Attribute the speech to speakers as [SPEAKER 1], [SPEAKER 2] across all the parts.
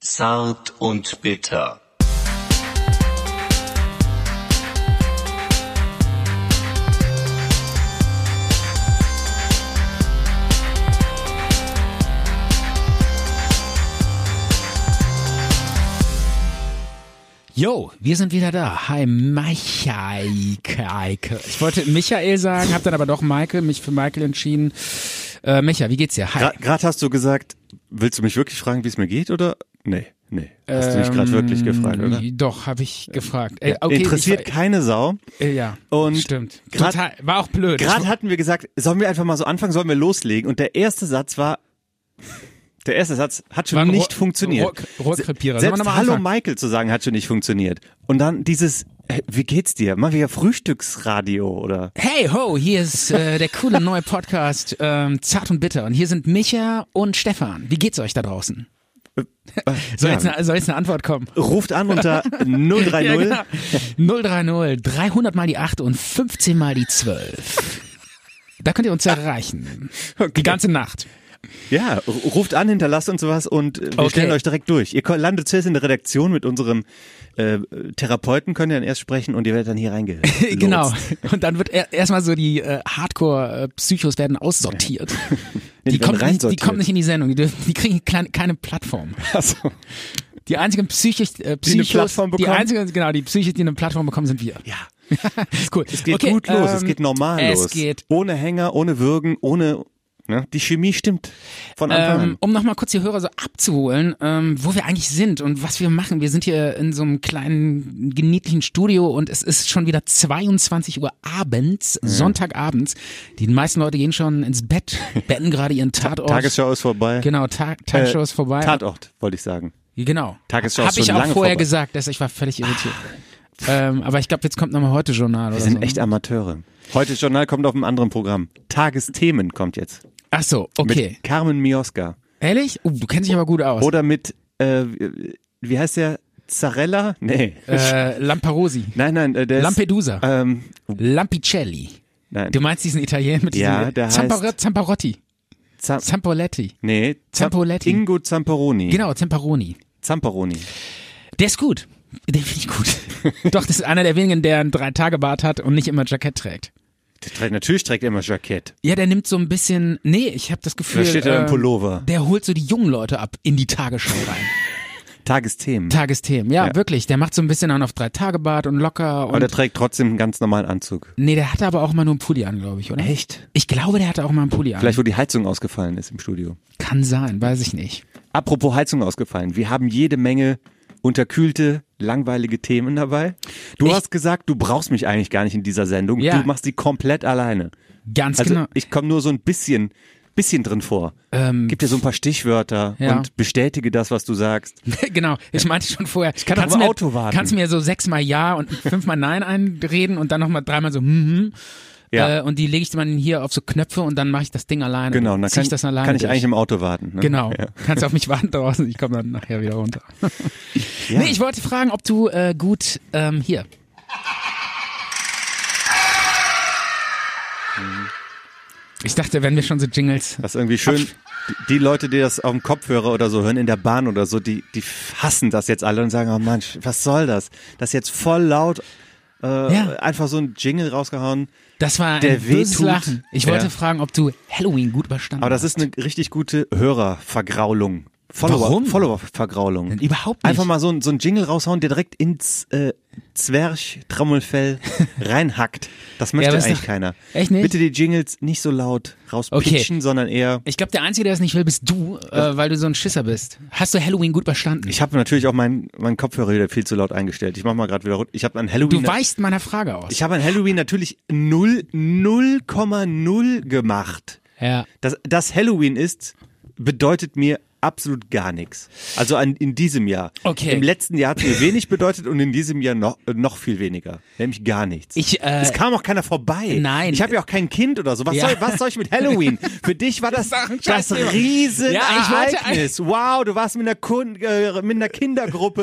[SPEAKER 1] Zart und bitter.
[SPEAKER 2] Yo, wir sind wieder da. Hi, Michael. Ich wollte Michael sagen, habe dann aber doch Michael, mich für Michael entschieden. Äh, Micha, wie geht's dir? Hi.
[SPEAKER 3] Gerade hast du gesagt, willst du mich wirklich fragen, wie es mir geht, oder? Nee, nee. Hast du mich gerade wirklich gefragt, oder?
[SPEAKER 2] Doch, habe ich gefragt. Äh, okay,
[SPEAKER 3] Interessiert
[SPEAKER 2] Ähm, ich,
[SPEAKER 3] keine Sau.
[SPEAKER 2] äh, ja,
[SPEAKER 3] Und
[SPEAKER 2] stimmt.
[SPEAKER 3] grad-
[SPEAKER 2] Total, war auch blöd.
[SPEAKER 3] Gerade hatten wir gesagt, sollen wir einfach mal so anfangen, sollen wir loslegen? Und der erste Satz war, der erste Satz hat schon
[SPEAKER 2] War ein
[SPEAKER 3] nicht
[SPEAKER 2] Rohr-
[SPEAKER 3] funktioniert.
[SPEAKER 2] Rohr- Rohrkrepierer. Sollen wir
[SPEAKER 3] Selbst
[SPEAKER 2] nochmal
[SPEAKER 3] Hallo
[SPEAKER 2] anfangen?
[SPEAKER 3] Michael zu sagen, hat schon nicht funktioniert. Und dann dieses, äh, wie geht's dir? Machen wir ja Frühstücksradio oder?
[SPEAKER 2] Hey ho, hier ist äh, der coole neue Podcast ähm, Zart und Bitter und hier sind Micha und Stefan. Wie geht's euch da draußen? Soll,
[SPEAKER 3] Ja.
[SPEAKER 2] jetzt, eine, soll jetzt eine Antwort kommen?
[SPEAKER 3] Ruft an unter 030.
[SPEAKER 2] Ja, genau. 030, 300 mal die 8 und 15 mal die 12. Da könnt ihr uns erreichen. Die ganze Nacht.
[SPEAKER 3] Ja, ru- ruft an, hinterlasst uns sowas und äh, wir
[SPEAKER 2] Okay.
[SPEAKER 3] stellen euch direkt durch. Ihr ko- landet zuerst in der Redaktion mit unserem äh, Therapeuten, könnt ihr dann erst sprechen und ihr werdet dann hier reingehört.
[SPEAKER 2] Genau. Und dann wird er- erstmal so die äh, Hardcore-Psychos werden aussortiert. Die
[SPEAKER 3] werden
[SPEAKER 2] kommen, nicht, die
[SPEAKER 3] reinsortiert.
[SPEAKER 2] kommen nicht in die Sendung. Die, dürfen, die kriegen klein, keine Plattform.
[SPEAKER 3] Also,
[SPEAKER 2] Die einzigen Psychos, äh, Psychos
[SPEAKER 3] Plattform
[SPEAKER 2] die
[SPEAKER 3] bekommen?
[SPEAKER 2] einzigen, genau, die Psychos, die eine Plattform bekommen, sind wir.
[SPEAKER 3] ja.
[SPEAKER 2] Ist cool.
[SPEAKER 3] Es geht
[SPEAKER 2] okay,
[SPEAKER 3] gut los, es
[SPEAKER 2] ähm,
[SPEAKER 3] geht normal
[SPEAKER 2] es
[SPEAKER 3] los.
[SPEAKER 2] geht.
[SPEAKER 3] Ohne Hänger, ohne Würgen, ohne. Ne? Die Chemie stimmt von Anfang
[SPEAKER 2] Ähm,
[SPEAKER 3] an.
[SPEAKER 2] um nochmal kurz die Hörer so abzuholen, ähm, wo wir eigentlich sind und was wir machen. Wir sind hier in so einem kleinen, gemütlichen Studio und es ist schon wieder 22 Uhr abends, Sonntagabends. Die meisten Leute gehen schon ins Bett, betten gerade ihren Tatort.
[SPEAKER 3] Tagesschau ist vorbei.
[SPEAKER 2] Genau, Ta Tagesschau
[SPEAKER 3] Äh,
[SPEAKER 2] ist vorbei.
[SPEAKER 3] Tatort, wollte ich sagen.
[SPEAKER 2] genau.
[SPEAKER 3] Tagesschau ist
[SPEAKER 2] Habe ich
[SPEAKER 3] schon
[SPEAKER 2] auch
[SPEAKER 3] lange
[SPEAKER 2] vorher
[SPEAKER 3] vorbei. Ah.
[SPEAKER 2] gesagt, dass ich war völlig irritiert. ähm, aber ich glaube, jetzt kommt nochmal heute Journal
[SPEAKER 3] Wir
[SPEAKER 2] oder
[SPEAKER 3] sind
[SPEAKER 2] so. ne?
[SPEAKER 3] echt Amateure. Heute Journal kommt auf einem anderen Programm. Tagesthemen kommt jetzt.
[SPEAKER 2] Ach so,
[SPEAKER 3] Mit
[SPEAKER 2] okay.
[SPEAKER 3] Carmen Mioska.
[SPEAKER 2] Ehrlich? Uh, du kennst dich aber gut aus.
[SPEAKER 3] Oder mit, äh, wie heißt der? Zarella? Nee.
[SPEAKER 2] äh, Lamparosi.
[SPEAKER 3] Nein, nein, äh, der
[SPEAKER 2] Lampedusa.
[SPEAKER 3] ist. Ähm,
[SPEAKER 2] Lampicelli.
[SPEAKER 3] nein.
[SPEAKER 2] Du meinst diesen Italiener mit diesem
[SPEAKER 3] Ja, der
[SPEAKER 2] Zampar
[SPEAKER 3] heißt-
[SPEAKER 2] Zamparotti,
[SPEAKER 3] Zam
[SPEAKER 2] Zamparotti.
[SPEAKER 3] nee, Zam
[SPEAKER 2] Zampoletti.
[SPEAKER 3] Ingo Zamperoni.
[SPEAKER 2] Genau, Zamparoni.
[SPEAKER 3] Zamperoni.
[SPEAKER 2] Der ist gut. Den finde ich gut. Doch, das ist einer der wenigen, der einen Drei-Tage-Bart hat und nicht immer Jackett trägt.
[SPEAKER 3] Der trägt, natürlich trägt er immer Jackett.
[SPEAKER 2] Ja, der nimmt so ein bisschen, nee, ich habe das Gefühl,
[SPEAKER 3] Da steht er im
[SPEAKER 2] ähm,
[SPEAKER 3] Pullover.
[SPEAKER 2] der holt so die jungen Leute ab in die Tagesschau rein.
[SPEAKER 3] Tagesthemen.
[SPEAKER 2] Tagesthemen, ja,
[SPEAKER 3] Ja.
[SPEAKER 2] wirklich. Der macht so ein bisschen auch auf Drei-Tage-Bart und locker.
[SPEAKER 3] Aber
[SPEAKER 2] Und,
[SPEAKER 3] der trägt trotzdem einen ganz normalen Anzug.
[SPEAKER 2] nee, der hatte aber auch mal nur einen Pulli an, glaube ich, oder?
[SPEAKER 3] Echt?
[SPEAKER 2] Ich glaube, der hatte auch mal einen Pulli an.
[SPEAKER 3] Vielleicht, wo die Heizung ausgefallen ist im Studio.
[SPEAKER 2] Kann sein, weiß ich nicht.
[SPEAKER 3] Apropos Heizung ausgefallen. Wir haben jede Menge unterkühlte, langweilige Themen dabei. Du
[SPEAKER 2] Ich-
[SPEAKER 3] hast gesagt, du brauchst mich eigentlich gar nicht in dieser Sendung.
[SPEAKER 2] Ja.
[SPEAKER 3] Du machst die komplett alleine.
[SPEAKER 2] Ganz
[SPEAKER 3] Also
[SPEAKER 2] genau.
[SPEAKER 3] ich komme nur so ein bisschen, bisschen drin vor. Gib dir so ein paar Stichwörter
[SPEAKER 2] Ähm, ja.
[SPEAKER 3] und bestätige das, was du sagst.
[SPEAKER 2] genau, ich meinte schon vorher. Ich
[SPEAKER 3] kann auch
[SPEAKER 2] kannst
[SPEAKER 3] im
[SPEAKER 2] mir,
[SPEAKER 3] Auto warten.
[SPEAKER 2] Kannst mir so sechsmal Ja und fünfmal Nein einreden und dann nochmal dreimal so mhm.
[SPEAKER 3] Ja.
[SPEAKER 2] Äh, und die lege ich dann hier auf so Knöpfe und dann mache ich das Ding alleine.
[SPEAKER 3] Genau,
[SPEAKER 2] dann
[SPEAKER 3] und dann
[SPEAKER 2] zieh
[SPEAKER 3] kann,
[SPEAKER 2] ich das alleine
[SPEAKER 3] kann ich
[SPEAKER 2] durch.
[SPEAKER 3] eigentlich im Auto warten. Ne?
[SPEAKER 2] Genau,
[SPEAKER 3] Ja.
[SPEAKER 2] kannst auf mich warten draußen, ich komme dann nachher wieder runter.
[SPEAKER 3] Ja.
[SPEAKER 2] Nee, ich wollte fragen, ob du äh, gut ähm, hier. Ich dachte, wenn wir schon so Jingles.
[SPEAKER 3] Das ist irgendwie schön. Die Leute, die das auf dem Kopfhörer oder so hören, in der Bahn oder so, die, die hassen das jetzt alle und sagen, oh Mann, was soll das? Das ist jetzt voll laut, äh,
[SPEAKER 2] Ja.
[SPEAKER 3] einfach so ein Jingle rausgehauen.
[SPEAKER 2] Das war
[SPEAKER 3] Der
[SPEAKER 2] ein böses
[SPEAKER 3] wehtut.
[SPEAKER 2] Lachen. Ich wollte
[SPEAKER 3] Ja.
[SPEAKER 2] fragen, ob du Halloween gut überstanden
[SPEAKER 3] Aber das
[SPEAKER 2] hast.
[SPEAKER 3] ist eine richtig gute Hörervergraulung. Follower,
[SPEAKER 2] Warum?
[SPEAKER 3] Follower-Vergraulung.
[SPEAKER 2] Überhaupt nicht.
[SPEAKER 3] Einfach mal so, ein- so ein Jingle raushauen, der direkt ins äh, Zwerch-Trommelfell reinhackt. Das möchte
[SPEAKER 2] aber ist
[SPEAKER 3] eigentlich
[SPEAKER 2] doch-
[SPEAKER 3] keiner.
[SPEAKER 2] Echt nicht?
[SPEAKER 3] Bitte die Jingles nicht so laut rauspitchen, sondern eher.
[SPEAKER 2] Ich glaube, der Einzige, der es nicht will, bist du, äh, weil du so ein Schisser bist. Hast du Halloween gut überstanden?
[SPEAKER 3] Ich habe natürlich auch meinen meinen Kopfhörer wieder viel zu laut eingestellt. Ich mach mal gerade wieder runter. Ich habe an Halloween.
[SPEAKER 2] du weichst meiner Frage aus.
[SPEAKER 3] ich habe an Halloween natürlich null- 0,0 gemacht.
[SPEAKER 2] ja.
[SPEAKER 3] Dass, dass Halloween ist, bedeutet mir absolut gar nichts. Also an, in diesem Jahr.
[SPEAKER 2] Okay.
[SPEAKER 3] Im letzten Jahr hat mir wenig bedeutet und in diesem Jahr noch, noch viel weniger. Nämlich gar nichts.
[SPEAKER 2] Ich, äh,
[SPEAKER 3] es kam auch keiner vorbei.
[SPEAKER 2] Nein.
[SPEAKER 3] Ich habe ja auch kein Kind oder so. Was,
[SPEAKER 2] Ja.
[SPEAKER 3] soll, was soll ich mit Halloween? Für dich war das,
[SPEAKER 2] Das ist doch ein
[SPEAKER 3] das
[SPEAKER 2] Scheißthema.
[SPEAKER 3] riesen
[SPEAKER 2] Ja, ich wollte
[SPEAKER 3] Ereignis. Wow, du warst mit einer, Kun äh, mit einer Kindergruppe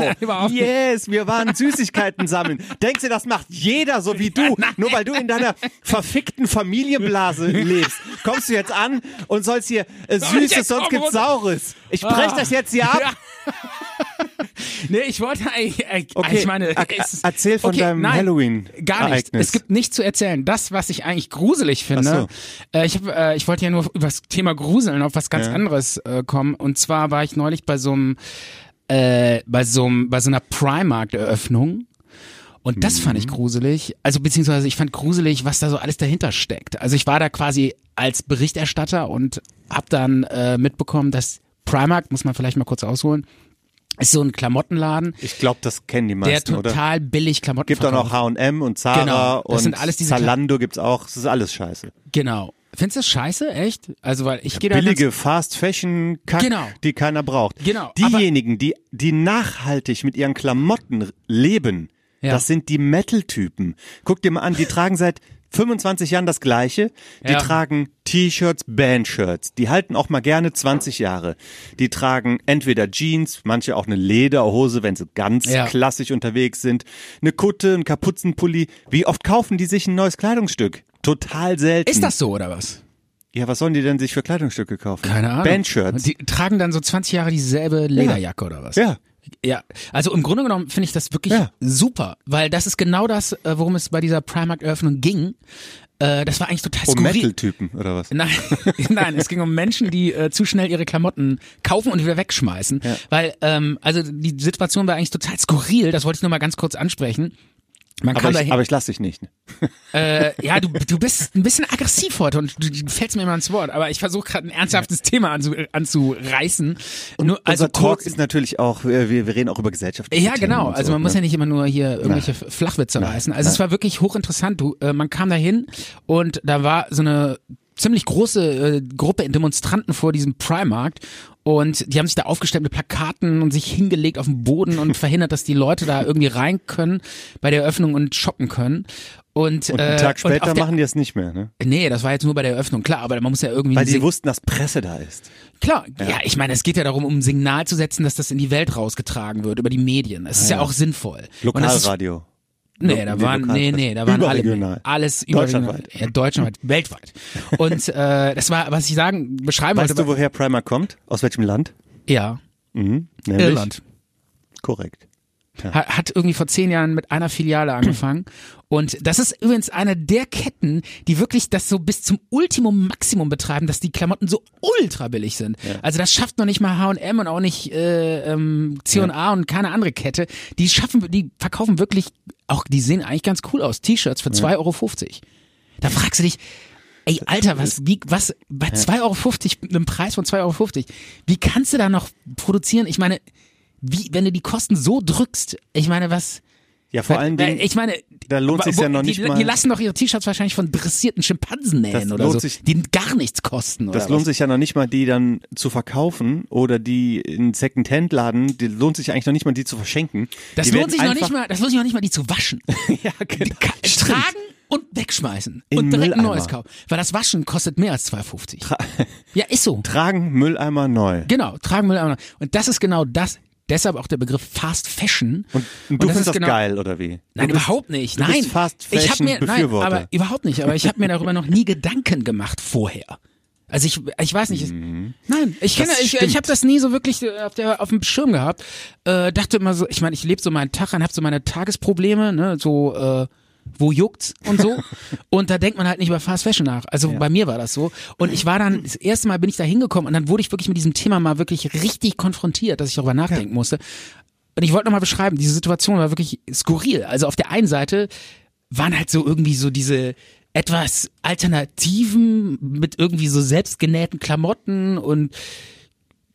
[SPEAKER 2] nein, überhaupt nicht.
[SPEAKER 3] yes, wir waren Süßigkeiten sammeln. Denkst du, das macht jeder so wie du? Nur weil du in deiner verfickten Familienblase lebst. Kommst du jetzt an und sollst hier
[SPEAKER 2] Soll
[SPEAKER 3] äh,
[SPEAKER 2] ich
[SPEAKER 3] Süßes,
[SPEAKER 2] jetzt
[SPEAKER 3] sonst
[SPEAKER 2] kommen,
[SPEAKER 3] gibt's
[SPEAKER 2] oder?
[SPEAKER 3] Boris, ich breche das jetzt hier ab.
[SPEAKER 2] Nee, ich wollte eigentlich, äh,
[SPEAKER 3] Okay,
[SPEAKER 2] ich meine,
[SPEAKER 3] er-
[SPEAKER 2] es-
[SPEAKER 3] erzähl von deinem
[SPEAKER 2] nein,
[SPEAKER 3] Halloween-
[SPEAKER 2] Gar nicht.
[SPEAKER 3] Ereignis.
[SPEAKER 2] Es gibt nichts zu erzählen. Das, was ich eigentlich gruselig finde, äh, ich, hab, äh, ich wollte ja nur über das Thema Gruseln auf was ganz
[SPEAKER 3] Ja.
[SPEAKER 2] anderes äh, kommen. Und zwar war ich neulich bei so einem, äh, bei so einem, bei so einer Primarkt-Eröffnung. Und das fand ich
[SPEAKER 3] Mhm.
[SPEAKER 2] gruselig. Also beziehungsweise ich fand gruselig, was da so alles dahinter steckt. Also ich war da quasi als Berichterstatter und habe dann äh, mitbekommen, dass Primark, muss man vielleicht mal kurz ausholen, ist so ein Klamottenladen,
[SPEAKER 3] Ich glaube, das kennen die
[SPEAKER 2] der
[SPEAKER 3] meisten, oder?
[SPEAKER 2] total billig Klamotten
[SPEAKER 3] Gibt auch noch
[SPEAKER 2] verkauft.
[SPEAKER 3] H&M und Zara
[SPEAKER 2] Genau, das
[SPEAKER 3] und
[SPEAKER 2] sind alles diese
[SPEAKER 3] Zalando gibt's auch. Das ist alles scheiße.
[SPEAKER 2] Genau. Findest du das scheiße? Echt? Also weil ich gehe da ganz-
[SPEAKER 3] Billige Fast Fashion Kack,
[SPEAKER 2] Genau.
[SPEAKER 3] die keiner braucht.
[SPEAKER 2] Genau,
[SPEAKER 3] Diejenigen, die die nachhaltig mit ihren Klamotten r- leben,
[SPEAKER 2] Ja.
[SPEAKER 3] das sind die Metal Typen. Guck dir mal an, die tragen seit 25 Jahren das gleiche. Die
[SPEAKER 2] Ja.
[SPEAKER 3] tragen T-Shirts, Bandshirts. Die halten auch mal gerne 20 Jahre. Die tragen entweder Jeans, manche auch eine Lederhose, wenn sie ganz
[SPEAKER 2] Ja.
[SPEAKER 3] klassisch unterwegs sind, eine Kutte, ein Kapuzenpulli. Wie oft kaufen die sich ein neues Kleidungsstück? Total selten.
[SPEAKER 2] Ist das so oder was?
[SPEAKER 3] Ja, was sollen die denn sich für Kleidungsstücke kaufen?
[SPEAKER 2] Keine Ahnung.
[SPEAKER 3] Bandshirts.
[SPEAKER 2] Die tragen dann so 20 Jahre dieselbe Lederjacke oder was?
[SPEAKER 3] ja.
[SPEAKER 2] Ja, also im Grunde genommen finde ich das wirklich
[SPEAKER 3] Ja.
[SPEAKER 2] super, weil das ist genau das, äh, worum es bei dieser Primark-Eröffnung ging. Äh, Das war eigentlich total
[SPEAKER 3] Um
[SPEAKER 2] skurril.
[SPEAKER 3] Metal-Typen oder was?
[SPEAKER 2] Nein, nein, es ging um Menschen, die äh, zu schnell ihre Klamotten kaufen und wieder wegschmeißen. Weil, ähm, also die Situation war eigentlich total skurril, das wollte ich nur mal ganz kurz ansprechen. Man
[SPEAKER 3] Aber
[SPEAKER 2] kam
[SPEAKER 3] ich,
[SPEAKER 2] dahin,
[SPEAKER 3] aber ich lass dich nicht.
[SPEAKER 2] äh, ja, du, du bist ein bisschen aggressiv heute und du, du fällst mir immer ins Wort, aber ich versuche gerade ein ernsthaftes Thema anzu, anzureißen. Nur, also
[SPEAKER 3] Unser Talk
[SPEAKER 2] kurz,
[SPEAKER 3] ist natürlich auch, äh, wir, wir reden auch über Gesellschaft.
[SPEAKER 2] Ja, genau.
[SPEAKER 3] Und so,
[SPEAKER 2] also man muss
[SPEAKER 3] ne?
[SPEAKER 2] ja nicht immer nur hier irgendwelche Flachwitze reißen. Also es war wirklich hochinteressant. Du, äh, man kam da hin und da war so eine ziemlich große äh, Gruppe Demonstranten vor diesem Primarkt und die haben sich da aufgestellt mit Plakaten und sich hingelegt auf den Boden und verhindert, dass die Leute da irgendwie rein können bei der Eröffnung und shoppen können. Und,
[SPEAKER 3] Und
[SPEAKER 2] äh,
[SPEAKER 3] einen Tag
[SPEAKER 2] und
[SPEAKER 3] später
[SPEAKER 2] auf der,
[SPEAKER 3] machen die es nicht mehr, ne?
[SPEAKER 2] Nee, das war jetzt nur bei der Eröffnung, klar, aber man muss ja irgendwie
[SPEAKER 3] Weil
[SPEAKER 2] ein
[SPEAKER 3] die
[SPEAKER 2] Sig-
[SPEAKER 3] wussten, dass Presse da ist.
[SPEAKER 2] Klar, ja, ich meine, es geht ja darum, um ein Signal zu setzen, dass das in die Welt rausgetragen wird, über die Medien. Das ist ja, auch sinnvoll. Und das ist
[SPEAKER 3] Lokalradio.
[SPEAKER 2] Nee, da
[SPEAKER 3] die
[SPEAKER 2] waren, nee,
[SPEAKER 3] Lokalpresse.
[SPEAKER 2] nee, da waren alle, Ah,
[SPEAKER 3] Überregional.
[SPEAKER 2] alles überregional.
[SPEAKER 3] Deutschlandweit.
[SPEAKER 2] Ja, deutschlandweit, weltweit. Und äh, das war, was ich sagen, beschreiben
[SPEAKER 3] Weißt
[SPEAKER 2] wollte.
[SPEAKER 3] du, woher Primer kommt? Aus welchem Land?
[SPEAKER 2] ja,
[SPEAKER 3] Mhm. Nämlich?
[SPEAKER 2] Irland.
[SPEAKER 3] Korrekt.
[SPEAKER 2] Hat, hat irgendwie vor zehn Jahren mit einer Filiale angefangen. Und das ist übrigens eine der Ketten, die wirklich das so bis zum Ultimum Maximum betreiben, dass die Klamotten so ultra billig sind. Also das schafft noch nicht mal H&M und auch nicht äh, ähm, C&A und keine andere Kette. Die schaffen, die verkaufen wirklich, auch die sehen eigentlich ganz cool aus. T-Shirts für 2,50 Euro. Da fragst du dich, ey Alter, was, wie, was, bei 2,50 Euro, einem Preis von 2,50 Euro, wie kannst du da noch produzieren? Ich meine, wie, wenn du die Kosten so drückst, ich meine, was,
[SPEAKER 3] Ja, vor allen Dingen,
[SPEAKER 2] ich meine,
[SPEAKER 3] da lohnt sich's
[SPEAKER 2] wo-
[SPEAKER 3] ja noch
[SPEAKER 2] die,
[SPEAKER 3] nicht mal-
[SPEAKER 2] Die lassen doch ihre T-Shirts wahrscheinlich von dressierten Schimpansen nähen
[SPEAKER 3] Das
[SPEAKER 2] oder
[SPEAKER 3] lohnt
[SPEAKER 2] so,
[SPEAKER 3] sich-
[SPEAKER 2] die gar nichts kosten oder
[SPEAKER 3] das lohnt
[SPEAKER 2] was.
[SPEAKER 3] sich ja noch nicht mal, die dann zu verkaufen oder die in Second-Hand-Laden, die lohnt sich eigentlich noch nicht mal, die zu verschenken.
[SPEAKER 2] Das
[SPEAKER 3] die
[SPEAKER 2] lohnt
[SPEAKER 3] werden
[SPEAKER 2] sich noch
[SPEAKER 3] einfach-
[SPEAKER 2] nicht mal, das lohnt sich noch nicht mal, die zu waschen.
[SPEAKER 3] ja,
[SPEAKER 2] Die
[SPEAKER 3] genau.
[SPEAKER 2] ka-
[SPEAKER 3] Stimmt.
[SPEAKER 2] tragen und wegschmeißen
[SPEAKER 3] In
[SPEAKER 2] und direkt ein neues
[SPEAKER 3] Mülleimer.
[SPEAKER 2] kaufen, weil das Waschen kostet mehr als 2,50. ja, ist so.
[SPEAKER 3] Tragen Mülleimer neu.
[SPEAKER 2] Genau, tragen Mülleimer. Und das ist genau das. Deshalb auch der Begriff Fast Fashion.
[SPEAKER 3] Und, und du
[SPEAKER 2] das
[SPEAKER 3] findest
[SPEAKER 2] ist
[SPEAKER 3] das
[SPEAKER 2] genau,
[SPEAKER 3] geil, oder wie?
[SPEAKER 2] Nein,
[SPEAKER 3] du bist,
[SPEAKER 2] überhaupt nicht.
[SPEAKER 3] du
[SPEAKER 2] nein,
[SPEAKER 3] bist Fast
[SPEAKER 2] ich hab
[SPEAKER 3] Fashion
[SPEAKER 2] mir nein,
[SPEAKER 3] Befürworter.
[SPEAKER 2] aber überhaupt nicht. Aber ich habe mir darüber noch nie Gedanken gemacht vorher. Also ich, ich weiß nicht. es- Nein, ich kenne, ich, ich
[SPEAKER 3] Mhm. stimmt.
[SPEAKER 2] habe das nie so wirklich äh, auf, der, auf dem Schirm gehabt. Äh, dachte immer so, ich meine, ich lebe so meinen Tag an, habe so meine Tagesprobleme, ne, so äh, wo juckt's und so. und da denkt man halt nicht über Fast Fashion nach. Also bei mir war das so. Und ich war dann, das erste Mal bin ich da hingekommen und dann wurde ich wirklich mit diesem Thema mal wirklich richtig konfrontiert, dass ich darüber nachdenken musste. Und ich wollte nochmal beschreiben, diese Situation war wirklich skurril. Also auf der einen Seite waren halt so irgendwie so diese etwas Alternativen mit irgendwie so selbstgenähten Klamotten und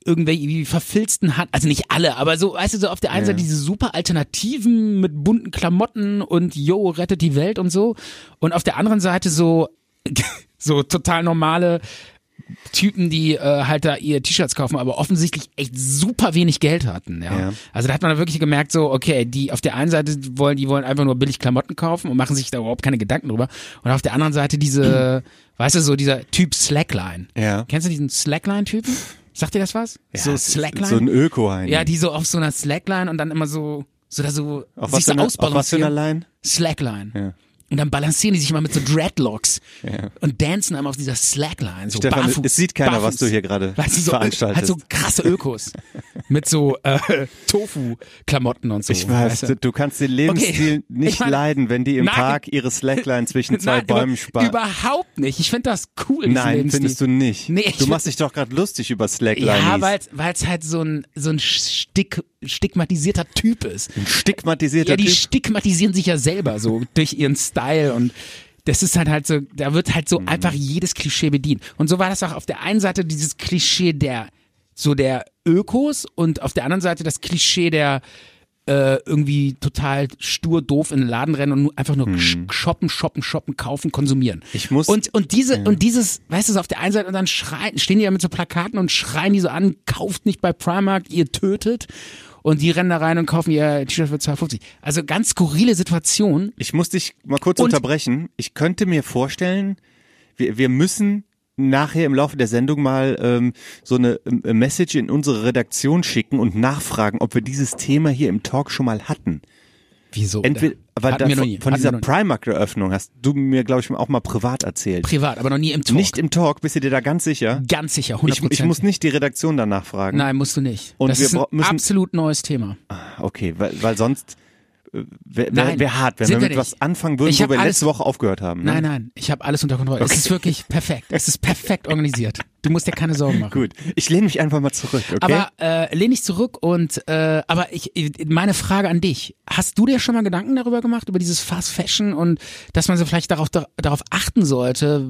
[SPEAKER 2] irgendwelche verfilzten Hand, also nicht alle, aber so, weißt du, so auf der einen Seite diese super Alternativen mit bunten Klamotten und yo, rettet die Welt und so. Und auf der anderen Seite so, so total normale Typen, die äh, halt da ihr T-Shirts kaufen, aber offensichtlich echt super wenig Geld hatten. Ja.
[SPEAKER 3] Ja.
[SPEAKER 2] Also da hat man da wirklich gemerkt, so okay, die auf der einen Seite wollen, die wollen einfach nur billig Klamotten kaufen und machen sich da überhaupt keine Gedanken drüber. Und auf der anderen Seite diese, weißt du, so dieser Typ Slackline.
[SPEAKER 3] Ja.
[SPEAKER 2] Kennst du diesen Slackline-Typen? Sagt dir das was?
[SPEAKER 3] Ja,
[SPEAKER 2] so
[SPEAKER 3] es ist
[SPEAKER 2] Slackline.
[SPEAKER 3] So ein Öko-Hein.
[SPEAKER 2] ja, die so auf so einer Slackline und dann immer so so da so
[SPEAKER 3] auf
[SPEAKER 2] sich
[SPEAKER 3] was
[SPEAKER 2] so
[SPEAKER 3] für einer- auf was für einer
[SPEAKER 2] ausbalancieren.
[SPEAKER 3] Line?
[SPEAKER 2] Slackline. Und dann balancieren die sich mal mit so Dreadlocks und dancen einmal auf dieser Slackline. So
[SPEAKER 3] Stefan,
[SPEAKER 2] barfuß,
[SPEAKER 3] es sieht keiner,
[SPEAKER 2] barfuß.
[SPEAKER 3] was du hier gerade
[SPEAKER 2] Weißt du, so,
[SPEAKER 3] veranstaltest.
[SPEAKER 2] Hat so krasse Ökos mit so äh, Tofu-Klamotten und so.
[SPEAKER 3] Ich weiß,
[SPEAKER 2] weißt du?
[SPEAKER 3] du, du kannst den Lebensstil
[SPEAKER 2] Okay.
[SPEAKER 3] nicht
[SPEAKER 2] Ich meine-
[SPEAKER 3] leiden, wenn die im
[SPEAKER 2] Nein.
[SPEAKER 3] Park ihre Slackline zwischen zwei
[SPEAKER 2] Nein,
[SPEAKER 3] Bäumen
[SPEAKER 2] über-
[SPEAKER 3] sparen.
[SPEAKER 2] Überhaupt nicht. Ich finde das cool. diesen
[SPEAKER 3] Nein,
[SPEAKER 2] Lebensstil.
[SPEAKER 3] findest du nicht.
[SPEAKER 2] Nee, ich
[SPEAKER 3] du
[SPEAKER 2] find-
[SPEAKER 3] machst dich doch gerade lustig über Slacklines.
[SPEAKER 2] Ja, weil es halt so ein, so ein stick, stigmatisierter Typ ist.
[SPEAKER 3] ein stigmatisierter
[SPEAKER 2] Ja, die
[SPEAKER 3] Typ.
[SPEAKER 2] stigmatisieren sich ja selber so durch ihren Style und das ist halt halt so, da wird halt
[SPEAKER 3] Mhm.
[SPEAKER 2] so einfach jedes Klischee bedient. Und so war das auch auf der einen Seite dieses Klischee der, so der Ökos und auf der anderen Seite das Klischee der äh, irgendwie total stur doof in den Laden rennen und nur, einfach nur sch- shoppen, shoppen, shoppen, kaufen, konsumieren.
[SPEAKER 3] Hm. Ich muss-
[SPEAKER 2] und und diese und dieses, weißt du, so auf der einen Seite und dann schreien, stehen die ja mit so Plakaten und schreien die so an, kauft nicht bei Primark, ihr tötet. Und die rennen da rein und kaufen ihr T-Shirt für 2,50. Also ganz skurrile Situation.
[SPEAKER 3] Ich muss dich mal kurz
[SPEAKER 2] Und-
[SPEAKER 3] unterbrechen. Ich könnte mir vorstellen, wir, wir müssen nachher im Laufe der Sendung mal ähm, so eine ähm, Message in unsere Redaktion schicken und nachfragen, ob wir dieses Thema hier im Talk schon mal hatten.
[SPEAKER 2] Wieso?
[SPEAKER 3] Entweder, weil
[SPEAKER 2] Hatten
[SPEAKER 3] da,
[SPEAKER 2] wir noch
[SPEAKER 3] von,
[SPEAKER 2] nie.
[SPEAKER 3] von
[SPEAKER 2] Hatten
[SPEAKER 3] dieser
[SPEAKER 2] wir noch nie.
[SPEAKER 3] Primark-Eröffnung hast du mir, glaube ich, auch mal privat erzählt.
[SPEAKER 2] privat, aber noch nie im Talk.
[SPEAKER 3] Nicht im Talk, bist du dir da ganz sicher?
[SPEAKER 2] ganz sicher, 100%.
[SPEAKER 3] Ich, ich muss nicht die Redaktion danach fragen.
[SPEAKER 2] Nein, musst du nicht.
[SPEAKER 3] Und
[SPEAKER 2] das
[SPEAKER 3] wir
[SPEAKER 2] ist ein
[SPEAKER 3] bra- müssen-
[SPEAKER 2] absolut neues Thema.
[SPEAKER 3] Okay, weil, weil sonst äh, wäre wär,
[SPEAKER 2] Nein,
[SPEAKER 3] wär hart, wenn
[SPEAKER 2] sind
[SPEAKER 3] wir
[SPEAKER 2] wir
[SPEAKER 3] mit
[SPEAKER 2] nicht.
[SPEAKER 3] was anfangen würden,
[SPEAKER 2] Ich
[SPEAKER 3] wo
[SPEAKER 2] hab
[SPEAKER 3] wir
[SPEAKER 2] alles-
[SPEAKER 3] letzte Woche aufgehört haben. Ne?
[SPEAKER 2] Nein, nein, ich habe alles unter Kontrolle. Es ist wirklich perfekt. Es ist perfekt organisiert. Du musst dir keine Sorgen machen.
[SPEAKER 3] Gut, ich lehne mich einfach mal zurück, okay?
[SPEAKER 2] Aber äh, lehn dich zurück und äh, aber ich meine Frage an dich: Hast du dir schon mal Gedanken darüber gemacht über dieses Fast Fashion und dass man so vielleicht darauf dar- darauf achten sollte,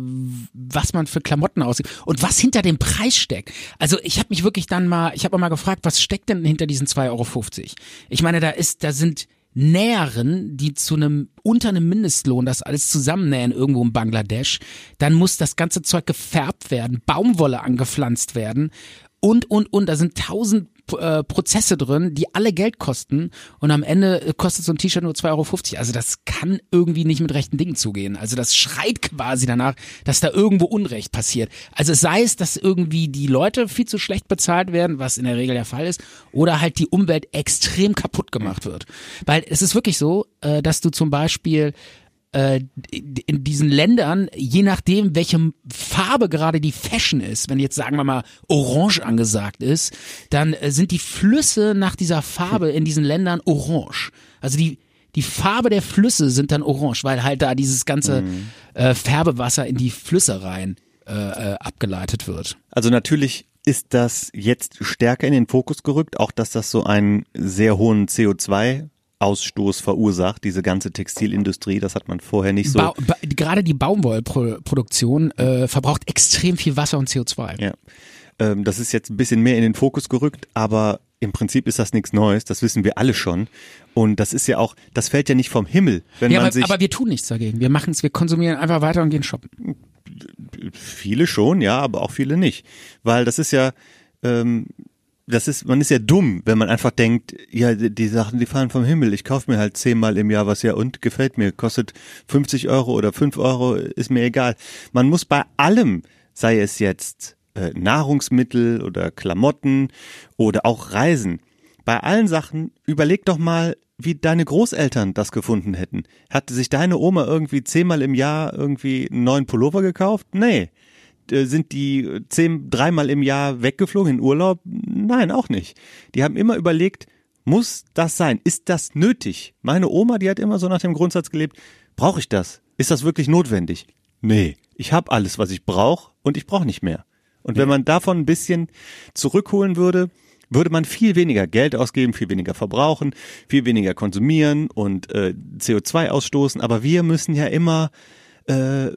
[SPEAKER 2] was man für Klamotten aussieht und was hinter dem Preis steckt? Also ich habe mich wirklich dann mal, ich habe mal gefragt, was steckt denn hinter diesen 2,50 Euro? Ich meine, da ist, da sind Näheren, die zu einem unter einem Mindestlohn das alles zusammennähen irgendwo in Bangladesch, dann muss das ganze Zeug gefärbt werden, Baumwolle angepflanzt werden und und und. Da sind tausend äh, Prozesse drin, die alle Geld kosten und am Ende äh, kostet so ein T-Shirt nur 2,50 Euro. Also das kann irgendwie nicht mit rechten Dingen zugehen. Also das schreit quasi danach, dass da irgendwo Unrecht passiert. Also es sei es, dass irgendwie die Leute viel zu schlecht bezahlt werden, was in der Regel der Fall ist, oder halt die Umwelt extrem kaputt gemacht wird. Weil es ist wirklich so, äh, dass du zum Beispiel äh, in diesen Ländern, je nachdem, welche Farbe gerade die Fashion ist, wenn jetzt sagen wir mal orange angesagt ist, dann äh, sind die Flüsse nach dieser Farbe in diesen Ländern orange. Also die die Farbe der Flüsse sind dann orange, weil halt da dieses ganze äh, Färbewasser in die Flüsse rein äh, äh, abgeleitet wird.
[SPEAKER 3] also natürlich ist das jetzt stärker in den Fokus gerückt, auch dass das so einen sehr hohen CO2-Ausstoß verursacht, diese ganze Textilindustrie, das hat man vorher nicht so.
[SPEAKER 2] Ba ba gerade die Baumwollproduktion äh, verbraucht extrem viel Wasser und CO2.
[SPEAKER 3] Ja. Ähm, das ist jetzt ein bisschen mehr in den Fokus gerückt, aber im Prinzip ist das nichts Neues, das wissen wir alle schon. Und das ist ja auch, das fällt ja nicht vom Himmel, wenn
[SPEAKER 2] Ja,
[SPEAKER 3] man
[SPEAKER 2] aber,
[SPEAKER 3] sich
[SPEAKER 2] aber wir tun nichts dagegen. Wir machen es, wir konsumieren einfach weiter und gehen shoppen.
[SPEAKER 3] Viele schon, ja, aber auch viele nicht. Weil das ist ja, ähm, das ist, man ist ja dumm, wenn man einfach denkt, ja, die, die Sachen, die fallen vom Himmel. Ich kaufe mir halt zehnmal im Jahr was ja und gefällt mir, kostet 50 Euro oder 5 Euro, ist mir egal. Man muss bei allem, sei es jetzt äh, Nahrungsmittel oder Klamotten oder auch Reisen, bei allen Sachen überleg doch mal, wie deine Großeltern das gefunden hätten. Hatte sich deine Oma irgendwie zehnmal im Jahr irgendwie einen neuen Pullover gekauft? Nee. Äh, Sind die zehn, dreimal im Jahr weggeflogen in Urlaub? Nein, auch nicht. Die haben immer überlegt, muss das sein? Ist das nötig? Meine Oma, die hat immer so nach dem Grundsatz gelebt, brauche ich das? Ist das wirklich notwendig? Nee, ich habe alles, was ich brauche und ich brauche nicht mehr. Und wenn man davon ein bisschen zurückholen würde, würde man viel weniger Geld ausgeben, viel weniger verbrauchen, viel weniger konsumieren und äh, CO2 ausstoßen. Aber wir müssen ja immer, äh,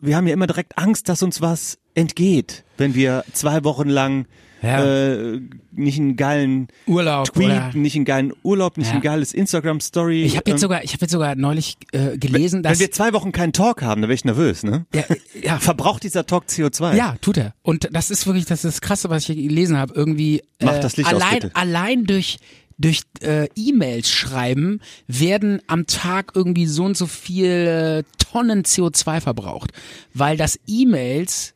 [SPEAKER 3] wir haben ja immer direkt Angst, dass uns was entgeht, wenn wir zwei Wochen lang
[SPEAKER 2] Ja.
[SPEAKER 3] äh, nicht einen geilen
[SPEAKER 2] Urlaub
[SPEAKER 3] Tweet,
[SPEAKER 2] oder-
[SPEAKER 3] nicht einen geilen Urlaub, nicht
[SPEAKER 2] Ja.
[SPEAKER 3] ein geiles Instagram-Story.
[SPEAKER 2] Ich habe jetzt
[SPEAKER 3] ähm,
[SPEAKER 2] sogar, ich habe jetzt sogar neulich äh, gelesen, dass
[SPEAKER 3] wenn wir zwei Wochen keinen Talk haben, dann wäre ich nervös, ne?
[SPEAKER 2] ja, ja,
[SPEAKER 3] Verbraucht dieser Talk CO2?
[SPEAKER 2] ja, tut er. Und das ist wirklich, das ist das Krasse, was ich hier gelesen habe. Irgendwie äh,
[SPEAKER 3] Mach das Licht aus,
[SPEAKER 2] allein,
[SPEAKER 3] bitte.
[SPEAKER 2] allein durch durch äh, E-Mails schreiben werden am Tag irgendwie so und so viel äh, Tonnen
[SPEAKER 3] Hm.
[SPEAKER 2] CO2 verbraucht, weil das E-Mails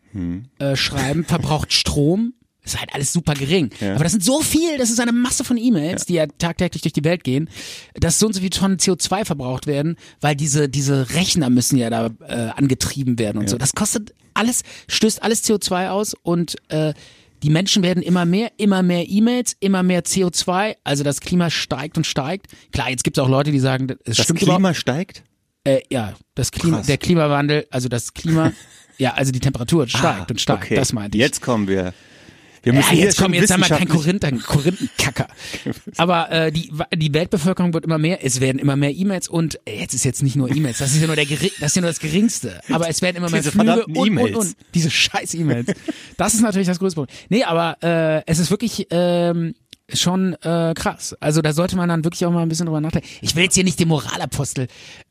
[SPEAKER 2] äh, schreiben verbraucht Strom, ist halt alles super gering. Aber das sind so viel, das ist eine Masse von E-Mails, die ja tagtäglich durch die Welt gehen, dass so und so viele Tonnen CO2 verbraucht werden, weil diese, diese Rechner müssen ja da äh, angetrieben werden und so. Das kostet alles, stößt alles CO2 aus und äh, die Menschen werden immer mehr, immer mehr E-Mails, immer mehr CO2, also das Klima steigt und steigt. Klar, jetzt gibt es auch Leute, die sagen, es
[SPEAKER 3] Das
[SPEAKER 2] stimmt überhaupt
[SPEAKER 3] Klima steigt?
[SPEAKER 2] äh, ja, das Klima,
[SPEAKER 3] Krass.
[SPEAKER 2] der Klimawandel, also das Klima, ja, also die Temperatur steigt und steigt.
[SPEAKER 3] Ah, Okay.
[SPEAKER 2] Das meinte ich.
[SPEAKER 3] Jetzt kommen wir. Wir
[SPEAKER 2] ja,
[SPEAKER 3] müssen
[SPEAKER 2] jetzt
[SPEAKER 3] hier
[SPEAKER 2] komm,
[SPEAKER 3] schon
[SPEAKER 2] jetzt haben wir keinen
[SPEAKER 3] wissenschaftlich-
[SPEAKER 2] Korinther, Korinthenkacker. Aber äh, die, die Weltbevölkerung wird immer mehr, es werden immer mehr E-Mails und äh, jetzt ist jetzt nicht nur E-Mails, das ist ja nur der gering, das ist ja nur das Geringste. Aber es werden immer mehr
[SPEAKER 3] Diese
[SPEAKER 2] Flüge
[SPEAKER 3] verdammten
[SPEAKER 2] und, und,
[SPEAKER 3] E-Mails.
[SPEAKER 2] und diese scheiß E-Mails. Das ist natürlich das größte Problem. Nee, aber äh, es ist wirklich ähm, schon äh, krass. Also da sollte man dann wirklich auch mal ein bisschen drüber nachdenken. Ich will jetzt hier nicht den Moralapostel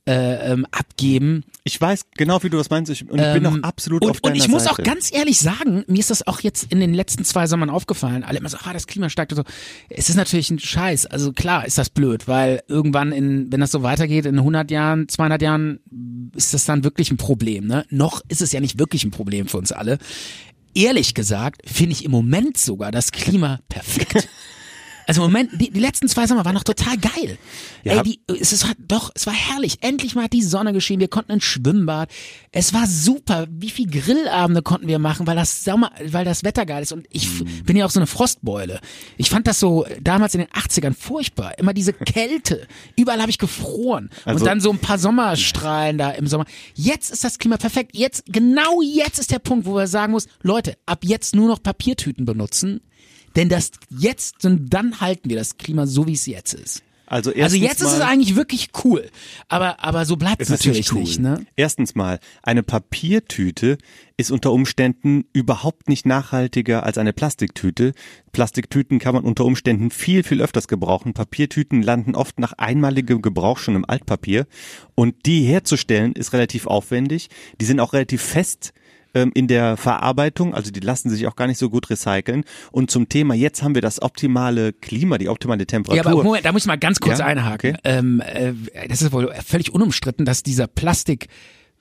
[SPEAKER 2] äh, ähm, abgeben.
[SPEAKER 3] Ich weiß genau, wie du das meinst. Ich, und ich bin auch absolut
[SPEAKER 2] Ähm, und,
[SPEAKER 3] auf deiner
[SPEAKER 2] Und ich muss
[SPEAKER 3] Seite.
[SPEAKER 2] auch ganz ehrlich sagen, mir ist das auch jetzt in den letzten zwei Sommern aufgefallen. Alle immer so, ah, das Klima steigt und so. Es ist natürlich ein Scheiß. Also klar ist das blöd, weil irgendwann in, wenn das so weitergeht, in 100 Jahren, 200 Jahren, ist das dann wirklich ein Problem, ne? Noch ist es ja nicht wirklich ein Problem für uns alle. Ehrlich gesagt, finde ich im Moment sogar das Klima perfekt. Also im Moment, die, die letzten zwei Sommer waren noch total geil. Ey, die, es ist, halt doch, es war herrlich. Endlich mal hat die Sonne geschienen. Wir konnten ins Schwimmbad. Es war super. Wie viel Grillabende konnten wir machen, weil das Sommer, weil das Wetter geil ist. Und ich f- bin ja auch so eine Frostbeule. Ich fand das so damals in den 80ern furchtbar. Immer diese Kälte. Überall habe ich gefroren.
[SPEAKER 3] Also-
[SPEAKER 2] Und dann so ein paar Sommerstrahlen da im Sommer. Jetzt ist das Klima perfekt. Jetzt, genau jetzt ist der Punkt, wo wir sagen muss, Leute, ab jetzt nur noch Papiertüten benutzen. Denn das jetzt und dann halten wir das Klima so, wie es jetzt ist.
[SPEAKER 3] also,
[SPEAKER 2] Also
[SPEAKER 3] erstens
[SPEAKER 2] jetzt ist
[SPEAKER 3] mal,
[SPEAKER 2] es eigentlich wirklich cool. Aber, aber so bleibt es
[SPEAKER 3] Das ist
[SPEAKER 2] natürlich
[SPEAKER 3] cool.
[SPEAKER 2] nicht, ne?
[SPEAKER 3] Erstens mal, eine Papiertüte ist unter Umständen überhaupt nicht nachhaltiger als eine Plastiktüte. Plastiktüten kann man unter Umständen viel, viel öfters gebrauchen. Papiertüten landen oft nach einmaligem Gebrauch schon im Altpapier. Und die herzustellen ist relativ aufwendig. Die sind auch relativ fest ähm, in der Verarbeitung, also die lassen sich auch gar nicht so gut recyceln. Und zum Thema, jetzt haben wir das optimale Klima, die optimale
[SPEAKER 2] Ja,
[SPEAKER 3] Temperatur.
[SPEAKER 2] aber Moment, da muss ich mal ganz kurz
[SPEAKER 3] Ja?
[SPEAKER 2] einhaken.
[SPEAKER 3] Okay.
[SPEAKER 2] Ähm, äh, das ist wohl völlig unumstritten, dass dieser Plastik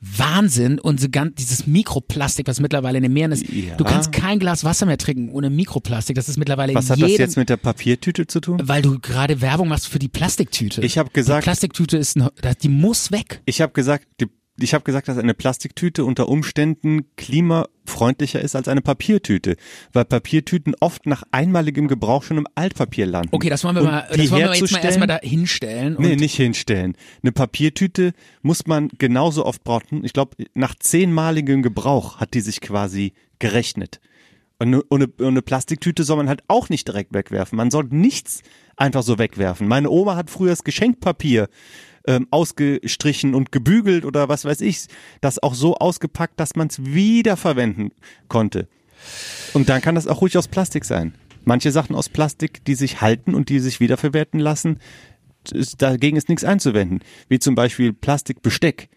[SPEAKER 2] Wahnsinn und so ganz, dieses Mikroplastik, was mittlerweile in den Meeren ist.
[SPEAKER 3] Ja.
[SPEAKER 2] Du kannst kein Glas Wasser mehr trinken ohne Mikroplastik. Das ist mittlerweile
[SPEAKER 3] Was
[SPEAKER 2] in
[SPEAKER 3] hat
[SPEAKER 2] jedem,
[SPEAKER 3] das jetzt mit der Papiertüte zu tun?
[SPEAKER 2] weil du gerade Werbung machst für die Plastiktüte.
[SPEAKER 3] Ich hab
[SPEAKER 2] die
[SPEAKER 3] gesagt-
[SPEAKER 2] Plastiktüte ist, ein, die muss weg.
[SPEAKER 3] Ich habe gesagt, die, ich habe gesagt, dass eine Plastiktüte unter Umständen klimafreundlicher ist als eine Papiertüte, weil Papiertüten oft nach einmaligem Gebrauch schon im Altpapier landen.
[SPEAKER 2] Okay, das wollen wir
[SPEAKER 3] Und
[SPEAKER 2] mal,
[SPEAKER 3] die
[SPEAKER 2] das wollen wir jetzt mal
[SPEAKER 3] herzustellen-
[SPEAKER 2] erstmal da hinstellen.
[SPEAKER 3] Nee, nicht hinstellen. Eine Papiertüte muss man genauso oft brauchen. Ich glaube, nach zehnmaligem Gebrauch hat die sich quasi gerechnet. Und eine, und, eine, und eine Plastiktüte soll man halt auch nicht direkt wegwerfen. Man soll nichts einfach so wegwerfen. Meine Oma hat früher das Geschenkpapier ähm, ausgestrichen und gebügelt oder was weiß ich, das auch so ausgepackt, dass man es wiederverwenden konnte. Und dann kann das auch ruhig aus Plastik sein. Manche Sachen aus Plastik, die sich halten und die sich wiederverwerten lassen, ist, dagegen ist nichts einzuwenden. Wie zum Beispiel Plastikbesteck.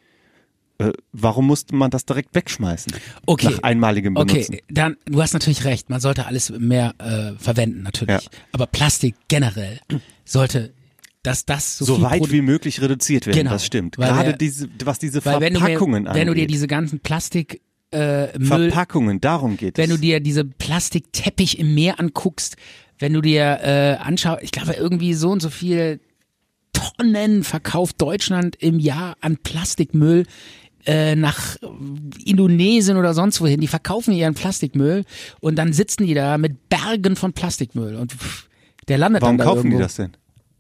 [SPEAKER 3] Äh, warum musste man das direkt wegschmeißen?
[SPEAKER 2] Okay.
[SPEAKER 3] Nach einmaligem Benutzen.
[SPEAKER 2] Okay, dann, du hast natürlich recht, man sollte alles mehr äh, verwenden, natürlich.
[SPEAKER 3] Ja.
[SPEAKER 2] Aber Plastik generell sollte, dass das so,
[SPEAKER 3] So
[SPEAKER 2] viel
[SPEAKER 3] weit
[SPEAKER 2] Produ-
[SPEAKER 3] wie möglich reduziert werden,
[SPEAKER 2] Genau.
[SPEAKER 3] das stimmt.
[SPEAKER 2] Weil
[SPEAKER 3] Gerade
[SPEAKER 2] wir-
[SPEAKER 3] diese, was diese
[SPEAKER 2] Weil wenn du, mir,
[SPEAKER 3] Verpackungen
[SPEAKER 2] wenn du dir
[SPEAKER 3] angeht.
[SPEAKER 2] diese ganzen Plastik äh, Müll,
[SPEAKER 3] Verpackungen, darum geht
[SPEAKER 2] wenn du
[SPEAKER 3] es.
[SPEAKER 2] dir diese Plastikteppich im Meer anguckst, wenn du dir äh, anschaust, ich glaube irgendwie so und so viel Tonnen verkauft Deutschland im Jahr an Plastikmüll äh, nach äh, Indonesien oder sonst wohin. Die verkaufen ihren Plastikmüll und dann sitzen die da mit Bergen von Plastikmüll und pff, der landet
[SPEAKER 3] Warum
[SPEAKER 2] dann da
[SPEAKER 3] kaufen die
[SPEAKER 2] irgendwo,
[SPEAKER 3] das denn?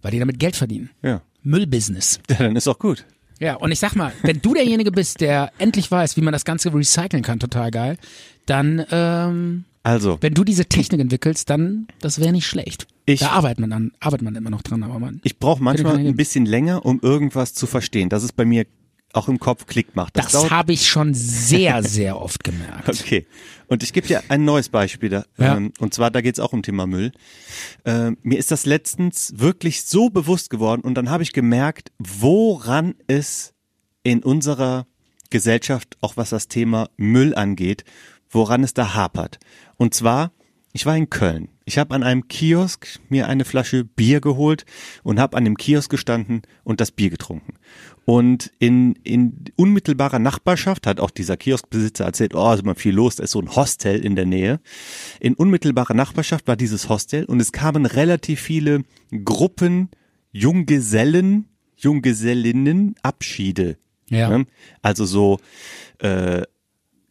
[SPEAKER 2] Weil die damit Geld verdienen.
[SPEAKER 3] Ja.
[SPEAKER 2] Müllbusiness.
[SPEAKER 3] ja, dann ist auch gut.
[SPEAKER 2] Ja, und ich sag mal, wenn du derjenige bist, der endlich weiß, wie man das Ganze recyceln kann, total geil, dann ähm,
[SPEAKER 3] Also,
[SPEAKER 2] wenn du diese Technik entwickelst, dann das wäre nicht schlecht.
[SPEAKER 3] Ich-
[SPEAKER 2] da arbeitet man dann, arbeitet man immer noch dran, aber man.
[SPEAKER 3] ich brauche manchmal
[SPEAKER 2] keine Idee.
[SPEAKER 3] ein bisschen länger, um irgendwas zu verstehen, dass es bei mir auch im Kopf Klick macht. Das,
[SPEAKER 2] das
[SPEAKER 3] dauert
[SPEAKER 2] habe ich schon sehr, sehr oft gemerkt.
[SPEAKER 3] Okay. Und ich gebe dir ein neues Beispiel. Da,
[SPEAKER 2] Ja.
[SPEAKER 3] ähm, und zwar, da geht's auch um Thema Müll. Ähm, mir ist das letztens wirklich so bewusst geworden und dann habe ich gemerkt, woran es in unserer Gesellschaft, auch was das Thema Müll angeht, woran es da hapert. Und zwar Ich war in Köln. Ich habe an einem Kiosk mir eine Flasche Bier geholt und habe an dem Kiosk gestanden und das Bier getrunken. Und in, in unmittelbarer Nachbarschaft hat auch dieser Kioskbesitzer erzählt, oh, ist immer viel los, da ist so ein Hostel in der Nähe. In unmittelbarer Nachbarschaft war dieses Hostel und es kamen relativ viele Gruppen Junggesellen, Junggesellinnen Abschiede.
[SPEAKER 2] Ja.
[SPEAKER 3] Ne? Also so äh,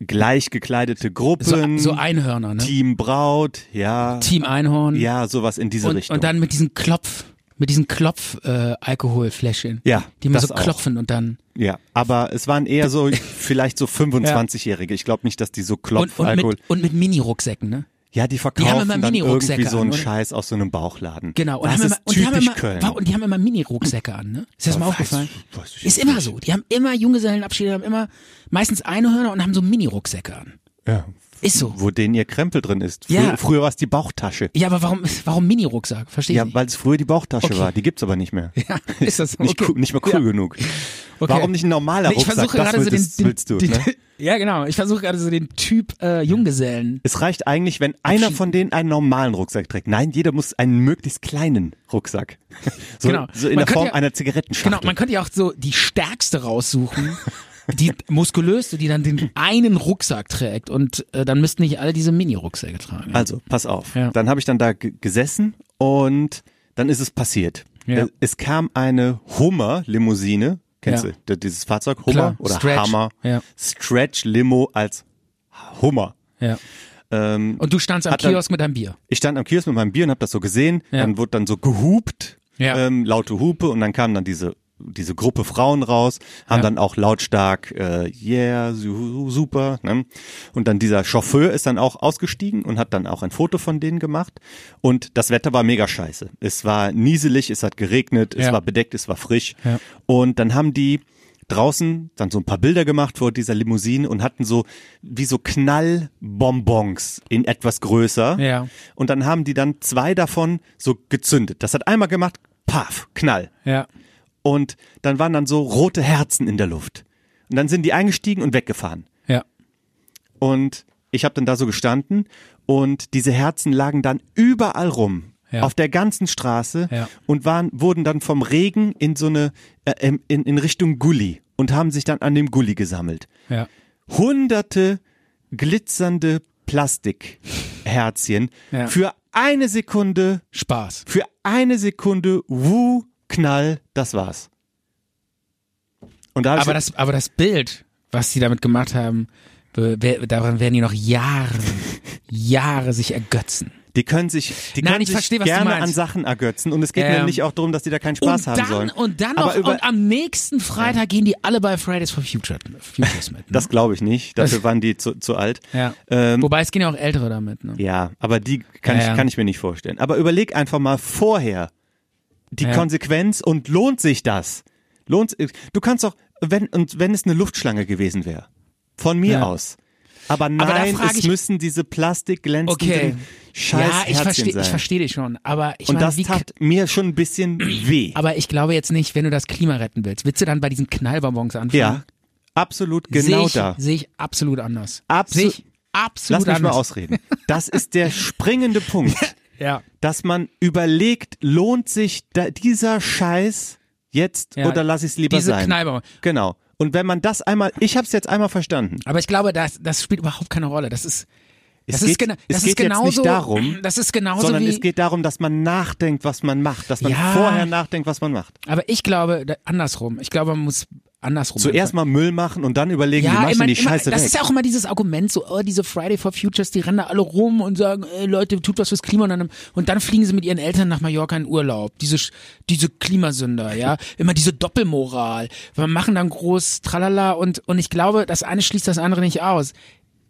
[SPEAKER 3] gleich gekleidete
[SPEAKER 2] So,
[SPEAKER 3] Gruppen.
[SPEAKER 2] so Einhörner, ne?
[SPEAKER 3] Team Braut, ja.
[SPEAKER 2] Team Einhorn.
[SPEAKER 3] Ja, sowas in diese
[SPEAKER 2] und,
[SPEAKER 3] Richtung.
[SPEAKER 2] und dann mit diesen Klopf, mit diesen Klopf-Alkoholfläschchen.
[SPEAKER 3] Ja,
[SPEAKER 2] Die man
[SPEAKER 3] das
[SPEAKER 2] so
[SPEAKER 3] auch.
[SPEAKER 2] klopfen und dann.
[SPEAKER 3] ja, aber es waren eher so vielleicht so 25-Jährige. Ich glaube nicht, dass die so
[SPEAKER 2] Und, und,
[SPEAKER 3] Klopfalkohol.
[SPEAKER 2] mit, und mit Mini-Rucksäcken, ne?
[SPEAKER 3] Ja, die
[SPEAKER 2] haben
[SPEAKER 3] verkaufen
[SPEAKER 2] immer
[SPEAKER 3] dann
[SPEAKER 2] Mini-Rucksäcke
[SPEAKER 3] irgendwie so einen
[SPEAKER 2] an, oder?
[SPEAKER 3] Scheiß aus so einem Bauchladen.
[SPEAKER 2] Genau. Und,
[SPEAKER 3] das
[SPEAKER 2] haben
[SPEAKER 3] ist
[SPEAKER 2] immer, und, die
[SPEAKER 3] typisch
[SPEAKER 2] haben immer,
[SPEAKER 3] Köln.
[SPEAKER 2] wow, und die haben immer Mini-Rucksäcke an, ne? Ist dir das mal
[SPEAKER 3] Weiß-
[SPEAKER 2] aufgefallen?
[SPEAKER 3] weiß ich
[SPEAKER 2] Ist
[SPEAKER 3] jetzt
[SPEAKER 2] immer
[SPEAKER 3] nicht.
[SPEAKER 2] so. Die haben immer Junggesellenabschiede, haben immer meistens Einhörner und haben so Mini-Rucksäcke an.
[SPEAKER 3] Ja.
[SPEAKER 2] Ist so.
[SPEAKER 3] Wo denen ihr Krempel drin ist. Früher,
[SPEAKER 2] Ja.
[SPEAKER 3] früher war es die Bauchtasche.
[SPEAKER 2] Ja, aber warum, warum Mini-Rucksack? Verstehe ich
[SPEAKER 3] Ja,
[SPEAKER 2] nicht.
[SPEAKER 3] weil es früher die Bauchtasche
[SPEAKER 2] Okay.
[SPEAKER 3] war. Die gibt's aber nicht mehr.
[SPEAKER 2] Ja, ist das so?
[SPEAKER 3] Nicht,
[SPEAKER 2] okay.
[SPEAKER 3] cool, nicht mehr cool genug.
[SPEAKER 2] Okay.
[SPEAKER 3] Warum nicht ein normaler
[SPEAKER 2] Nee, ich
[SPEAKER 3] Rucksack?
[SPEAKER 2] versuche
[SPEAKER 3] das
[SPEAKER 2] gerade so den,
[SPEAKER 3] willst,
[SPEAKER 2] den,
[SPEAKER 3] willst du,
[SPEAKER 2] den
[SPEAKER 3] ne?
[SPEAKER 2] Ja, genau. Ich versuche gerade so den Typ äh, Junggesellen.
[SPEAKER 3] Es reicht eigentlich, wenn einer von denen einen normalen Rucksack trägt. Nein, jeder muss einen möglichst kleinen Rucksack. So,
[SPEAKER 2] Genau.
[SPEAKER 3] so in
[SPEAKER 2] Man
[SPEAKER 3] der Form
[SPEAKER 2] könnte ja-
[SPEAKER 3] einer
[SPEAKER 2] Genau,
[SPEAKER 3] Zigarettenschachtel.
[SPEAKER 2] man könnte ja auch so die stärkste raussuchen, die muskulöste, die dann den einen Rucksack trägt und äh, dann müssten nicht alle diese Mini-Rucksäcke tragen.
[SPEAKER 3] also, pass auf.
[SPEAKER 2] Ja.
[SPEAKER 3] Dann habe ich dann da ge- gesessen und dann ist es passiert.
[SPEAKER 2] Ja.
[SPEAKER 3] Es- Es kam eine Hummer-Limousine. Kennst
[SPEAKER 2] Ja.
[SPEAKER 3] du d- dieses Fahrzeug? Hummer
[SPEAKER 2] Klar,
[SPEAKER 3] oder
[SPEAKER 2] Stretch.
[SPEAKER 3] Hammer?
[SPEAKER 2] Ja.
[SPEAKER 3] Stretch-Limo als Hummer.
[SPEAKER 2] ja. und du standst am
[SPEAKER 3] Ähm, hat dann-
[SPEAKER 2] Kiosk mit deinem Bier.
[SPEAKER 3] ich stand am Kiosk mit meinem Bier und habe das so gesehen.
[SPEAKER 2] Ja.
[SPEAKER 3] Dann wurde dann so gehupt,
[SPEAKER 2] Ja.
[SPEAKER 3] ähm, laute Hupe und dann kam dann diese diese Gruppe Frauen raus, haben
[SPEAKER 2] Ja.
[SPEAKER 3] dann auch lautstark äh, yeah, su- super. Ne? Und dann dieser Chauffeur ist dann auch ausgestiegen und hat dann auch ein Foto von denen gemacht. Und das Wetter war mega scheiße. Es war nieselig, es hat geregnet, es
[SPEAKER 2] Ja.
[SPEAKER 3] war bedeckt, es war frisch.
[SPEAKER 2] Ja.
[SPEAKER 3] Und dann haben die draußen dann so ein paar Bilder gemacht vor dieser Limousine und hatten so wie so Knallbonbons in etwas größer.
[SPEAKER 2] Ja.
[SPEAKER 3] Und dann haben die dann zwei davon so gezündet. Das hat einmal gemacht, paf, Knall.
[SPEAKER 2] Ja.
[SPEAKER 3] Und dann waren dann so rote Herzen in der Luft. Und dann sind die eingestiegen und weggefahren.
[SPEAKER 2] Ja.
[SPEAKER 3] Und ich habe dann da so gestanden und diese Herzen lagen dann überall rum.
[SPEAKER 2] Ja.
[SPEAKER 3] Auf der ganzen Straße
[SPEAKER 2] Ja.
[SPEAKER 3] und waren, wurden dann vom Regen in so eine, äh, ähm, in, in Richtung Gully und haben sich dann an dem Gully gesammelt.
[SPEAKER 2] Ja.
[SPEAKER 3] Hunderte glitzernde Plastikherzchen
[SPEAKER 2] Ja.
[SPEAKER 3] für eine Sekunde,
[SPEAKER 2] Spaß.
[SPEAKER 3] für eine Sekunde, wuh, Knall, das war's. Und da hab ich
[SPEAKER 2] Aber das, aber das Bild, was sie damit gemacht haben, be- wer- daran werden die noch Jahre, Jahre sich ergötzen.
[SPEAKER 3] Die können sich, die
[SPEAKER 2] Nein,
[SPEAKER 3] können
[SPEAKER 2] ich
[SPEAKER 3] sich
[SPEAKER 2] verstehe, was du
[SPEAKER 3] gerne
[SPEAKER 2] meinst.
[SPEAKER 3] an Sachen ergötzen und es geht mir
[SPEAKER 2] Ähm,
[SPEAKER 3] nicht auch darum, dass die da keinen Spaß
[SPEAKER 2] und
[SPEAKER 3] haben
[SPEAKER 2] dann,
[SPEAKER 3] sollen.
[SPEAKER 2] Und dann
[SPEAKER 3] Aber
[SPEAKER 2] noch,
[SPEAKER 3] über,
[SPEAKER 2] und am nächsten Freitag gehen die alle bei Fridays for Future, Futures mit. Ne?
[SPEAKER 3] das glaube ich nicht. Dafür waren die zu, zu alt.
[SPEAKER 2] ja.
[SPEAKER 3] Ähm,
[SPEAKER 2] Wobei es gehen ja auch Ältere damit. Ne?
[SPEAKER 3] ja, aber die kann,
[SPEAKER 2] Ja, ja.
[SPEAKER 3] Ich, kann ich mir nicht vorstellen. Aber überleg einfach mal vorher die
[SPEAKER 2] Ja.
[SPEAKER 3] Konsequenz und lohnt sich das? Lohnt, du kannst doch, wenn, und wenn es eine Luftschlange gewesen wäre. Von mir
[SPEAKER 2] Ja.
[SPEAKER 3] aus. Aber
[SPEAKER 2] da
[SPEAKER 3] nein,
[SPEAKER 2] frag
[SPEAKER 3] es
[SPEAKER 2] ich-
[SPEAKER 3] müssen diese plastikglänzenden
[SPEAKER 2] Okay.
[SPEAKER 3] scheiß
[SPEAKER 2] ja, ich
[SPEAKER 3] Herzchen
[SPEAKER 2] verstehe,
[SPEAKER 3] sein.
[SPEAKER 2] ich verstehe dich schon. Aber ich
[SPEAKER 3] und
[SPEAKER 2] meine,
[SPEAKER 3] das
[SPEAKER 2] wie,
[SPEAKER 3] tat mir schon ein bisschen weh.
[SPEAKER 2] aber ich glaube jetzt nicht, wenn du das Klima retten willst, willst du dann bei diesen Knallbonbons anfangen?
[SPEAKER 3] Ja, absolut genau
[SPEAKER 2] sehe ich,
[SPEAKER 3] da.
[SPEAKER 2] Sehe ich absolut anders.
[SPEAKER 3] Abso-
[SPEAKER 2] sehe ich absolut
[SPEAKER 3] Lass mich mal
[SPEAKER 2] anders.
[SPEAKER 3] ausreden. Das ist der springende Punkt,
[SPEAKER 2] Ja.
[SPEAKER 3] dass man überlegt, lohnt sich da, dieser Scheiß jetzt
[SPEAKER 2] Ja,
[SPEAKER 3] oder lass ich es lieber
[SPEAKER 2] diese
[SPEAKER 3] sein?
[SPEAKER 2] Knallbonbons.
[SPEAKER 3] Genau. Und wenn man das einmal, ich habe es jetzt einmal verstanden.
[SPEAKER 2] Aber ich glaube, das, das spielt überhaupt keine Rolle. Das ist, das
[SPEAKER 3] Es geht,
[SPEAKER 2] ist, gena
[SPEAKER 3] es
[SPEAKER 2] das
[SPEAKER 3] geht
[SPEAKER 2] ist genauso,
[SPEAKER 3] jetzt nicht darum,
[SPEAKER 2] das ist genauso
[SPEAKER 3] sondern
[SPEAKER 2] wie,
[SPEAKER 3] es geht darum, dass man nachdenkt, was man macht, dass man
[SPEAKER 2] Ja.
[SPEAKER 3] vorher nachdenkt, was man macht.
[SPEAKER 2] aber ich glaube da, andersrum. Ich glaube, man muss andersrum.
[SPEAKER 3] Zuerst mal Müll machen und dann überlegen, wie
[SPEAKER 2] Ja,
[SPEAKER 3] mach
[SPEAKER 2] ich
[SPEAKER 3] ich denn
[SPEAKER 2] mein,
[SPEAKER 3] die
[SPEAKER 2] immer,
[SPEAKER 3] Scheiße
[SPEAKER 2] das
[SPEAKER 3] weg?
[SPEAKER 2] ist ja auch immer dieses Argument, so oh, diese Friday for Futures, die rennen da alle rum und sagen, ey, Leute, tut was fürs Klima und dann, und dann fliegen sie mit ihren Eltern nach Mallorca in Urlaub. Diese, Sch- diese Klimasünder, ja, immer diese Doppelmoral. Wir machen dann groß Tralala und, und ich glaube, das eine schließt das andere nicht aus.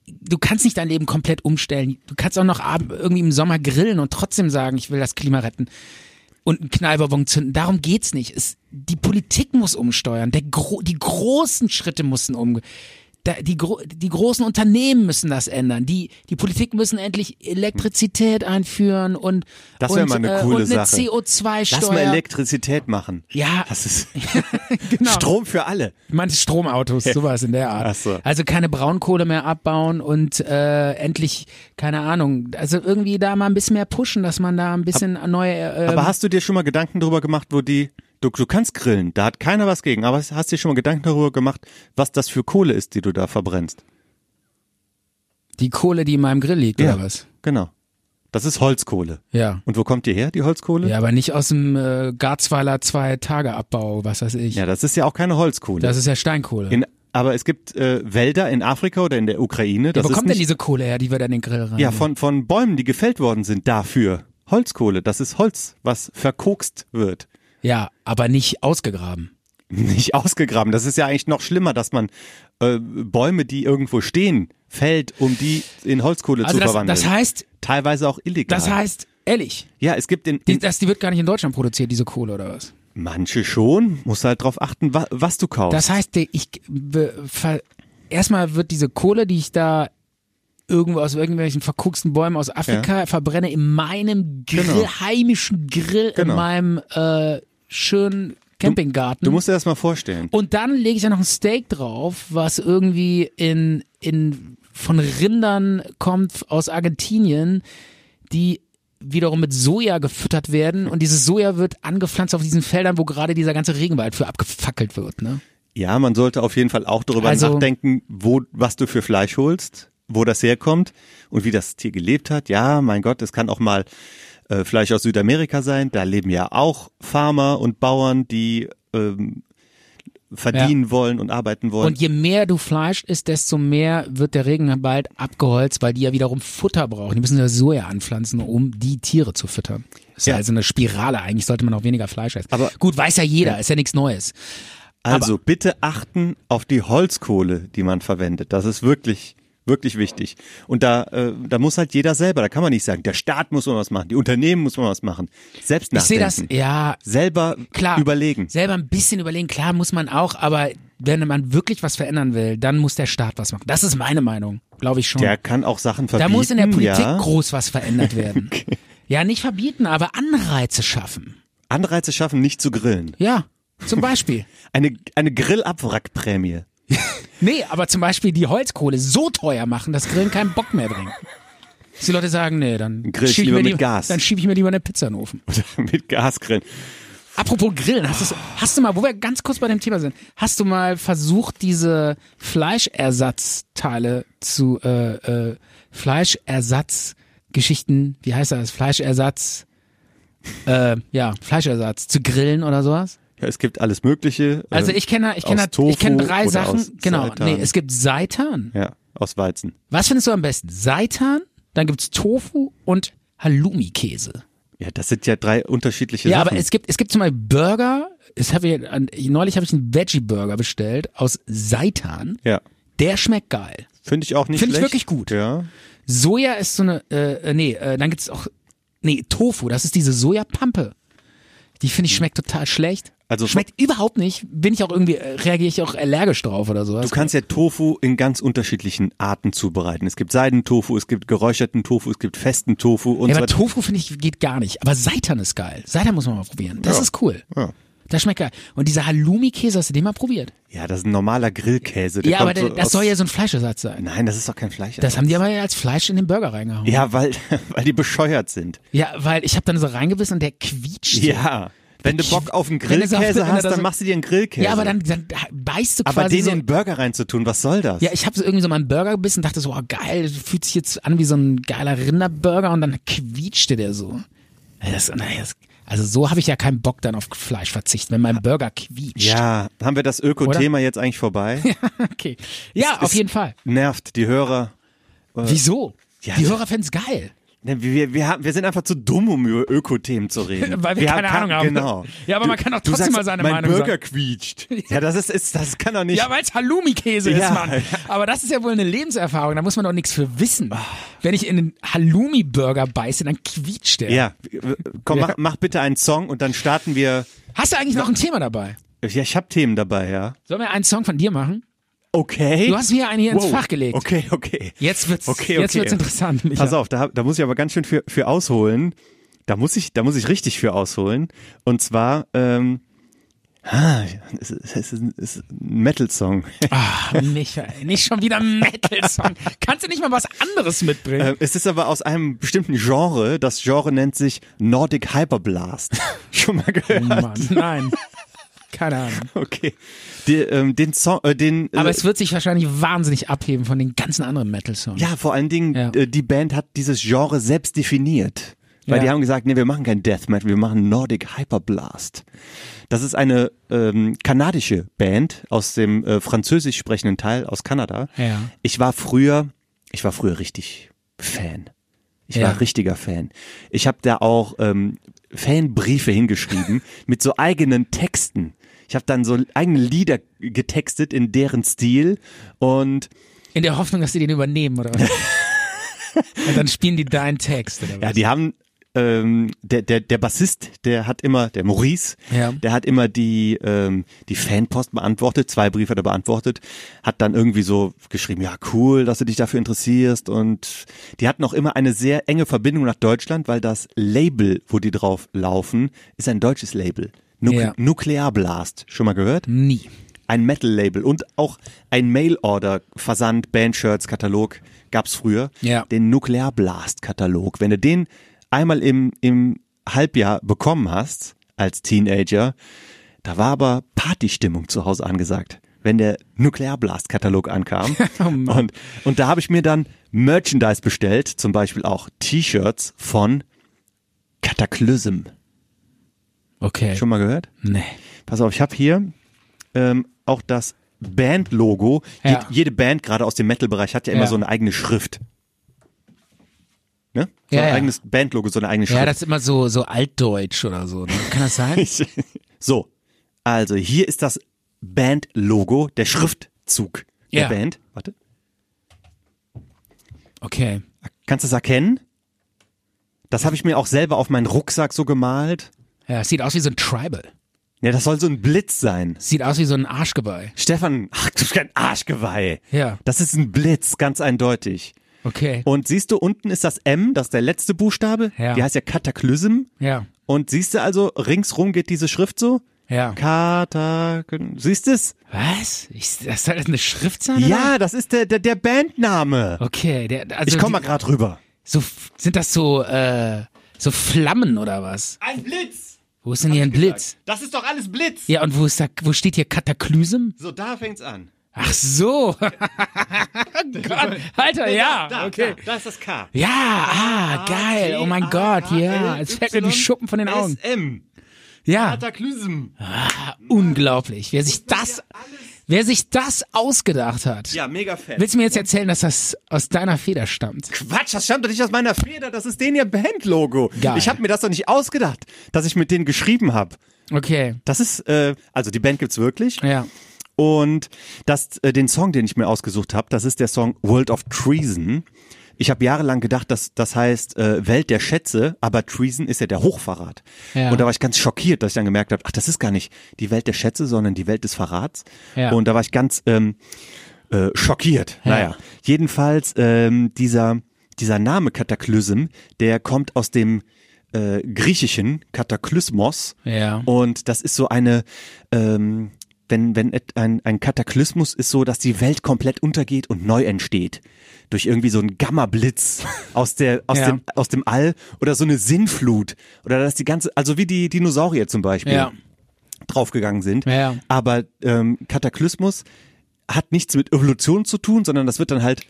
[SPEAKER 2] Du kannst nicht dein Leben komplett umstellen. Du kannst auch noch ab, irgendwie im Sommer grillen und trotzdem sagen, ich will das Klima retten und einen Knallbonbon zünden. Darum geht's nicht. Es, die Politik muss umsteuern. Der Gro die großen Schritte müssen um. Da, die, gro die großen Unternehmen müssen das ändern. Die, die Politik müssen endlich Elektrizität einführen und,
[SPEAKER 3] Das wär
[SPEAKER 2] und,
[SPEAKER 3] mal eine
[SPEAKER 2] äh,
[SPEAKER 3] coole
[SPEAKER 2] und eine
[SPEAKER 3] Sache. Lass mal
[SPEAKER 2] CO2-Steuer.
[SPEAKER 3] Elektrizität machen.
[SPEAKER 2] Ja.
[SPEAKER 3] Das ist
[SPEAKER 2] Genau.
[SPEAKER 3] Strom für alle.
[SPEAKER 2] Manche Stromautos, sowas in der Art.
[SPEAKER 3] Ach so.
[SPEAKER 2] Also keine Braunkohle mehr abbauen und äh, endlich, keine Ahnung, also irgendwie da mal ein bisschen mehr pushen, dass man da ein bisschen neue. Äh,
[SPEAKER 3] Aber hast du dir schon mal Gedanken darüber gemacht, wo die, du, du kannst grillen, da hat keiner was gegen, aber hast du dir schon mal Gedanken darüber gemacht, was das für Kohle ist, die du da verbrennst?
[SPEAKER 2] die Kohle, die in meinem Grill liegt, oder was?
[SPEAKER 3] Genau. Das ist Holzkohle.
[SPEAKER 2] Ja.
[SPEAKER 3] Und wo kommt die her, die Holzkohle?
[SPEAKER 2] Ja, aber nicht aus dem äh, Garzweiler Zwei-Tage-Abbau, was weiß ich.
[SPEAKER 3] Ja, Genau, das ist ja auch keine Holzkohle.
[SPEAKER 2] Das ist ja Steinkohle.
[SPEAKER 3] in, aber es gibt äh, Wälder in Afrika oder in der Ukraine. Das
[SPEAKER 2] Wo
[SPEAKER 3] ist
[SPEAKER 2] kommt
[SPEAKER 3] nicht,
[SPEAKER 2] denn diese Kohle her, die wir da in den Grill rein?
[SPEAKER 3] Ja, von, von Bäumen, die gefällt worden sind, dafür. Holzkohle, das ist Holz, was verkokst wird.
[SPEAKER 2] ja, aber nicht ausgegraben.
[SPEAKER 3] Nicht ausgegraben. Das ist ja eigentlich noch schlimmer, dass man äh, Bäume, die irgendwo stehen, fällt, um die in Holzkohle
[SPEAKER 2] Also
[SPEAKER 3] zu
[SPEAKER 2] das,
[SPEAKER 3] verwandeln.
[SPEAKER 2] das heißt,
[SPEAKER 3] Teilweise auch illegal.
[SPEAKER 2] das heißt, ehrlich,
[SPEAKER 3] ja, es gibt in,
[SPEAKER 2] die,
[SPEAKER 3] in
[SPEAKER 2] das, die wird gar nicht in Deutschland produziert, diese Kohle oder was?
[SPEAKER 3] manche schon, musst halt drauf achten, wa, was du kaufst.
[SPEAKER 2] Das heißt, der- ich be- ver- erstmal wird diese Kohle, die ich da irgendwo aus irgendwelchen verkucksten Bäumen aus Afrika verbrenne, in meinem Grill,
[SPEAKER 3] Genau.
[SPEAKER 2] heimischen Grill,
[SPEAKER 3] Genau.
[SPEAKER 2] in meinem äh, schönen Campinggarten.
[SPEAKER 3] du musst dir das mal vorstellen.
[SPEAKER 2] Und dann lege ich ja noch ein Steak drauf, was irgendwie in, in, von Rindern kommt aus Argentinien, die wiederum mit Soja gefüttert werden und dieses Soja wird angepflanzt auf diesen Feldern, wo gerade dieser ganze Regenwald für abgefackelt wird. Ne?
[SPEAKER 3] Ja, man sollte auf jeden Fall auch darüber
[SPEAKER 2] Also-
[SPEAKER 3] nachdenken, wo, was du für Fleisch holst, wo das herkommt und wie das Tier gelebt hat. Ja, mein Gott, es kann auch mal äh, Fleisch aus Südamerika sein. Da leben ja auch Farmer und Bauern, die ähm, verdienen wollen und arbeiten wollen.
[SPEAKER 2] Und je mehr du Fleisch isst, desto mehr wird der Regenwald abgeholzt, weil die ja wiederum Futter brauchen. Die müssen ja Soja anpflanzen, um die Tiere zu füttern. Das ist ja.
[SPEAKER 3] Ja.
[SPEAKER 2] also eine Spirale. Eigentlich sollte man auch weniger Fleisch essen.
[SPEAKER 3] Aber-
[SPEAKER 2] Gut, weiß ja jeder, ist ja nichts Neues.
[SPEAKER 3] also bitte achten auf die Holzkohle, die man verwendet. Das ist wirklich wirklich wichtig. Und da, äh, da muss halt jeder selber, da kann man nicht sagen, der Staat muss mal was machen, die Unternehmen muss mal was machen. Selbst
[SPEAKER 2] Ich sehe
[SPEAKER 3] nachdenken.
[SPEAKER 2] das, ja,
[SPEAKER 3] Selber
[SPEAKER 2] klar.
[SPEAKER 3] überlegen.
[SPEAKER 2] Selber ein bisschen überlegen, klar muss man auch, aber wenn man wirklich was verändern will, dann muss der Staat was machen. Das ist meine Meinung, glaube ich schon.
[SPEAKER 3] Der kann auch Sachen
[SPEAKER 2] da
[SPEAKER 3] verbieten.
[SPEAKER 2] muss in der Politik
[SPEAKER 3] ja.
[SPEAKER 2] groß was verändert werden. Ja, nicht verbieten, aber Anreize schaffen.
[SPEAKER 3] Anreize schaffen, nicht zu grillen.
[SPEAKER 2] Ja, zum Beispiel.
[SPEAKER 3] Eine, eine Grillabwrackprämie.
[SPEAKER 2] Nee, aber zum Beispiel die Holzkohle so teuer machen, dass Grillen keinen Bock mehr bringen. Dass die Leute sagen, nee, dann
[SPEAKER 3] Grill ich
[SPEAKER 2] schieb
[SPEAKER 3] lieber
[SPEAKER 2] mir
[SPEAKER 3] mit
[SPEAKER 2] lieber-
[SPEAKER 3] Gas.
[SPEAKER 2] Dann schiebe ich mir lieber eine Pizza in den Ofen.
[SPEAKER 3] Mit Gasgrillen.
[SPEAKER 2] Apropos Grillen, hast, du's- hast du mal, wo wir ganz kurz bei dem Thema sind, hast du mal versucht, diese Fleischersatzteile zu äh, äh, Fleischersatzgeschichten, wie heißt das? Fleischersatz, äh, ja, Fleischersatz zu grillen oder sowas?
[SPEAKER 3] Ja, es gibt alles Mögliche. äh,
[SPEAKER 2] Also ich kenne, ich kenne,
[SPEAKER 3] aus Tofu
[SPEAKER 2] ich kenne drei
[SPEAKER 3] oder aus
[SPEAKER 2] Sachen. Genau,
[SPEAKER 3] Seitan.
[SPEAKER 2] nee, es gibt Seitan.
[SPEAKER 3] ja, aus Weizen.
[SPEAKER 2] Was findest du am besten? Seitan, dann gibt's Tofu und Halloumi-Käse.
[SPEAKER 3] Ja, das sind ja drei unterschiedliche
[SPEAKER 2] Ja,
[SPEAKER 3] Sachen.
[SPEAKER 2] aber es gibt, es gibt zum Beispiel Burger. Es hab ich, neulich habe ich einen Veggie-Burger bestellt aus Seitan.
[SPEAKER 3] ja,
[SPEAKER 2] Der schmeckt geil.
[SPEAKER 3] finde ich auch nicht
[SPEAKER 2] Finde ich
[SPEAKER 3] schlecht.
[SPEAKER 2] wirklich gut.
[SPEAKER 3] Ja,
[SPEAKER 2] Soja ist so eine, äh, äh, nee, äh, dann gibt's auch, nee, Tofu, das ist diese Sojapampe. Die finde ich schmeckt total schlecht.
[SPEAKER 3] Mhm. Also-
[SPEAKER 2] schmeckt überhaupt nicht. Bin ich auch irgendwie, äh, reagiere ich auch allergisch drauf oder sowas.
[SPEAKER 3] du kannst ja Tofu in ganz unterschiedlichen Arten zubereiten. Es gibt Seidentofu, es gibt geräucherten Tofu, es gibt festen Tofu und
[SPEAKER 2] Ja,
[SPEAKER 3] so
[SPEAKER 2] aber
[SPEAKER 3] weiter.
[SPEAKER 2] Tofu finde ich geht gar nicht. Aber Seitan ist geil. Seitan muss man mal probieren. Das ist cool. Das schmeckt geil. Und dieser Halloumi-Käse, hast du den mal probiert?
[SPEAKER 3] Ja, das ist ein normaler Grillkäse. Der
[SPEAKER 2] ja,
[SPEAKER 3] kommt
[SPEAKER 2] aber der,
[SPEAKER 3] so
[SPEAKER 2] das
[SPEAKER 3] aus,
[SPEAKER 2] soll ja so ein Fleischersatz sein.
[SPEAKER 3] Nein, das ist doch kein Fleisch.
[SPEAKER 2] Das haben die aber als Fleisch in den Burger reingehauen. Ja,
[SPEAKER 3] ja, weil, weil die bescheuert sind.
[SPEAKER 2] weil ich habe dann so reingebissen und der quietscht. so.
[SPEAKER 3] Ja. Wenn du Bock auf einen
[SPEAKER 2] Wenn du so- wenn
[SPEAKER 3] Grillkäse
[SPEAKER 2] du
[SPEAKER 3] hast,
[SPEAKER 2] da so-
[SPEAKER 3] dann machst du dir einen Grillkäse.
[SPEAKER 2] ja aber dann, dann beißt du
[SPEAKER 3] Aber
[SPEAKER 2] quasi
[SPEAKER 3] den
[SPEAKER 2] so.
[SPEAKER 3] in den Burger reinzutun, was soll das?
[SPEAKER 2] ja, ich habe so irgendwie so meinen Burger gebissen und dachte so, oh, geil, fühlt sich jetzt an wie so ein geiler Rinderburger und dann quietschte der so. Ja, Das, naja, das, also so habe ich ja keinen Bock dann auf Fleisch verzichten, wenn mein Burger quietscht.
[SPEAKER 3] Ja, haben wir das Öko-Thema jetzt eigentlich vorbei?
[SPEAKER 2] Okay. Ja, auf
[SPEAKER 3] ist-
[SPEAKER 2] jeden Fall.
[SPEAKER 3] Nervt die Hörer.
[SPEAKER 2] äh, Wieso?
[SPEAKER 3] Ja,
[SPEAKER 2] die
[SPEAKER 3] ja.
[SPEAKER 2] Hörer fänden's geil.
[SPEAKER 3] Ne, Wir, wir, haben, wir sind einfach zu dumm, um über Öko-Themen zu reden.
[SPEAKER 2] Weil wir keine Ahnung haben.
[SPEAKER 3] Genau.
[SPEAKER 2] Ja, aber man kann auch
[SPEAKER 3] du
[SPEAKER 2] trotzdem
[SPEAKER 3] sagst,
[SPEAKER 2] mal seine
[SPEAKER 3] mein
[SPEAKER 2] Meinung
[SPEAKER 3] Burger
[SPEAKER 2] sagen.
[SPEAKER 3] quietscht. Ja, das ist, ist das kann doch nicht.
[SPEAKER 2] Ja, weil's Halloumi-Käse ist,
[SPEAKER 3] Ja.
[SPEAKER 2] Mann. Aber das ist ja wohl eine Lebenserfahrung, da muss man doch nichts für wissen. Wenn ich in einen Halloumi-Burger beiße, dann quietscht der.
[SPEAKER 3] ja, w- komm, Mach, mach bitte einen Song und dann starten wir.
[SPEAKER 2] Hast du eigentlich noch ein Thema dabei?
[SPEAKER 3] Ja, ich habe Themen dabei, ja.
[SPEAKER 2] Sollen wir einen Song von dir machen?
[SPEAKER 3] Okay.
[SPEAKER 2] Du hast mir eine hier ins Fach gelegt.
[SPEAKER 3] Okay, okay.
[SPEAKER 2] Jetzt wird's,
[SPEAKER 3] Okay,
[SPEAKER 2] Jetzt
[SPEAKER 3] okay.
[SPEAKER 2] wird's interessant. Micha.
[SPEAKER 3] Pass auf, da, hab- da muss ich aber ganz schön für, für ausholen. Da muss ich, da muss ich richtig für ausholen. Und zwar, ähm, ah, es ist, es ist ein, es ist ein Metal-Song.
[SPEAKER 2] Ah, Michael, nicht schon wieder ein Metal-Song. Kannst du nicht mal was anderes mitbringen?
[SPEAKER 3] Ähm, es ist aber aus einem bestimmten Genre. Das Genre nennt sich Nordic Hyperblast. Schon mal gehört?
[SPEAKER 2] Oh, Mann, nein. Keine Ahnung.
[SPEAKER 3] Okay. Die, ähm, den Song, äh, den.
[SPEAKER 2] Aber
[SPEAKER 3] äh,
[SPEAKER 2] es wird sich wahrscheinlich wahnsinnig abheben von den ganzen anderen Metal-Songs.
[SPEAKER 3] Ja, vor allen Dingen,
[SPEAKER 2] Ja.
[SPEAKER 3] äh, die Band hat dieses Genre selbst definiert. Weil
[SPEAKER 2] Ja.
[SPEAKER 3] die haben gesagt, nee, wir machen kein Death Metal, wir machen Nordic Hyperblast. Das ist eine ähm, kanadische Band aus dem äh, französisch sprechenden Teil aus Kanada.
[SPEAKER 2] Ja.
[SPEAKER 3] Ich war früher, ich war früher richtig Fan. Ich
[SPEAKER 2] Ja.
[SPEAKER 3] war richtiger Fan. Ich habe da auch ähm, Fanbriefe hingeschrieben mit so eigenen Texten. Ich habe dann so eigene Lieder getextet in deren Stil und
[SPEAKER 2] In der Hoffnung, dass sie den übernehmen, oder was? Und dann spielen die deinen Text, oder was?
[SPEAKER 3] Ja, die haben ähm, der, der, der Bassist, der hat immer, der Maurice,
[SPEAKER 2] Ja.
[SPEAKER 3] der hat immer die, ähm, die Fanpost beantwortet, zwei Briefe hat er beantwortet, hat dann irgendwie so geschrieben, ja cool, dass du dich dafür interessierst und die hatten auch immer eine sehr enge Verbindung nach Deutschland, weil das Label, wo die drauf laufen, ist ein deutsches Label. Nuk
[SPEAKER 2] Ja.
[SPEAKER 3] Nuklearblast, schon mal gehört?
[SPEAKER 2] Nie.
[SPEAKER 3] Ein Metal-Label und auch ein Mail-Order-Versand, Bandshirts-Katalog gab's früher.
[SPEAKER 2] Ja.
[SPEAKER 3] Den Nuklearblast-Katalog. Wenn du den einmal im, im Halbjahr bekommen hast, als Teenager, da war aber Partystimmung zu Hause angesagt, wenn der Nuklearblast-Katalog ankam. und, und da habe ich mir dann Merchandise bestellt, zum Beispiel auch T-Shirts von Cataclysm.
[SPEAKER 2] Okay.
[SPEAKER 3] Schon mal gehört?
[SPEAKER 2] Nee.
[SPEAKER 3] Pass auf, ich habe hier ähm, auch das Bandlogo.
[SPEAKER 2] Ja.
[SPEAKER 3] Jed- Jede Band, gerade aus dem Metal-Bereich, hat ja immer
[SPEAKER 2] Ja.
[SPEAKER 3] so eine eigene Schrift. Ne? So
[SPEAKER 2] Ja,
[SPEAKER 3] ein
[SPEAKER 2] ja.
[SPEAKER 3] eigenes Bandlogo, so eine eigene Schrift.
[SPEAKER 2] Ja, das ist immer so, so altdeutsch oder so. Ne? Kann das sein?
[SPEAKER 3] so, also hier ist das Bandlogo, der Schriftzug der
[SPEAKER 2] Ja.
[SPEAKER 3] Band. Warte,
[SPEAKER 2] Okay.
[SPEAKER 3] kannst du es erkennen? Das habe ich mir auch selber auf meinen Rucksack so gemalt.
[SPEAKER 2] Ja, es sieht aus wie so ein Tribal.
[SPEAKER 3] Ja, das soll so ein Blitz sein.
[SPEAKER 2] Es sieht aus wie so ein Arschgeweih.
[SPEAKER 3] Stefan, ach, du bist kein Arschgeweih.
[SPEAKER 2] Ja.
[SPEAKER 3] Das ist ein Blitz, ganz eindeutig.
[SPEAKER 2] Okay.
[SPEAKER 3] Und siehst du, unten ist das M, das ist der letzte Buchstabe.
[SPEAKER 2] Ja.
[SPEAKER 3] Die heißt ja Kataklysm.
[SPEAKER 2] Ja.
[SPEAKER 3] Und siehst du also, ringsrum geht diese Schrift so?
[SPEAKER 2] Ja.
[SPEAKER 3] Katak. Siehst du es?
[SPEAKER 2] Was? Ich, das soll das eine Schrift sein?
[SPEAKER 3] Ja, das ist der, der, der Bandname.
[SPEAKER 2] Oder? Okay. Der, also
[SPEAKER 3] Ich komm
[SPEAKER 2] die-
[SPEAKER 3] mal grad rüber.
[SPEAKER 2] So, f- sind das so, äh, so Flammen oder was?
[SPEAKER 4] Ein Blitz!
[SPEAKER 2] Wo ist denn hier ein Blitz?
[SPEAKER 4] Das ist doch alles Blitz!
[SPEAKER 2] Ja, und wo ist da, wo steht hier Kataklysm?
[SPEAKER 4] So, da fängt's an.
[SPEAKER 2] Ach so. Gott, Alter, ja.
[SPEAKER 4] okay. Da, ist das K.
[SPEAKER 2] Ja, ah, geil. Oh mein Gott, ja. Es fällt mir die Schuppen von den Augen.
[SPEAKER 4] SM.
[SPEAKER 2] Ja,
[SPEAKER 4] Kataklysm.
[SPEAKER 2] unglaublich. Wer sich das, wer sich das ausgedacht hat.
[SPEAKER 3] Ja, mega fett.
[SPEAKER 2] Willst du mir jetzt erzählen, dass das aus deiner Feder stammt?
[SPEAKER 3] Quatsch, das stammt doch nicht aus meiner Feder, das ist den ihr Bandlogo.
[SPEAKER 2] Geil.
[SPEAKER 3] Ich habe mir das doch nicht ausgedacht, dass ich mit denen geschrieben habe.
[SPEAKER 2] Okay.
[SPEAKER 3] Das ist, äh, also die Band gibt's wirklich.
[SPEAKER 2] Ja.
[SPEAKER 3] Und das, äh, den Song, den ich mir ausgesucht habe, das ist der Song World of Treason. Ich habe jahrelang gedacht, dass das heißt äh, Welt der Schätze, aber Treason ist ja der Hochverrat.
[SPEAKER 2] Ja.
[SPEAKER 3] Und da war ich ganz schockiert, dass ich dann gemerkt habe, ach, das ist gar nicht die Welt der Schätze, sondern die Welt des Verrats.
[SPEAKER 2] Ja.
[SPEAKER 3] Und da war ich ganz ähm, äh, schockiert.
[SPEAKER 2] Ja.
[SPEAKER 3] Naja, jedenfalls ähm, dieser dieser Name Kataklysm, der kommt aus dem äh, griechischen Kataklysmos.
[SPEAKER 2] Ja.
[SPEAKER 3] Und das ist so eine, ähm, wenn, wenn et- ein, ein Kataklysmus ist so, dass die Welt komplett untergeht und neu entsteht. Durch irgendwie so einen Gammablitz aus, der, aus,
[SPEAKER 2] Ja.
[SPEAKER 3] dem, aus dem All oder so eine Sinnflut. Oder dass die ganze, also wie die Dinosaurier zum Beispiel
[SPEAKER 2] Ja.
[SPEAKER 3] draufgegangen sind.
[SPEAKER 2] Ja.
[SPEAKER 3] Aber ähm, Kataklysmus hat nichts mit Evolution zu tun, sondern das wird dann halt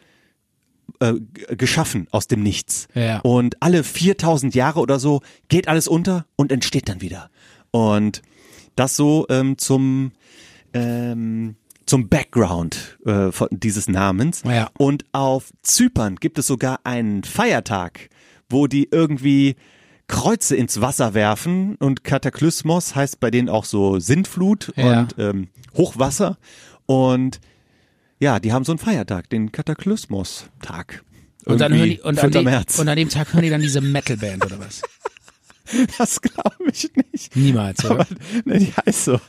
[SPEAKER 3] äh, g- geschaffen aus dem Nichts.
[SPEAKER 2] Ja.
[SPEAKER 3] Und alle 4000 Jahre oder so geht alles unter und entsteht dann wieder. Und das so ähm, zum, ähm, zum Background äh, von dieses Namens.
[SPEAKER 2] Ja.
[SPEAKER 3] Und auf Zypern gibt es sogar einen Feiertag, wo die irgendwie Kreuze ins Wasser werfen und Kataklysmos heißt bei denen auch so Sintflut
[SPEAKER 2] Ja.
[SPEAKER 3] und ähm, Hochwasser. Und ja, die haben so einen Feiertag, den Kataklysmos-Tag.
[SPEAKER 2] Und dann hören
[SPEAKER 3] Irgendwie
[SPEAKER 2] die, und an,
[SPEAKER 3] 5.
[SPEAKER 2] dem,
[SPEAKER 3] März.
[SPEAKER 2] und an dem Tag hören die dann diese Metalband oder was?
[SPEAKER 3] das glaube ich nicht.
[SPEAKER 2] Niemals, oder?
[SPEAKER 3] Aber, ne, die heißt so.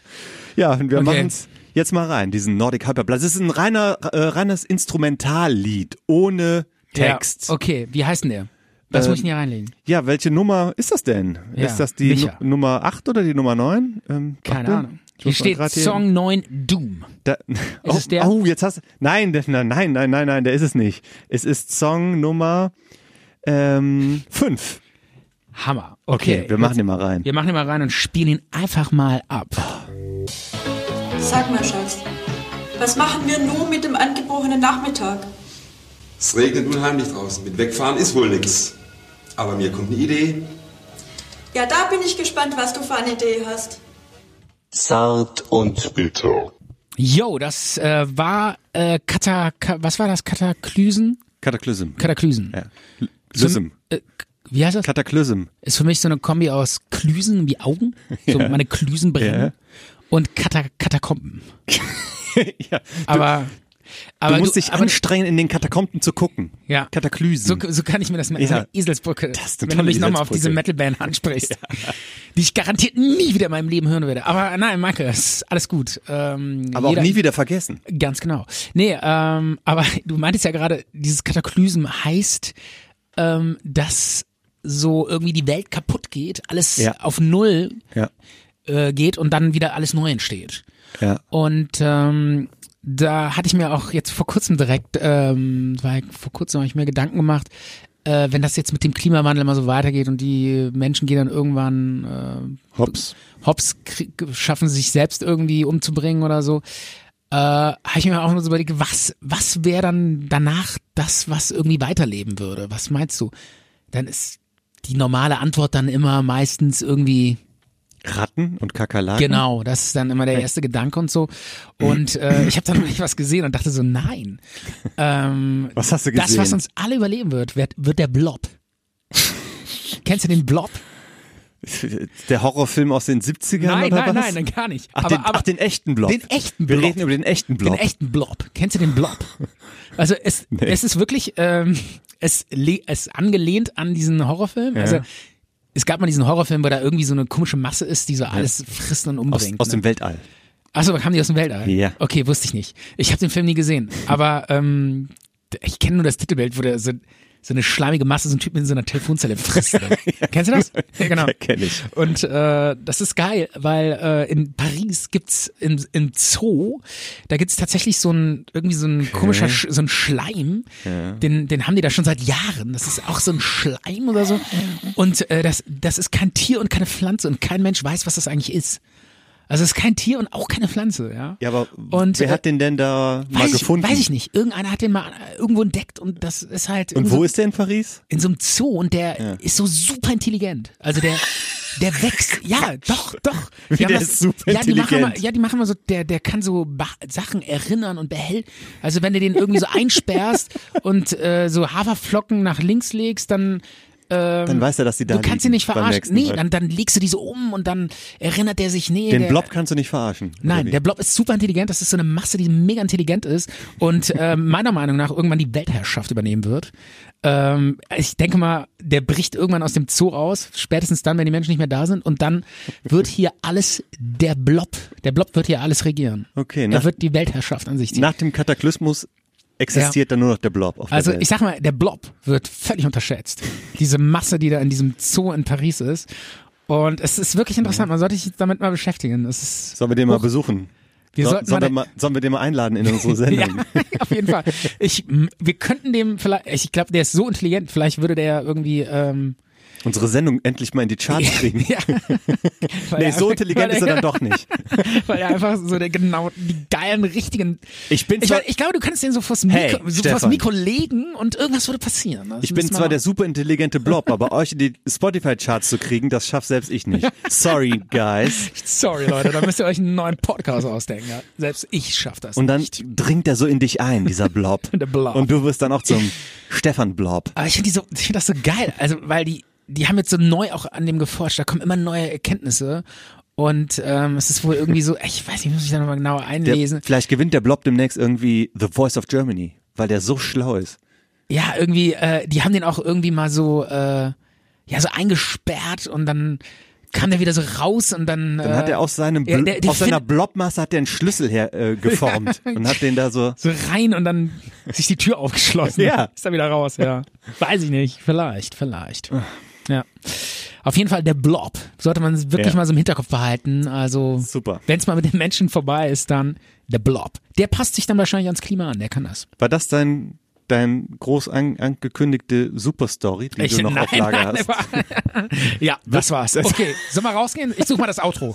[SPEAKER 3] Ja, und wir
[SPEAKER 2] Okay.
[SPEAKER 3] machen's. jetzt mal rein, diesen Nordic Hyperblass. Das ist ein reiner, äh, reines Instrumentallied, ohne Text. Ähm,
[SPEAKER 2] Ja, okay, wie heißt denn der? Das muss ich denn hier reinlegen.
[SPEAKER 3] Ja, welche Nummer ist das denn?
[SPEAKER 2] Ja,
[SPEAKER 3] ist das die
[SPEAKER 2] Micha.
[SPEAKER 3] Nu Nummer 8 oder die Nummer 9? Ähm,
[SPEAKER 2] Keine
[SPEAKER 3] warte.
[SPEAKER 2] Ahnung.
[SPEAKER 3] Ich
[SPEAKER 2] Hier
[SPEAKER 3] muss mal
[SPEAKER 2] steht
[SPEAKER 3] grad hier-
[SPEAKER 2] Song 9 Doom.
[SPEAKER 3] Da, oh,
[SPEAKER 2] es der?
[SPEAKER 3] oh, jetzt hast Nein, der- nein, nein, nein, nein, nein, der ist es nicht. Es ist Song Nummer 5.
[SPEAKER 2] Hammer.
[SPEAKER 3] okay,
[SPEAKER 2] Okay,
[SPEAKER 3] wir machen den mal rein.
[SPEAKER 2] Wir machen ihn mal rein und spielen ihn einfach mal ab.
[SPEAKER 5] Sag mal, Schatz, was machen wir nun mit dem angebrochenen Nachmittag?
[SPEAKER 6] Es regnet unheimlich draußen. Mit Wegfahren ist wohl nix. Aber mir kommt eine Idee.
[SPEAKER 5] Ja, da bin ich gespannt, was du für eine Idee hast.
[SPEAKER 1] Zart und bitter.
[SPEAKER 2] Yo, das äh, war äh, Kata, Ka, was war das? Kataklüsen?
[SPEAKER 3] Kataklysm.
[SPEAKER 2] Kataklüsen.
[SPEAKER 3] Ja.
[SPEAKER 2] So ein-
[SPEAKER 3] Lysm.
[SPEAKER 2] Äh, wie heißt das?
[SPEAKER 3] Kataklysm.
[SPEAKER 2] ist für mich so eine Kombi aus Klüsen wie Augen, so meine Klüsen brennen
[SPEAKER 3] Ja.
[SPEAKER 2] und Kata Katakomben.
[SPEAKER 3] ja.
[SPEAKER 2] Aber aber
[SPEAKER 3] du musst dich
[SPEAKER 2] aber,
[SPEAKER 3] anstrengen, in den Katakomben zu gucken.
[SPEAKER 2] Ja. so,
[SPEAKER 3] Kataklüsen.
[SPEAKER 2] so kann ich mir das mit so
[SPEAKER 3] Ja.
[SPEAKER 2] einer Eselsbrücke,
[SPEAKER 3] Das ist eine
[SPEAKER 2] wenn du
[SPEAKER 3] tolle
[SPEAKER 2] mich nochmal auf diese
[SPEAKER 3] Eselsbrücke.
[SPEAKER 2] Metalband ansprichst, die ich garantiert nie wieder in meinem Leben hören werde. Aber nein, Marke, ist alles gut. Ähm,
[SPEAKER 3] aber
[SPEAKER 2] jeder-
[SPEAKER 3] auch nie wieder vergessen.
[SPEAKER 2] Ganz genau. Nee, ähm, aber du meintest ja gerade, dieses Kataklysm heißt, ähm, dass so irgendwie die Welt kaputt geht, alles
[SPEAKER 3] Ja.
[SPEAKER 2] auf Null
[SPEAKER 3] Ja.
[SPEAKER 2] äh, geht und dann wieder alles neu entsteht.
[SPEAKER 3] Ja.
[SPEAKER 2] Und ähm, da hatte ich mir auch jetzt vor kurzem direkt, ähm, war ich- vor kurzem habe ich mir Gedanken gemacht, äh, wenn das jetzt mit dem Klimawandel mal so weitergeht und die Menschen gehen dann irgendwann äh,
[SPEAKER 3] Hops.
[SPEAKER 2] Hops krieg- schaffen sich selbst irgendwie umzubringen oder so. Äh, habe ich mir auch nur so überlegt, was, was wäre dann danach das, was irgendwie weiterleben würde? Was meinst du? Dann ist die normale Antwort dann immer meistens irgendwie,
[SPEAKER 3] Ratten und Kakerlaken.
[SPEAKER 2] genau, das ist dann immer der erste Gedanke und so. Und äh, ich habe dann nicht was gesehen und dachte so, nein. Ähm,
[SPEAKER 3] Was hast du gesehen?
[SPEAKER 2] das, was uns alle überleben wird, wird, wird der Blob. Kennst du den Blob?
[SPEAKER 3] Der Horrorfilm aus den 70ern
[SPEAKER 2] Nein,
[SPEAKER 3] oder
[SPEAKER 2] nein,
[SPEAKER 3] was?
[SPEAKER 2] nein, gar nicht.
[SPEAKER 3] Ach,
[SPEAKER 2] aber,
[SPEAKER 3] den,
[SPEAKER 2] aber,
[SPEAKER 3] ach, den echten Blob.
[SPEAKER 2] Den echten
[SPEAKER 3] Wir
[SPEAKER 2] Blob.
[SPEAKER 3] reden über den echten Blob.
[SPEAKER 2] Den echten Blob. Kennst du den Blob? Also es, es ist wirklich, ähm, es, le- es angelehnt an diesen Horrorfilm. Also es gab mal diesen Horrorfilm, wo da irgendwie so eine komische Masse ist, die so alles frisst und
[SPEAKER 3] aus,
[SPEAKER 2] umbringt.
[SPEAKER 3] aus
[SPEAKER 2] ne?
[SPEAKER 3] dem Weltall.
[SPEAKER 2] Achso, kam die aus dem Weltall?
[SPEAKER 3] Ja.
[SPEAKER 2] Okay, wusste ich nicht. Ich habe den Film nie gesehen. Aber ähm, ich kenne nur das Titelbild, wo der so, so eine schleimige Masse, so ein Typ mit so einer Telefonzelle frisst. Kennst du das? Ja, genau.
[SPEAKER 3] Kenn ich.
[SPEAKER 2] Und äh, das ist geil, weil äh, in Paris gibt's im, im Zoo, da gibt's tatsächlich so ein irgendwie so ein komischer Sch so ein Schleim, den den haben die da schon seit Jahren. Das ist auch so ein Schleim oder so. Und äh, das das ist kein Tier und keine Pflanze und kein Mensch weiß, was das eigentlich ist. Also es ist kein Tier und auch keine Pflanze, ja.
[SPEAKER 3] Ja, aber
[SPEAKER 2] und,
[SPEAKER 3] wer
[SPEAKER 2] äh,
[SPEAKER 3] hat den denn da mal
[SPEAKER 2] weiß
[SPEAKER 3] gefunden?
[SPEAKER 2] Ich, weiß ich nicht. Irgendeiner hat den mal äh, irgendwo entdeckt und das ist halt
[SPEAKER 3] Und
[SPEAKER 2] irgend so-
[SPEAKER 3] wo ist der in Paris?
[SPEAKER 2] in so einem Zoo und der ist so super intelligent. Also der, der wächst. Ja, doch, doch.
[SPEAKER 3] Wie,
[SPEAKER 2] Die haben
[SPEAKER 3] der ist super
[SPEAKER 2] ja, die machen immer,
[SPEAKER 3] intelligent.
[SPEAKER 2] ja, die machen immer so, der, der kann so Ba- Sachen erinnern und behält. Also wenn du den irgendwie so einsperrst und äh, so Haferflocken nach links legst, dann
[SPEAKER 3] Dann weiß er, dass die da
[SPEAKER 2] ähm, du kannst ihn
[SPEAKER 3] liegen
[SPEAKER 2] nicht
[SPEAKER 3] beim
[SPEAKER 2] verarschen.
[SPEAKER 3] nächsten
[SPEAKER 2] Nee,
[SPEAKER 3] Mal.
[SPEAKER 2] dann, dann legst du die so um und dann erinnert er sich, nee.
[SPEAKER 3] Den
[SPEAKER 2] der,
[SPEAKER 3] Blob kannst du nicht verarschen. oder
[SPEAKER 2] Nein,
[SPEAKER 3] wie?
[SPEAKER 2] der Blob ist super intelligent. Das ist so eine Masse, die mega intelligent ist und äh, meiner Meinung nach irgendwann die Weltherrschaft übernehmen wird. Ähm, ich denke mal, der bricht irgendwann aus dem Zoo aus, spätestens dann, wenn die Menschen nicht mehr da sind. Und dann wird hier alles der Blob. Der Blob wird hier alles regieren.
[SPEAKER 3] Okay,
[SPEAKER 2] Er
[SPEAKER 3] nach-
[SPEAKER 2] wird die Weltherrschaft an sich ziehen.
[SPEAKER 3] Nach dem Kataklysmus existiert dann nur noch der Blob auf
[SPEAKER 2] Also
[SPEAKER 3] der Welt.
[SPEAKER 2] ich sag mal, der Blob wird völlig unterschätzt. Diese Masse, die da in diesem Zoo in Paris ist. Und es ist wirklich
[SPEAKER 3] Mhm.
[SPEAKER 2] interessant. Man sollte sich damit mal beschäftigen. Es ist
[SPEAKER 3] sollen wir den mal besuchen?
[SPEAKER 2] Wir
[SPEAKER 3] So-
[SPEAKER 2] sollten
[SPEAKER 3] sollen,
[SPEAKER 2] mal-
[SPEAKER 3] wir mal, sollen wir den mal einladen in unsere Sendung?
[SPEAKER 2] Ja, auf jeden Fall. Ich, m- wir könnten dem vielleicht, ich glaube, der ist so intelligent, vielleicht würde der irgendwie, ähm,
[SPEAKER 3] Unsere Sendung endlich mal in die Charts kriegen.
[SPEAKER 2] ja. Weil
[SPEAKER 3] Nee,
[SPEAKER 2] er-
[SPEAKER 3] so intelligent
[SPEAKER 2] weil
[SPEAKER 3] ist er dann doch nicht.
[SPEAKER 2] Weil er einfach so der genau, die geilen, richtigen.
[SPEAKER 3] Ich bin
[SPEAKER 2] ich,
[SPEAKER 3] zwar-
[SPEAKER 2] mein, ich glaube, du kannst den so vors
[SPEAKER 3] Hey,
[SPEAKER 2] Mikro, so vors
[SPEAKER 3] Stefan.
[SPEAKER 2] Mikro legen und irgendwas würde passieren. Das
[SPEAKER 3] Ich bin
[SPEAKER 2] müssen wir
[SPEAKER 3] zwar der
[SPEAKER 2] machen.
[SPEAKER 3] super intelligente Blob, aber euch in die Spotify-Charts zu kriegen, das schafft selbst ich nicht. Sorry, guys.
[SPEAKER 2] Sorry, Leute, da müsst ihr euch einen neuen Podcast ausdenken. Ja. Selbst ich schaff das.
[SPEAKER 3] Und dann
[SPEAKER 2] nicht.
[SPEAKER 3] dringt er so in dich ein, dieser Blob.
[SPEAKER 2] Der Blob.
[SPEAKER 3] Und du wirst dann auch zum Stefan-Blob.
[SPEAKER 2] Aber ich finde so, ich find das so geil. Also, weil die, die haben jetzt so neu auch an dem geforscht. Da kommen immer neue Erkenntnisse. Und ähm, es ist wohl irgendwie so, ich weiß nicht, muss ich da nochmal genauer einlesen.
[SPEAKER 3] Der, vielleicht gewinnt der Blob demnächst irgendwie The Voice of Germany, weil der so schlau ist.
[SPEAKER 2] Ja, irgendwie, äh, die haben den auch irgendwie mal so, äh, ja, so eingesperrt und dann kam der wieder so raus und dann.
[SPEAKER 3] Dann hat er aus seinem
[SPEAKER 2] Äh, Ja,
[SPEAKER 3] Bl-
[SPEAKER 2] der- die
[SPEAKER 3] aus seiner
[SPEAKER 2] find-
[SPEAKER 3] Blobmasse hat er einen Schlüssel her, äh, geformt und hat den da so.
[SPEAKER 2] so rein und dann sich die Tür aufgeschlossen.
[SPEAKER 3] Ja.
[SPEAKER 2] Ist dann wieder raus, ja. Weiß ich nicht. Vielleicht, vielleicht.
[SPEAKER 3] Ah.
[SPEAKER 2] Ja. Auf jeden Fall der Blob. Sollte man wirklich
[SPEAKER 3] Ja.
[SPEAKER 2] mal so im Hinterkopf behalten. Also,
[SPEAKER 3] Super.
[SPEAKER 2] wenn es mal mit den Menschen vorbei ist, dann der Blob. Der passt sich dann wahrscheinlich ans Klima an. Der kann das.
[SPEAKER 3] War das dein dein groß an, angekündigte Superstory, die du noch
[SPEAKER 2] nein,
[SPEAKER 3] auf Lager
[SPEAKER 2] nein,
[SPEAKER 3] hast?
[SPEAKER 2] aber- ja, das war's. Okay, sollen wir rausgehen? Ich suche mal das Outro.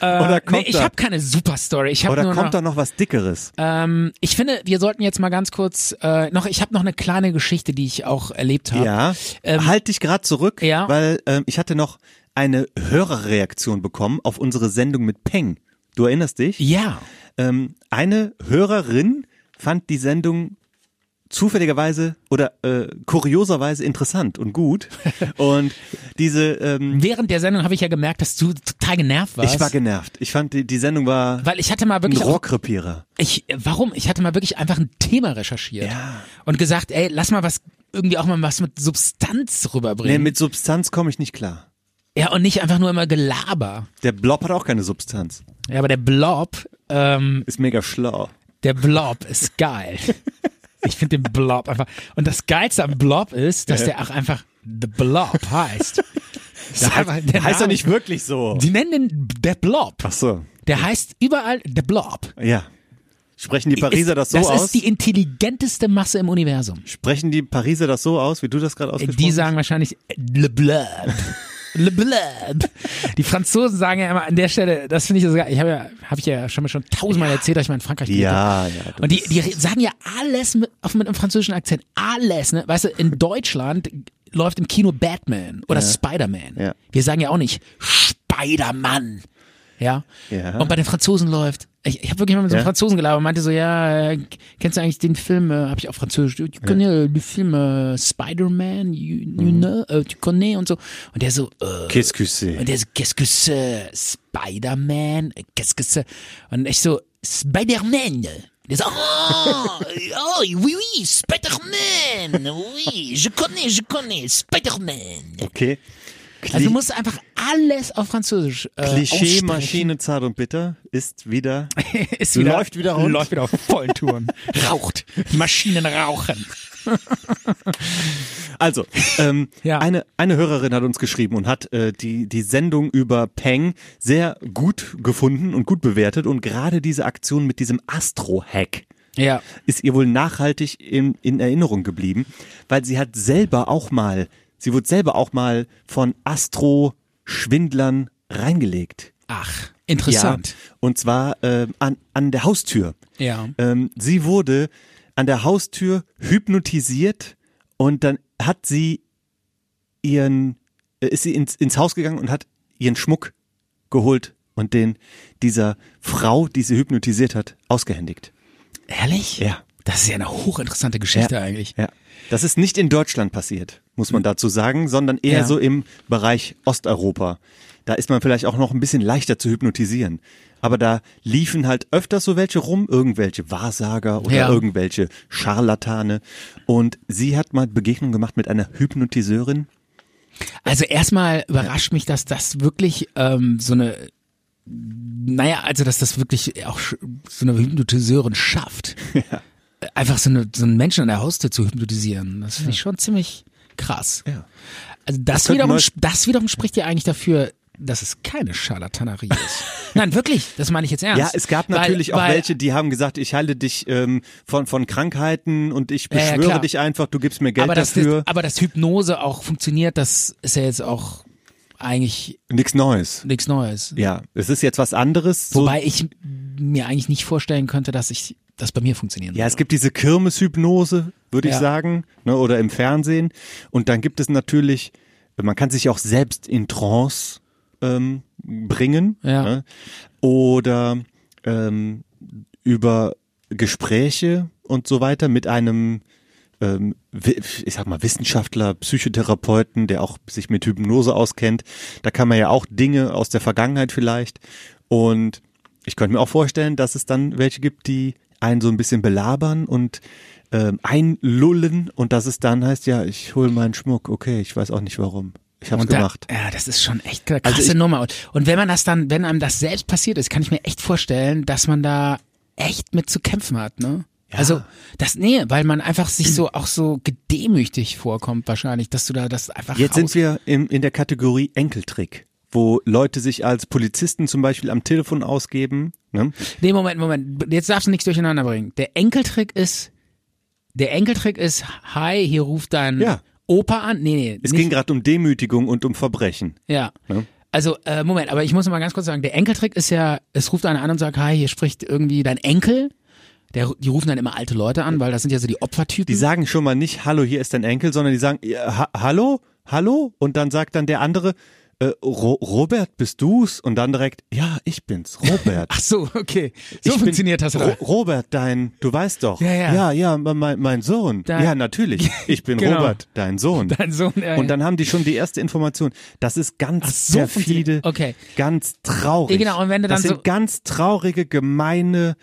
[SPEAKER 3] Oder
[SPEAKER 2] Nee,
[SPEAKER 3] kommt
[SPEAKER 2] ich
[SPEAKER 3] da,
[SPEAKER 2] habe keine Superstory. Ich habe
[SPEAKER 3] oder
[SPEAKER 2] nur
[SPEAKER 3] kommt
[SPEAKER 2] noch,
[SPEAKER 3] da noch was Dickeres?
[SPEAKER 2] ähm, ich finde, wir sollten jetzt mal ganz kurz äh, noch. Ich habe noch eine kleine Geschichte, die ich auch erlebt habe.
[SPEAKER 3] Ja,
[SPEAKER 2] Ähm,
[SPEAKER 3] halt dich gerade zurück,
[SPEAKER 2] Ja.
[SPEAKER 3] weil ähm, ich hatte noch eine Hörerreaktion bekommen auf unsere Sendung mit Peng. Du erinnerst dich?
[SPEAKER 2] Ja.
[SPEAKER 3] Ähm, eine Hörerin fand die Sendung zufälligerweise oder äh, kurioserweise interessant und gut. Und diese, ähm,
[SPEAKER 2] Während der Sendung habe ich ja gemerkt, dass du total genervt warst.
[SPEAKER 3] ich war genervt. Ich fand, die, die Sendung war
[SPEAKER 2] weil ich hatte mal
[SPEAKER 3] ein
[SPEAKER 2] wirklich auch,
[SPEAKER 3] Rohrkrepierer.
[SPEAKER 2] ich warum ich hatte mal wirklich einfach ein Thema recherchiert
[SPEAKER 3] Ja.
[SPEAKER 2] und gesagt, ey, lass mal was irgendwie auch mal was mit Substanz
[SPEAKER 3] Nee,
[SPEAKER 2] rüberbringen.
[SPEAKER 3] mit Substanz komme ich nicht klar.
[SPEAKER 2] ja, und nicht einfach nur immer Gelaber.
[SPEAKER 3] Der Blob hat auch keine Substanz.
[SPEAKER 2] Ja, aber der Blob, ähm,
[SPEAKER 3] Ist mega schlau.
[SPEAKER 2] der Blob ist geil. Ich finde den Blob einfach. Und das Geilste am Blob ist, dass der auch einfach The Blob heißt. Das ist einfach- der
[SPEAKER 3] heißt
[SPEAKER 2] Name-
[SPEAKER 3] er nicht wirklich so.
[SPEAKER 2] Die nennen den der Blob.
[SPEAKER 3] Ach so.
[SPEAKER 2] Der heißt überall The Blob.
[SPEAKER 3] Ja. Sprechen die Pariser das so
[SPEAKER 2] das
[SPEAKER 3] aus?
[SPEAKER 2] ist die intelligenteste Masse im Universum.
[SPEAKER 3] Sprechen die Pariser das so aus, wie du das gerade ausgesprochen
[SPEAKER 2] Die sagen wahrscheinlich äh, le blub. Le blub. Die Franzosen sagen ja immer an der Stelle, das finde ich so geil. Ich habe ja, habe ich ja schon mal schon tausendmal erzählt, dass ich mal in Frankreich gelebt
[SPEAKER 3] Ja,
[SPEAKER 2] habe.
[SPEAKER 3] ja, du
[SPEAKER 2] Und die, die re- sagen ja alles mit, auf, mit einem französischen Akzent. Alles, ne? Weißt du, in Deutschland läuft im Kino Batman oder Spider-Man.
[SPEAKER 3] Ja.
[SPEAKER 2] Wir sagen ja auch nicht Spider-Man. Ja?
[SPEAKER 3] Ja.
[SPEAKER 2] Und bei den Franzosen läuft. Ich, ich habe wirklich mal mit so einem
[SPEAKER 3] Ja.
[SPEAKER 2] Franzosen gelabert und meinte so, ja, äh, kennst du eigentlich den Film, äh, habe ich auf Französisch, du connais äh, den Film äh, Spider-Man, you, you know, äh, tu connais und so. Und der so, äh,
[SPEAKER 3] Mhm. Qu'est-ce que c'est?
[SPEAKER 2] und der so, qu'est-ce que c'est? Spider-Man, äh, qu'est-ce que c'est? Und ich so, Spider-Man. Der so, oh, oh, oui, oui, Spider-Man, oui, je connais, je connais, Spider-Man.
[SPEAKER 3] Okay.
[SPEAKER 2] Also du musst einfach alles auf Französisch äh,
[SPEAKER 3] Klischee
[SPEAKER 2] aussprechen.
[SPEAKER 3] Maschine zart und bitter ist wieder
[SPEAKER 2] ist
[SPEAKER 3] Läuft wieder rund.
[SPEAKER 2] läuft wieder auf vollen Touren. Raucht. Maschinen rauchen.
[SPEAKER 3] Also, ähm,
[SPEAKER 2] Ja.
[SPEAKER 3] eine, eine Hörerin hat uns geschrieben und hat äh, die, die Sendung über Peng sehr gut gefunden und gut bewertet. Und gerade diese Aktion mit diesem Astro-Hack
[SPEAKER 2] Ja.
[SPEAKER 3] ist ihr wohl nachhaltig in, in Erinnerung geblieben, weil sie hat selber auch mal, sie wurde selber auch mal von Astro-Schwindlern reingelegt.
[SPEAKER 2] Ach, interessant.
[SPEAKER 3] Ja, und zwar ähm, an, an der Haustür.
[SPEAKER 2] Ja.
[SPEAKER 3] Ähm, sie wurde an der Haustür hypnotisiert und dann hat sie ihren, äh, ist sie ins, ins Haus gegangen und hat ihren Schmuck geholt und den dieser Frau, die sie hypnotisiert hat, ausgehändigt.
[SPEAKER 2] Ehrlich?
[SPEAKER 3] Ja.
[SPEAKER 2] Das ist ja eine hochinteressante Geschichte eigentlich.
[SPEAKER 3] Ja. Das ist nicht in Deutschland passiert, muss man dazu sagen, sondern eher
[SPEAKER 2] Hm. Ja.
[SPEAKER 3] so im Bereich Osteuropa. Da ist man vielleicht auch noch ein bisschen leichter zu hypnotisieren. Aber da liefen halt öfters so welche rum, irgendwelche Wahrsager oder
[SPEAKER 2] Ja.
[SPEAKER 3] irgendwelche Scharlatane. Und sie hat mal Begegnung gemacht mit einer Hypnotiseurin.
[SPEAKER 2] Also erstmal überrascht mich, dass das wirklich ähm, so eine, naja, also dass das wirklich auch sch- so eine Hypnotiseurin schafft. Einfach so, eine, so einen Menschen an der Haustür zu hypnotisieren. Das finde ich schon ziemlich krass.
[SPEAKER 3] Ja.
[SPEAKER 2] Also das,
[SPEAKER 3] könnte
[SPEAKER 2] wiederum,
[SPEAKER 3] neu-
[SPEAKER 2] sp- das wiederum spricht ja eigentlich dafür, dass es keine Scharlatanerie ist. Nein, wirklich, das meine ich jetzt ernst.
[SPEAKER 3] Ja, es gab
[SPEAKER 2] Weil-
[SPEAKER 3] natürlich auch
[SPEAKER 2] weil-
[SPEAKER 3] welche, die haben gesagt, ich heile dich ähm, von, von Krankheiten und ich
[SPEAKER 2] Ja, ja,
[SPEAKER 3] beschwöre
[SPEAKER 2] klar.
[SPEAKER 3] dich einfach, du gibst mir Geld
[SPEAKER 2] aber dass,
[SPEAKER 3] dafür.
[SPEAKER 2] Das, aber dass Hypnose auch funktioniert, das ist ja jetzt auch eigentlich
[SPEAKER 3] Nichts Neues.
[SPEAKER 2] nichts Neues.
[SPEAKER 3] Ja, es ist jetzt was anderes. so
[SPEAKER 2] Wobei ich mir eigentlich nicht vorstellen könnte, dass ich das bei mir funktionieren
[SPEAKER 3] Ja,
[SPEAKER 2] würde.
[SPEAKER 3] es gibt diese Kirmeshypnose, würde ich
[SPEAKER 2] Ja.
[SPEAKER 3] sagen, ne, oder im Fernsehen. Und dann gibt es natürlich, man kann sich auch selbst in Trance ähm, bringen.
[SPEAKER 2] Ja.
[SPEAKER 3] Ne, oder ähm, über Gespräche und so weiter mit einem, ähm, wi- ich sag mal, Wissenschaftler, Psychotherapeuten, der auch sich mit Hypnose auskennt. Da kann man ja auch Dinge aus der Vergangenheit vielleicht. Und ich könnte mir auch vorstellen, dass es dann welche gibt, die einen so ein bisschen belabern und ähm, einlullen und dass es dann heißt, ja, ich hole meinen Schmuck, okay, ich weiß auch nicht warum. Ich hab's
[SPEAKER 2] und da,
[SPEAKER 3] gemacht.
[SPEAKER 2] Ja, das ist schon echt eine krasse
[SPEAKER 3] Also ich-
[SPEAKER 2] Nummer. Und, und wenn man das dann, wenn einem das selbst passiert ist, kann ich mir echt vorstellen, dass man da echt mit zu kämpfen hat, ne? Also, das, nee, weil man einfach sich so auch so gedemütigt vorkommt, wahrscheinlich, dass du da das einfach.
[SPEAKER 3] Jetzt sind
[SPEAKER 2] raus-
[SPEAKER 3] wir im, in der Kategorie Enkeltrick, wo Leute sich als Polizisten zum Beispiel am Telefon ausgeben. Ne?
[SPEAKER 2] Nee, Moment, Moment. Jetzt darfst du nichts durcheinander bringen. Der Enkeltrick ist, der Enkeltrick ist, hi, hier ruft dein
[SPEAKER 3] Ja.
[SPEAKER 2] Opa an. Nee, nee.
[SPEAKER 3] Es
[SPEAKER 2] nicht-
[SPEAKER 3] ging gerade um Demütigung und um Verbrechen.
[SPEAKER 2] Ja. Also, äh, Moment, aber ich muss noch mal ganz kurz sagen, der Enkeltrick ist ja, es ruft einer an und sagt, hi, hier spricht irgendwie dein Enkel. Der, ru- die rufen dann immer alte Leute an, weil das sind ja so die Opfertypen.
[SPEAKER 3] Die sagen schon mal nicht, hallo, hier ist dein Enkel, sondern die sagen, ja, ha hallo, hallo. Und dann sagt dann der andere, äh, Ro Robert, bist du's? Und dann direkt, ja, ich bin's, Robert.
[SPEAKER 2] Ach so, okay. So
[SPEAKER 3] Ich bin-
[SPEAKER 2] funktioniert das.
[SPEAKER 3] Ro
[SPEAKER 2] Ralf.
[SPEAKER 3] Robert, dein, du weißt doch.
[SPEAKER 2] Ja, ja.
[SPEAKER 3] ja, ja mein, mein Sohn.
[SPEAKER 2] Da-
[SPEAKER 3] ja, natürlich. Ich bin
[SPEAKER 2] Genau.
[SPEAKER 3] Robert, dein Sohn.
[SPEAKER 2] Dein Sohn, ja, ja.
[SPEAKER 3] Und dann haben die schon die erste Information. Das ist
[SPEAKER 2] Ach
[SPEAKER 3] ganz
[SPEAKER 2] so,
[SPEAKER 3] perfide,
[SPEAKER 2] funktioniert- okay.
[SPEAKER 3] ganz traurig.
[SPEAKER 2] Ja, genau, und wenn du
[SPEAKER 3] das
[SPEAKER 2] dann
[SPEAKER 3] sind
[SPEAKER 2] so-
[SPEAKER 3] ganz traurige, gemeine,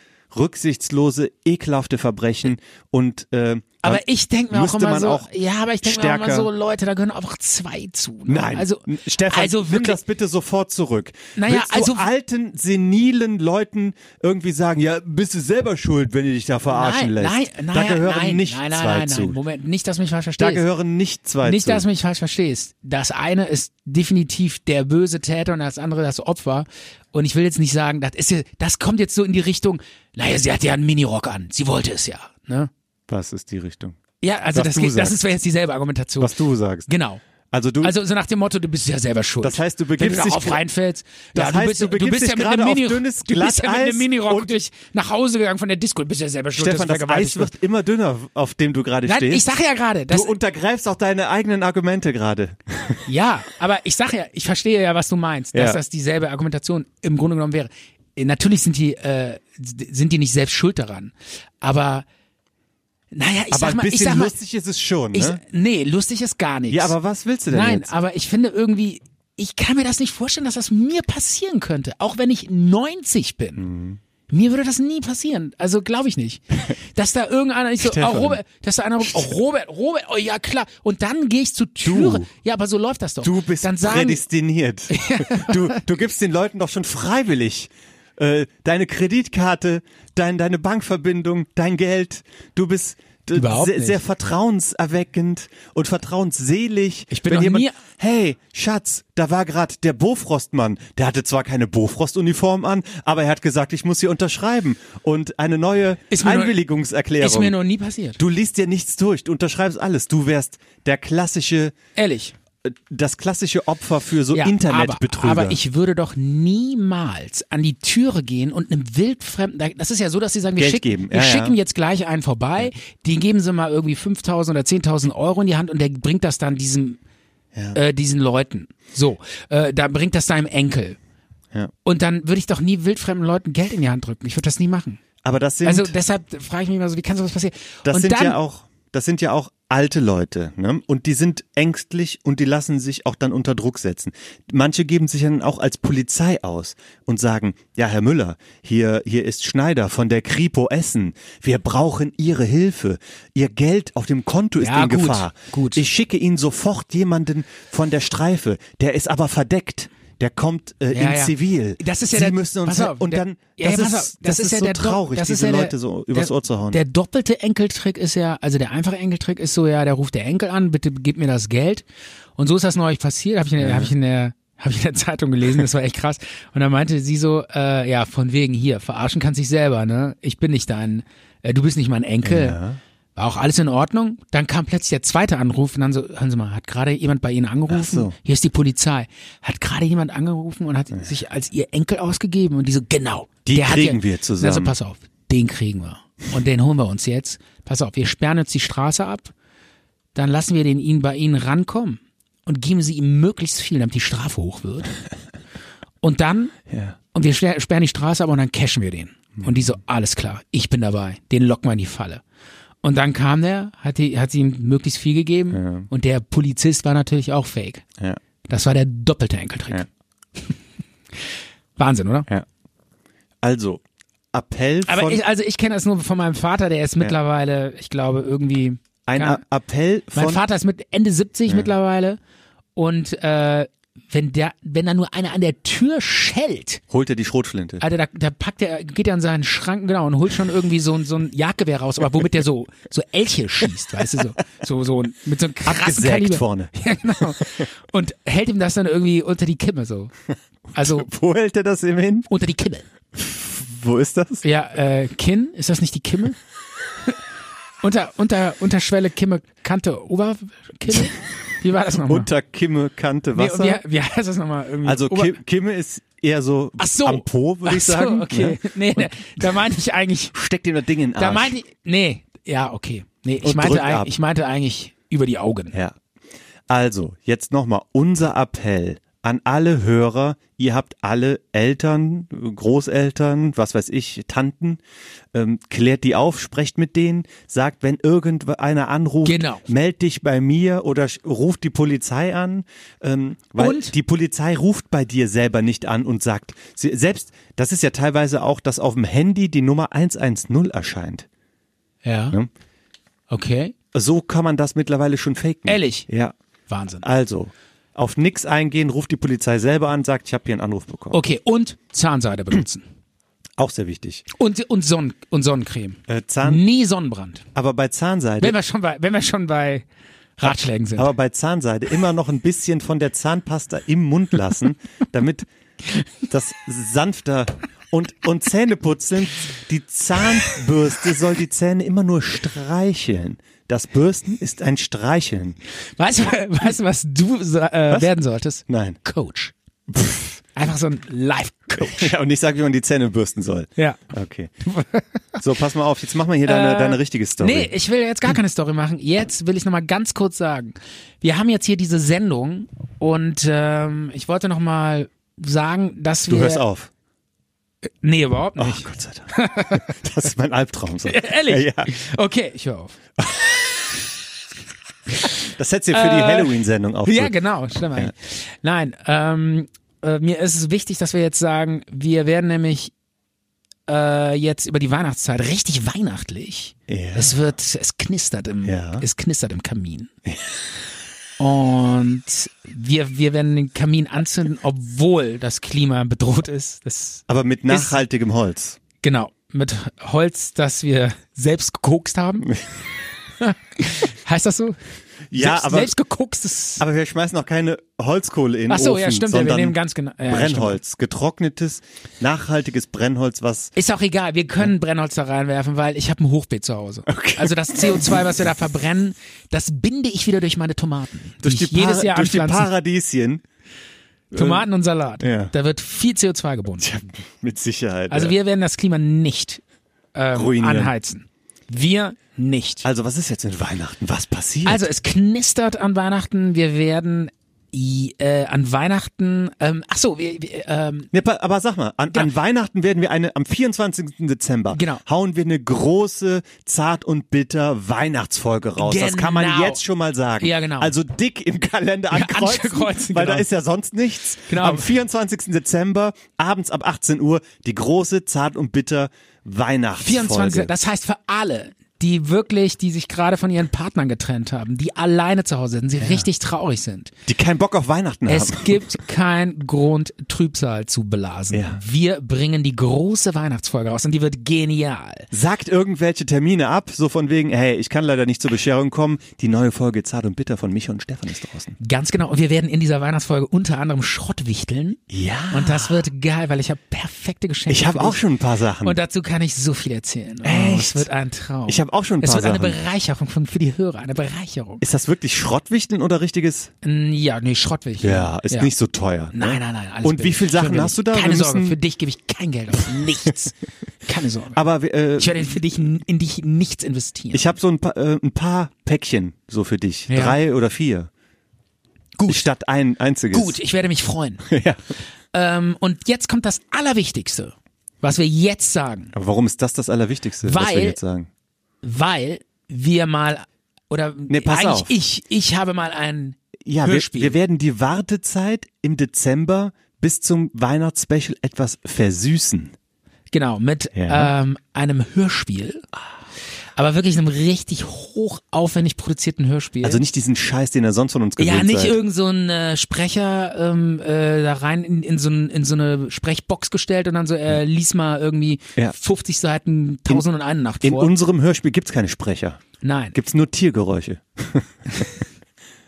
[SPEAKER 3] rücksichtslose, ekelhafte Verbrechen und äh,
[SPEAKER 2] Aber
[SPEAKER 3] dann
[SPEAKER 2] ich denke mir auch
[SPEAKER 3] müsste
[SPEAKER 2] immer
[SPEAKER 3] man
[SPEAKER 2] so,
[SPEAKER 3] auch
[SPEAKER 2] ja, aber ich denke mir auch immer
[SPEAKER 3] stärker-
[SPEAKER 2] so, Leute, da gehören auch zwei zu. ne?
[SPEAKER 3] Nein,
[SPEAKER 2] also
[SPEAKER 3] N- Stefan,
[SPEAKER 2] also
[SPEAKER 3] nimm
[SPEAKER 2] wirklich,
[SPEAKER 3] das bitte sofort zurück.
[SPEAKER 2] Naja,
[SPEAKER 3] Willst du
[SPEAKER 2] also-
[SPEAKER 3] alten, senilen Leuten irgendwie sagen, ja, bist du selber schuld, wenn du dich da verarschen
[SPEAKER 2] nein,
[SPEAKER 3] lässt.
[SPEAKER 2] Nein, nein,
[SPEAKER 3] da gehören
[SPEAKER 2] nein,
[SPEAKER 3] nicht
[SPEAKER 2] nein, nein,
[SPEAKER 3] zwei
[SPEAKER 2] nein,
[SPEAKER 3] zu.
[SPEAKER 2] Nein, Moment, nicht, dass du mich falsch
[SPEAKER 3] da
[SPEAKER 2] verstehst.
[SPEAKER 3] gehören nicht zwei
[SPEAKER 2] Nicht,
[SPEAKER 3] zu.
[SPEAKER 2] dass du mich falsch verstehst. Das eine ist definitiv der böse Täter und das andere das Opfer. Und ich will jetzt nicht sagen, das ist ja, das kommt jetzt so in die Richtung, naja, sie hat ja einen Minirock an. Sie wollte es ja. Ne?
[SPEAKER 3] Was ist die Richtung?
[SPEAKER 2] Ja, also
[SPEAKER 3] Was
[SPEAKER 2] das,
[SPEAKER 3] du
[SPEAKER 2] geht, das
[SPEAKER 3] sagst.
[SPEAKER 2] ist wäre jetzt dieselbe Argumentation.
[SPEAKER 3] Was du sagst.
[SPEAKER 2] Genau.
[SPEAKER 3] Also du,
[SPEAKER 2] Also so nach dem Motto, du bist ja selber schuld.
[SPEAKER 3] Das heißt, du
[SPEAKER 2] Wenn
[SPEAKER 3] begibst
[SPEAKER 2] du
[SPEAKER 3] dich
[SPEAKER 2] darauf
[SPEAKER 3] gra-
[SPEAKER 2] reinfällst.
[SPEAKER 3] Das
[SPEAKER 2] ja, du
[SPEAKER 3] heißt,
[SPEAKER 2] bist,
[SPEAKER 3] du begibst
[SPEAKER 2] bist
[SPEAKER 3] dich
[SPEAKER 2] ja mit
[SPEAKER 3] gerade
[SPEAKER 2] einem
[SPEAKER 3] auf
[SPEAKER 2] Mini,
[SPEAKER 3] dünnes
[SPEAKER 2] Du bist ja mit
[SPEAKER 3] Glatteis
[SPEAKER 2] einem Minirock
[SPEAKER 3] und-
[SPEAKER 2] durch nach Hause gegangen von der Disco. Du bist ja selber schuld,
[SPEAKER 3] Stefan,
[SPEAKER 2] dass du
[SPEAKER 3] das
[SPEAKER 2] vergewaltigt
[SPEAKER 3] Eis wird immer dünner, auf dem du gerade
[SPEAKER 2] wirst.
[SPEAKER 3] stehst.
[SPEAKER 2] Nein, ich sag ja gerade, das,
[SPEAKER 3] du untergreifst auch deine eigenen Argumente gerade.
[SPEAKER 2] Ja, aber ich sage ja, ich verstehe ja, was du meinst, dass
[SPEAKER 3] Ja.
[SPEAKER 2] das dieselbe Argumentation im Grunde genommen wäre. Äh, Natürlich sind die, äh, sind die nicht selbst schuld daran, aber naja, ich
[SPEAKER 3] Aber
[SPEAKER 2] sag
[SPEAKER 3] ein
[SPEAKER 2] mal, ich
[SPEAKER 3] bisschen
[SPEAKER 2] sag mal,
[SPEAKER 3] lustig ist es schon,
[SPEAKER 2] ich,
[SPEAKER 3] ne?
[SPEAKER 2] nee, lustig ist gar nichts.
[SPEAKER 3] Ja, aber was willst du denn
[SPEAKER 2] Nein,
[SPEAKER 3] jetzt?
[SPEAKER 2] aber ich finde irgendwie, ich kann mir das nicht vorstellen, dass das mir passieren könnte, auch wenn ich 90 bin.
[SPEAKER 3] Mhm.
[SPEAKER 2] Mir würde das nie passieren. Also glaube ich nicht. Dass da irgendeiner nicht so, oh,
[SPEAKER 3] Stefan.
[SPEAKER 2] Robert, dass da einer ruft, oh, Robert, Robert, oh ja klar. Und dann gehe ich zur Türe. Ja, aber so läuft das doch.
[SPEAKER 3] Du bist
[SPEAKER 2] dann sagen,
[SPEAKER 3] prädestiniert. du, du gibst den Leuten doch schon freiwillig äh, deine Kreditkarte, dein, deine Bankverbindung, dein Geld. Du bist d-
[SPEAKER 2] Überhaupt
[SPEAKER 3] sehr,
[SPEAKER 2] nicht.
[SPEAKER 3] sehr vertrauenserweckend und vertrauensselig.
[SPEAKER 2] Ich bin
[SPEAKER 3] Wenn
[SPEAKER 2] noch
[SPEAKER 3] jemand,
[SPEAKER 2] nie-
[SPEAKER 3] Hey, Schatz, da war gerade der Bofrostmann. Der hatte zwar keine Bofrost-Uniform an, aber er hat gesagt, ich muss hier unterschreiben und eine neue
[SPEAKER 2] Ist mir nur-
[SPEAKER 3] Einwilligungserklärung.
[SPEAKER 2] ist mir noch nie passiert.
[SPEAKER 3] du liest dir nichts durch, du unterschreibst alles. Du wärst der klassische
[SPEAKER 2] Ehrlich.
[SPEAKER 3] das klassische Opfer für so
[SPEAKER 2] Ja,
[SPEAKER 3] Internetbetrüger.
[SPEAKER 2] Aber, aber ich würde doch niemals an die Türe gehen und einem Wildfremden, das ist ja so, dass sie sagen, wir,
[SPEAKER 3] Geld
[SPEAKER 2] schicken,
[SPEAKER 3] geben,
[SPEAKER 2] wir
[SPEAKER 3] ja, ja.
[SPEAKER 2] schicken jetzt gleich einen vorbei, den geben sie mal irgendwie 5.000 oder 10.000 Euro in die Hand und der bringt das dann diesem, äh, diesen Leuten. So, äh, da bringt das deinem Enkel.
[SPEAKER 3] Ja.
[SPEAKER 2] Und dann würde ich doch nie wildfremden Leuten Geld in die Hand drücken. Ich würde das nie machen.
[SPEAKER 3] aber das sind,
[SPEAKER 2] Also deshalb frage ich mich mal so, wie kann sowas passieren?
[SPEAKER 3] das
[SPEAKER 2] und
[SPEAKER 3] sind
[SPEAKER 2] dann,
[SPEAKER 3] ja auch, das sind ja auch alte Leute, ne? Und die sind ängstlich und die lassen sich auch dann unter Druck setzen. Manche geben sich dann auch als Polizei aus und sagen, ja, Herr Müller, hier, hier ist Schneider von der Kripo Essen. Wir brauchen Ihre Hilfe. Ihr Geld auf dem Konto ist
[SPEAKER 2] Ja,
[SPEAKER 3] in
[SPEAKER 2] gut,
[SPEAKER 3] Gefahr.
[SPEAKER 2] gut.
[SPEAKER 3] Ich schicke Ihnen sofort jemanden von der Streife. Der ist aber verdeckt. Der kommt äh,
[SPEAKER 2] Ja,
[SPEAKER 3] in
[SPEAKER 2] ja.
[SPEAKER 3] Zivil.
[SPEAKER 2] Das ist ja
[SPEAKER 3] Sie
[SPEAKER 2] der,
[SPEAKER 3] müssen uns
[SPEAKER 2] pass auf,
[SPEAKER 3] und
[SPEAKER 2] der-
[SPEAKER 3] dann
[SPEAKER 2] ja, ja,
[SPEAKER 3] das,
[SPEAKER 2] pass auf,
[SPEAKER 3] ist, das, ist,
[SPEAKER 2] ja
[SPEAKER 3] so
[SPEAKER 2] der Do-
[SPEAKER 3] traurig,
[SPEAKER 2] das ist
[SPEAKER 3] diese
[SPEAKER 2] ja der,
[SPEAKER 3] Leute so übers
[SPEAKER 2] der,
[SPEAKER 3] Ohr zu hauen.
[SPEAKER 2] Der doppelte Enkeltrick ist ja, also der einfache Enkeltrick ist so, ja, der ruft der Enkel an, bitte gib mir das Geld. Und so ist das neulich passiert, habe ich, in der- hab ich in der habe ich in der Zeitung gelesen, das war echt krass. Und dann meinte sie so, äh, ja, von wegen hier, verarschen kannst dich selber, ne? Ich bin nicht dein, äh, du bist nicht mein Enkel. War auch alles in Ordnung. Dann kam plötzlich der zweite Anruf und dann so, hören Sie mal, hat gerade jemand bei Ihnen angerufen?
[SPEAKER 3] so.
[SPEAKER 2] Hier ist die Polizei. Hat gerade jemand angerufen und hat sich als Ihr Enkel ausgegeben und die so, genau.
[SPEAKER 3] Die
[SPEAKER 2] der hat
[SPEAKER 3] kriegen
[SPEAKER 2] ja,
[SPEAKER 3] wir
[SPEAKER 2] Also
[SPEAKER 3] zusammen.
[SPEAKER 2] pass auf, den kriegen wir. Und den holen wir uns jetzt. Pass auf, wir sperren jetzt die Straße ab. Dann lassen wir den ihn bei Ihnen rankommen und geben Sie ihm möglichst viel, damit die Strafe hoch wird. Und dann, und wir sper- sperren die Straße ab und dann cashen wir den.
[SPEAKER 3] Mhm.
[SPEAKER 2] Und die so, alles klar, ich bin dabei, den locken wir in die Falle. Und dann kam der, hat, die, hat sie ihm möglichst viel gegeben und der Polizist war natürlich auch fake.
[SPEAKER 3] Ja.
[SPEAKER 2] Das war der doppelte Enkeltrick.
[SPEAKER 3] Ja.
[SPEAKER 2] Wahnsinn, oder?
[SPEAKER 3] Also, Appell von,
[SPEAKER 2] Aber ich, also ich kenne das nur von meinem Vater, der ist mittlerweile, ich glaube, irgendwie.
[SPEAKER 3] ein
[SPEAKER 2] keine-
[SPEAKER 3] A- Appell
[SPEAKER 2] mein
[SPEAKER 3] von,
[SPEAKER 2] Vater ist mit Ende 70 mittlerweile Und äh, wenn der, wenn da nur einer an der Tür schellt,
[SPEAKER 3] Holt er die Schrotflinte.
[SPEAKER 2] Alter, da, da packt er, geht er in seinen Schranken, genau, und holt schon irgendwie so ein, so ein Jagdgewehr raus, aber womit der so, so Elche schießt, weißt du, so, so, so, ein- mit so einem krassen
[SPEAKER 3] Abgesägt
[SPEAKER 2] Kaliber.
[SPEAKER 3] vorne.
[SPEAKER 2] Ja, genau. Und hält ihm das dann irgendwie unter die Kimme, so. Also,
[SPEAKER 3] Wo hält er das eben hin?
[SPEAKER 2] unter die Kimme.
[SPEAKER 3] Wo ist das?
[SPEAKER 2] Ja, äh, Kinn, ist das nicht die Kimme? unter, unter, Unterschwelle, Kimme, Kante, Oberkimme? Wie war das nochmal?
[SPEAKER 3] Unter Kimme, Kante,
[SPEAKER 2] Nee,
[SPEAKER 3] Wasser.
[SPEAKER 2] wie, wie heißt das nochmal? Irgendwie
[SPEAKER 3] also
[SPEAKER 2] Ober-
[SPEAKER 3] Kim, Kimme ist eher so,
[SPEAKER 2] Ach so.
[SPEAKER 3] am Po, würde
[SPEAKER 2] Ach
[SPEAKER 3] ich
[SPEAKER 2] so,
[SPEAKER 3] sagen.
[SPEAKER 2] Okay.
[SPEAKER 3] Ne?
[SPEAKER 2] Nee, nee, da meinte ich eigentlich,
[SPEAKER 3] Steckt ihm das Ding in den Arsch.
[SPEAKER 2] da meinte ich, nee, ja, okay. Nee, ich
[SPEAKER 3] Und
[SPEAKER 2] meinte,
[SPEAKER 3] drückt
[SPEAKER 2] eig-
[SPEAKER 3] ab.
[SPEAKER 2] ich meinte eigentlich über die Augen.
[SPEAKER 3] Ja. Also, jetzt nochmal unser Appell an alle Hörer. Ihr habt alle Eltern, Großeltern, was weiß ich, Tanten. Ähm, klärt die auf, sprecht mit denen, sagt, wenn irgendeiner anruft,
[SPEAKER 2] Genau.
[SPEAKER 3] meld dich bei mir oder sch- ruft die Polizei an. Ähm, weil
[SPEAKER 2] Und?
[SPEAKER 3] die Polizei ruft bei dir selber nicht an und sagt, sie, selbst, das ist ja teilweise auch, dass auf dem Handy die Nummer 110 erscheint.
[SPEAKER 2] Ja.
[SPEAKER 3] Ja.
[SPEAKER 2] Okay.
[SPEAKER 3] So kann man das mittlerweile schon faken.
[SPEAKER 2] Ehrlich?
[SPEAKER 3] Ja.
[SPEAKER 2] Wahnsinn.
[SPEAKER 3] Also, auf nix eingehen, ruft die Polizei selber an, sagt, ich habe hier einen Anruf bekommen.
[SPEAKER 2] Okay, und Zahnseide benutzen.
[SPEAKER 3] Auch sehr wichtig.
[SPEAKER 2] Und, und, Sonnen, und Sonnencreme.
[SPEAKER 3] Äh, Zahn,
[SPEAKER 2] Nie Sonnenbrand.
[SPEAKER 3] aber bei Zahnseide,
[SPEAKER 2] Wenn wir schon bei, wenn wir schon bei Ratschlägen sind.
[SPEAKER 3] aber bei Zahnseide immer noch ein bisschen von der Zahnpasta im Mund lassen, damit das sanfter und, und Zähneputzeln, die Zahnbürste soll die Zähne immer nur streicheln. Das Bürsten ist ein Streicheln.
[SPEAKER 2] Weißt du, weißt du, was du sa- äh, werden solltest?
[SPEAKER 3] Nein.
[SPEAKER 2] Coach. Einfach so ein Life-Coach.
[SPEAKER 3] Ja, und ich sage, wie man die Zähne bürsten soll.
[SPEAKER 2] Ja.
[SPEAKER 3] Okay. So, pass mal auf, jetzt mach mal hier deine, deine richtige Story.
[SPEAKER 2] Nee, ich will jetzt gar keine Story machen. Jetzt will ich nochmal ganz kurz sagen. Wir haben jetzt hier diese Sendung und ähm, ich wollte nochmal sagen, dass wir.
[SPEAKER 3] du hörst auf.
[SPEAKER 2] Nee, überhaupt
[SPEAKER 3] Oh,
[SPEAKER 2] nicht.
[SPEAKER 3] Gott sei Dank. Das ist mein Albtraum. So.
[SPEAKER 2] Ehrlich?
[SPEAKER 3] Ja,
[SPEAKER 2] Okay, ich höre auf.
[SPEAKER 3] das hättest du für die Halloween-Sendung auch.
[SPEAKER 2] Äh, Ja, genau, stimmt eigentlich. Nein, ähm, äh, mir ist es wichtig, dass wir jetzt sagen, wir werden nämlich äh, jetzt über die Weihnachtszeit richtig weihnachtlich.
[SPEAKER 3] Ja.
[SPEAKER 2] Es wird, es knistert im,
[SPEAKER 3] Ja.
[SPEAKER 2] es knistert im Kamin. Und wir, wir werden den Kamin anzünden, obwohl das Klima bedroht ist. Das,
[SPEAKER 3] Aber mit nachhaltigem Holz.
[SPEAKER 2] genau, mit Holz, das wir selbst gekokst haben. heißt das so?
[SPEAKER 3] Ja,
[SPEAKER 2] selbst,
[SPEAKER 3] aber,
[SPEAKER 2] selbst gekokst
[SPEAKER 3] aber wir schmeißen noch keine Holzkohle in den
[SPEAKER 2] Ach so,
[SPEAKER 3] Ofen,
[SPEAKER 2] ja, stimmt, ja, wir
[SPEAKER 3] sondern
[SPEAKER 2] nehmen ganz genau. Ja,
[SPEAKER 3] Brennholz, getrocknetes, nachhaltiges Brennholz, was
[SPEAKER 2] Ist auch egal, wir können Brennholz da reinwerfen, weil ich habe ein Hochbeet zu Hause. Also das CO2, was wir da verbrennen, das binde ich wieder durch meine Tomaten.
[SPEAKER 3] durch
[SPEAKER 2] die
[SPEAKER 3] die,
[SPEAKER 2] ich jedes
[SPEAKER 3] Para-
[SPEAKER 2] Jahr
[SPEAKER 3] durch die
[SPEAKER 2] anpflanze.
[SPEAKER 3] Paradieschen
[SPEAKER 2] Tomaten und Salat.
[SPEAKER 3] Ja.
[SPEAKER 2] Da wird viel CO2 gebunden.
[SPEAKER 3] mit Sicherheit.
[SPEAKER 2] Also
[SPEAKER 3] ja.
[SPEAKER 2] wir werden das Klima nicht ähm,
[SPEAKER 3] Ruinieren.
[SPEAKER 2] anheizen. Wir nicht.
[SPEAKER 3] also was ist jetzt mit Weihnachten? Was passiert?
[SPEAKER 2] Also es knistert an Weihnachten. Wir werden i- äh, an Weihnachten. Ähm, ach so, wir, wir, ähm,
[SPEAKER 3] Ne, pa- aber sag mal, an, an Weihnachten werden wir eine, am 24. Dezember
[SPEAKER 2] Genau.
[SPEAKER 3] hauen wir eine große, zart und bitter Weihnachtsfolge raus. Das kann man
[SPEAKER 2] Genau.
[SPEAKER 3] jetzt schon mal sagen.
[SPEAKER 2] Ja, genau.
[SPEAKER 3] Also dick im Kalender ankreuzen,
[SPEAKER 2] ankreuzen,
[SPEAKER 3] weil
[SPEAKER 2] genau.
[SPEAKER 3] da ist ja sonst nichts.
[SPEAKER 2] Genau.
[SPEAKER 3] Am 24. Dezember, abends ab 18 Uhr, die große, zart und bitter Weihnachtsfolge.
[SPEAKER 2] 24. Das heißt für alle, die wirklich, die sich gerade von ihren Partnern getrennt haben, die alleine zu Hause sind, die richtig traurig sind.
[SPEAKER 3] die keinen Bock auf Weihnachten haben.
[SPEAKER 2] Es gibt keinen Grund, Trübsal zu belasen.
[SPEAKER 3] Ja.
[SPEAKER 2] Wir bringen die große Weihnachtsfolge raus und die wird genial.
[SPEAKER 3] Sagt irgendwelche Termine ab, so von wegen, hey, ich kann leider nicht zur Bescherung kommen. Die neue Folge Zart und Bitter von Micha und Stefan ist draußen.
[SPEAKER 2] Ganz genau. Und wir werden in dieser Weihnachtsfolge unter anderem Schrott wichteln.
[SPEAKER 3] Ja.
[SPEAKER 2] Und das wird geil, weil ich habe perfekte Geschenke.
[SPEAKER 3] Ich habe
[SPEAKER 2] für
[SPEAKER 3] auch
[SPEAKER 2] dich.
[SPEAKER 3] schon ein paar Sachen.
[SPEAKER 2] Und dazu kann ich so viel erzählen. Oh,
[SPEAKER 3] Echt?
[SPEAKER 2] es wird ein Traum.
[SPEAKER 3] Ich hab auch schon ein
[SPEAKER 2] Es
[SPEAKER 3] paar
[SPEAKER 2] wird eine
[SPEAKER 3] Sachen.
[SPEAKER 2] Bereicherung von- für die Hörer, eine Bereicherung.
[SPEAKER 3] Ist das wirklich Schrottwichteln oder richtiges?
[SPEAKER 2] Ja, nee, Schrott will ich.
[SPEAKER 3] ist nicht so teuer. Ne?
[SPEAKER 2] Nein, nein, nein. Alles
[SPEAKER 3] Und wie
[SPEAKER 2] billig.
[SPEAKER 3] viele
[SPEAKER 2] Schön
[SPEAKER 3] Sachen
[SPEAKER 2] billig.
[SPEAKER 3] hast du da?
[SPEAKER 2] Keine
[SPEAKER 3] Wir
[SPEAKER 2] Sorge,
[SPEAKER 3] müssen-
[SPEAKER 2] für dich gebe ich kein Geld aus. Nichts. Keine Sorge.
[SPEAKER 3] Aber äh,
[SPEAKER 2] ich werde für dich, n- in dich nichts investieren.
[SPEAKER 3] ich habe so ein paar, äh, ein paar Päckchen so für dich.
[SPEAKER 2] Ja.
[SPEAKER 3] Drei oder vier.
[SPEAKER 2] Gut.
[SPEAKER 3] Statt ein einziges.
[SPEAKER 2] Gut, ich werde mich freuen.
[SPEAKER 3] ja.
[SPEAKER 2] ähm, und jetzt kommt das Allerwichtigste, was wir jetzt sagen.
[SPEAKER 3] Aber warum ist das das Allerwichtigste, was wir
[SPEAKER 2] Weil-
[SPEAKER 3] jetzt sagen?
[SPEAKER 2] Weil wir mal, oder
[SPEAKER 3] Nee, pass
[SPEAKER 2] eigentlich
[SPEAKER 3] auf.
[SPEAKER 2] ich, ich habe mal ein
[SPEAKER 3] Ja, wir,
[SPEAKER 2] Hörspiel.
[SPEAKER 3] wir werden die Wartezeit im Dezember bis zum Weihnachtsspecial etwas versüßen.
[SPEAKER 2] Genau, mit
[SPEAKER 3] Ja.
[SPEAKER 2] ähm, einem Hörspiel. aber wirklich einem richtig hochaufwendig produzierten Hörspiel.
[SPEAKER 3] Also nicht diesen Scheiß, den er sonst von uns gewöhnt
[SPEAKER 2] ja, nicht
[SPEAKER 3] seid.
[SPEAKER 2] irgend so ein äh, Sprecher ähm, äh, da rein in, in, so ein, in so eine Sprechbox gestellt und dann so, äh, lies mal irgendwie
[SPEAKER 3] Ja.
[SPEAKER 2] 50 Seiten 1001 Nacht
[SPEAKER 3] In
[SPEAKER 2] vor.
[SPEAKER 3] unserem Hörspiel gibt's keine Sprecher.
[SPEAKER 2] Nein.
[SPEAKER 3] Gibt's nur Tiergeräusche.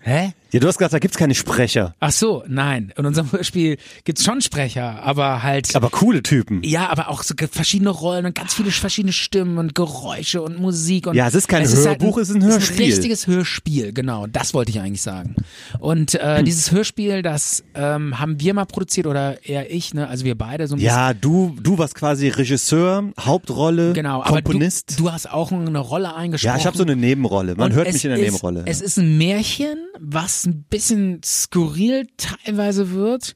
[SPEAKER 2] Hä?
[SPEAKER 3] Ja, du hast gesagt, da gibt's keine Sprecher.
[SPEAKER 2] Ach so, nein. In unserem Hörspiel gibt's schon Sprecher, aber halt.
[SPEAKER 3] Aber coole Typen.
[SPEAKER 2] ja, aber auch so ge- verschiedene Rollen und ganz viele verschiedene Stimmen und Geräusche und Musik und
[SPEAKER 3] Ja, es ist kein Hörbuch, es ist ein Hörspiel.
[SPEAKER 2] Es ist ein richtiges Hörspiel, genau. Das wollte ich eigentlich sagen. Und
[SPEAKER 3] Hm.
[SPEAKER 2] äh, dieses Hörspiel, das ähm, haben wir mal produziert oder eher ich, ne? Also wir beide so ein bisschen.
[SPEAKER 3] Ja, du, du warst quasi Regisseur, Hauptrolle,
[SPEAKER 2] Genau,
[SPEAKER 3] Komponist.
[SPEAKER 2] aber du, du hast auch eine Rolle eingesprochen.
[SPEAKER 3] ja, ich habe so eine Nebenrolle. Man
[SPEAKER 2] Und
[SPEAKER 3] hört
[SPEAKER 2] es
[SPEAKER 3] mich in der
[SPEAKER 2] ist,
[SPEAKER 3] Nebenrolle.
[SPEAKER 2] Es ist ein Märchen, was ein bisschen skurril teilweise wird.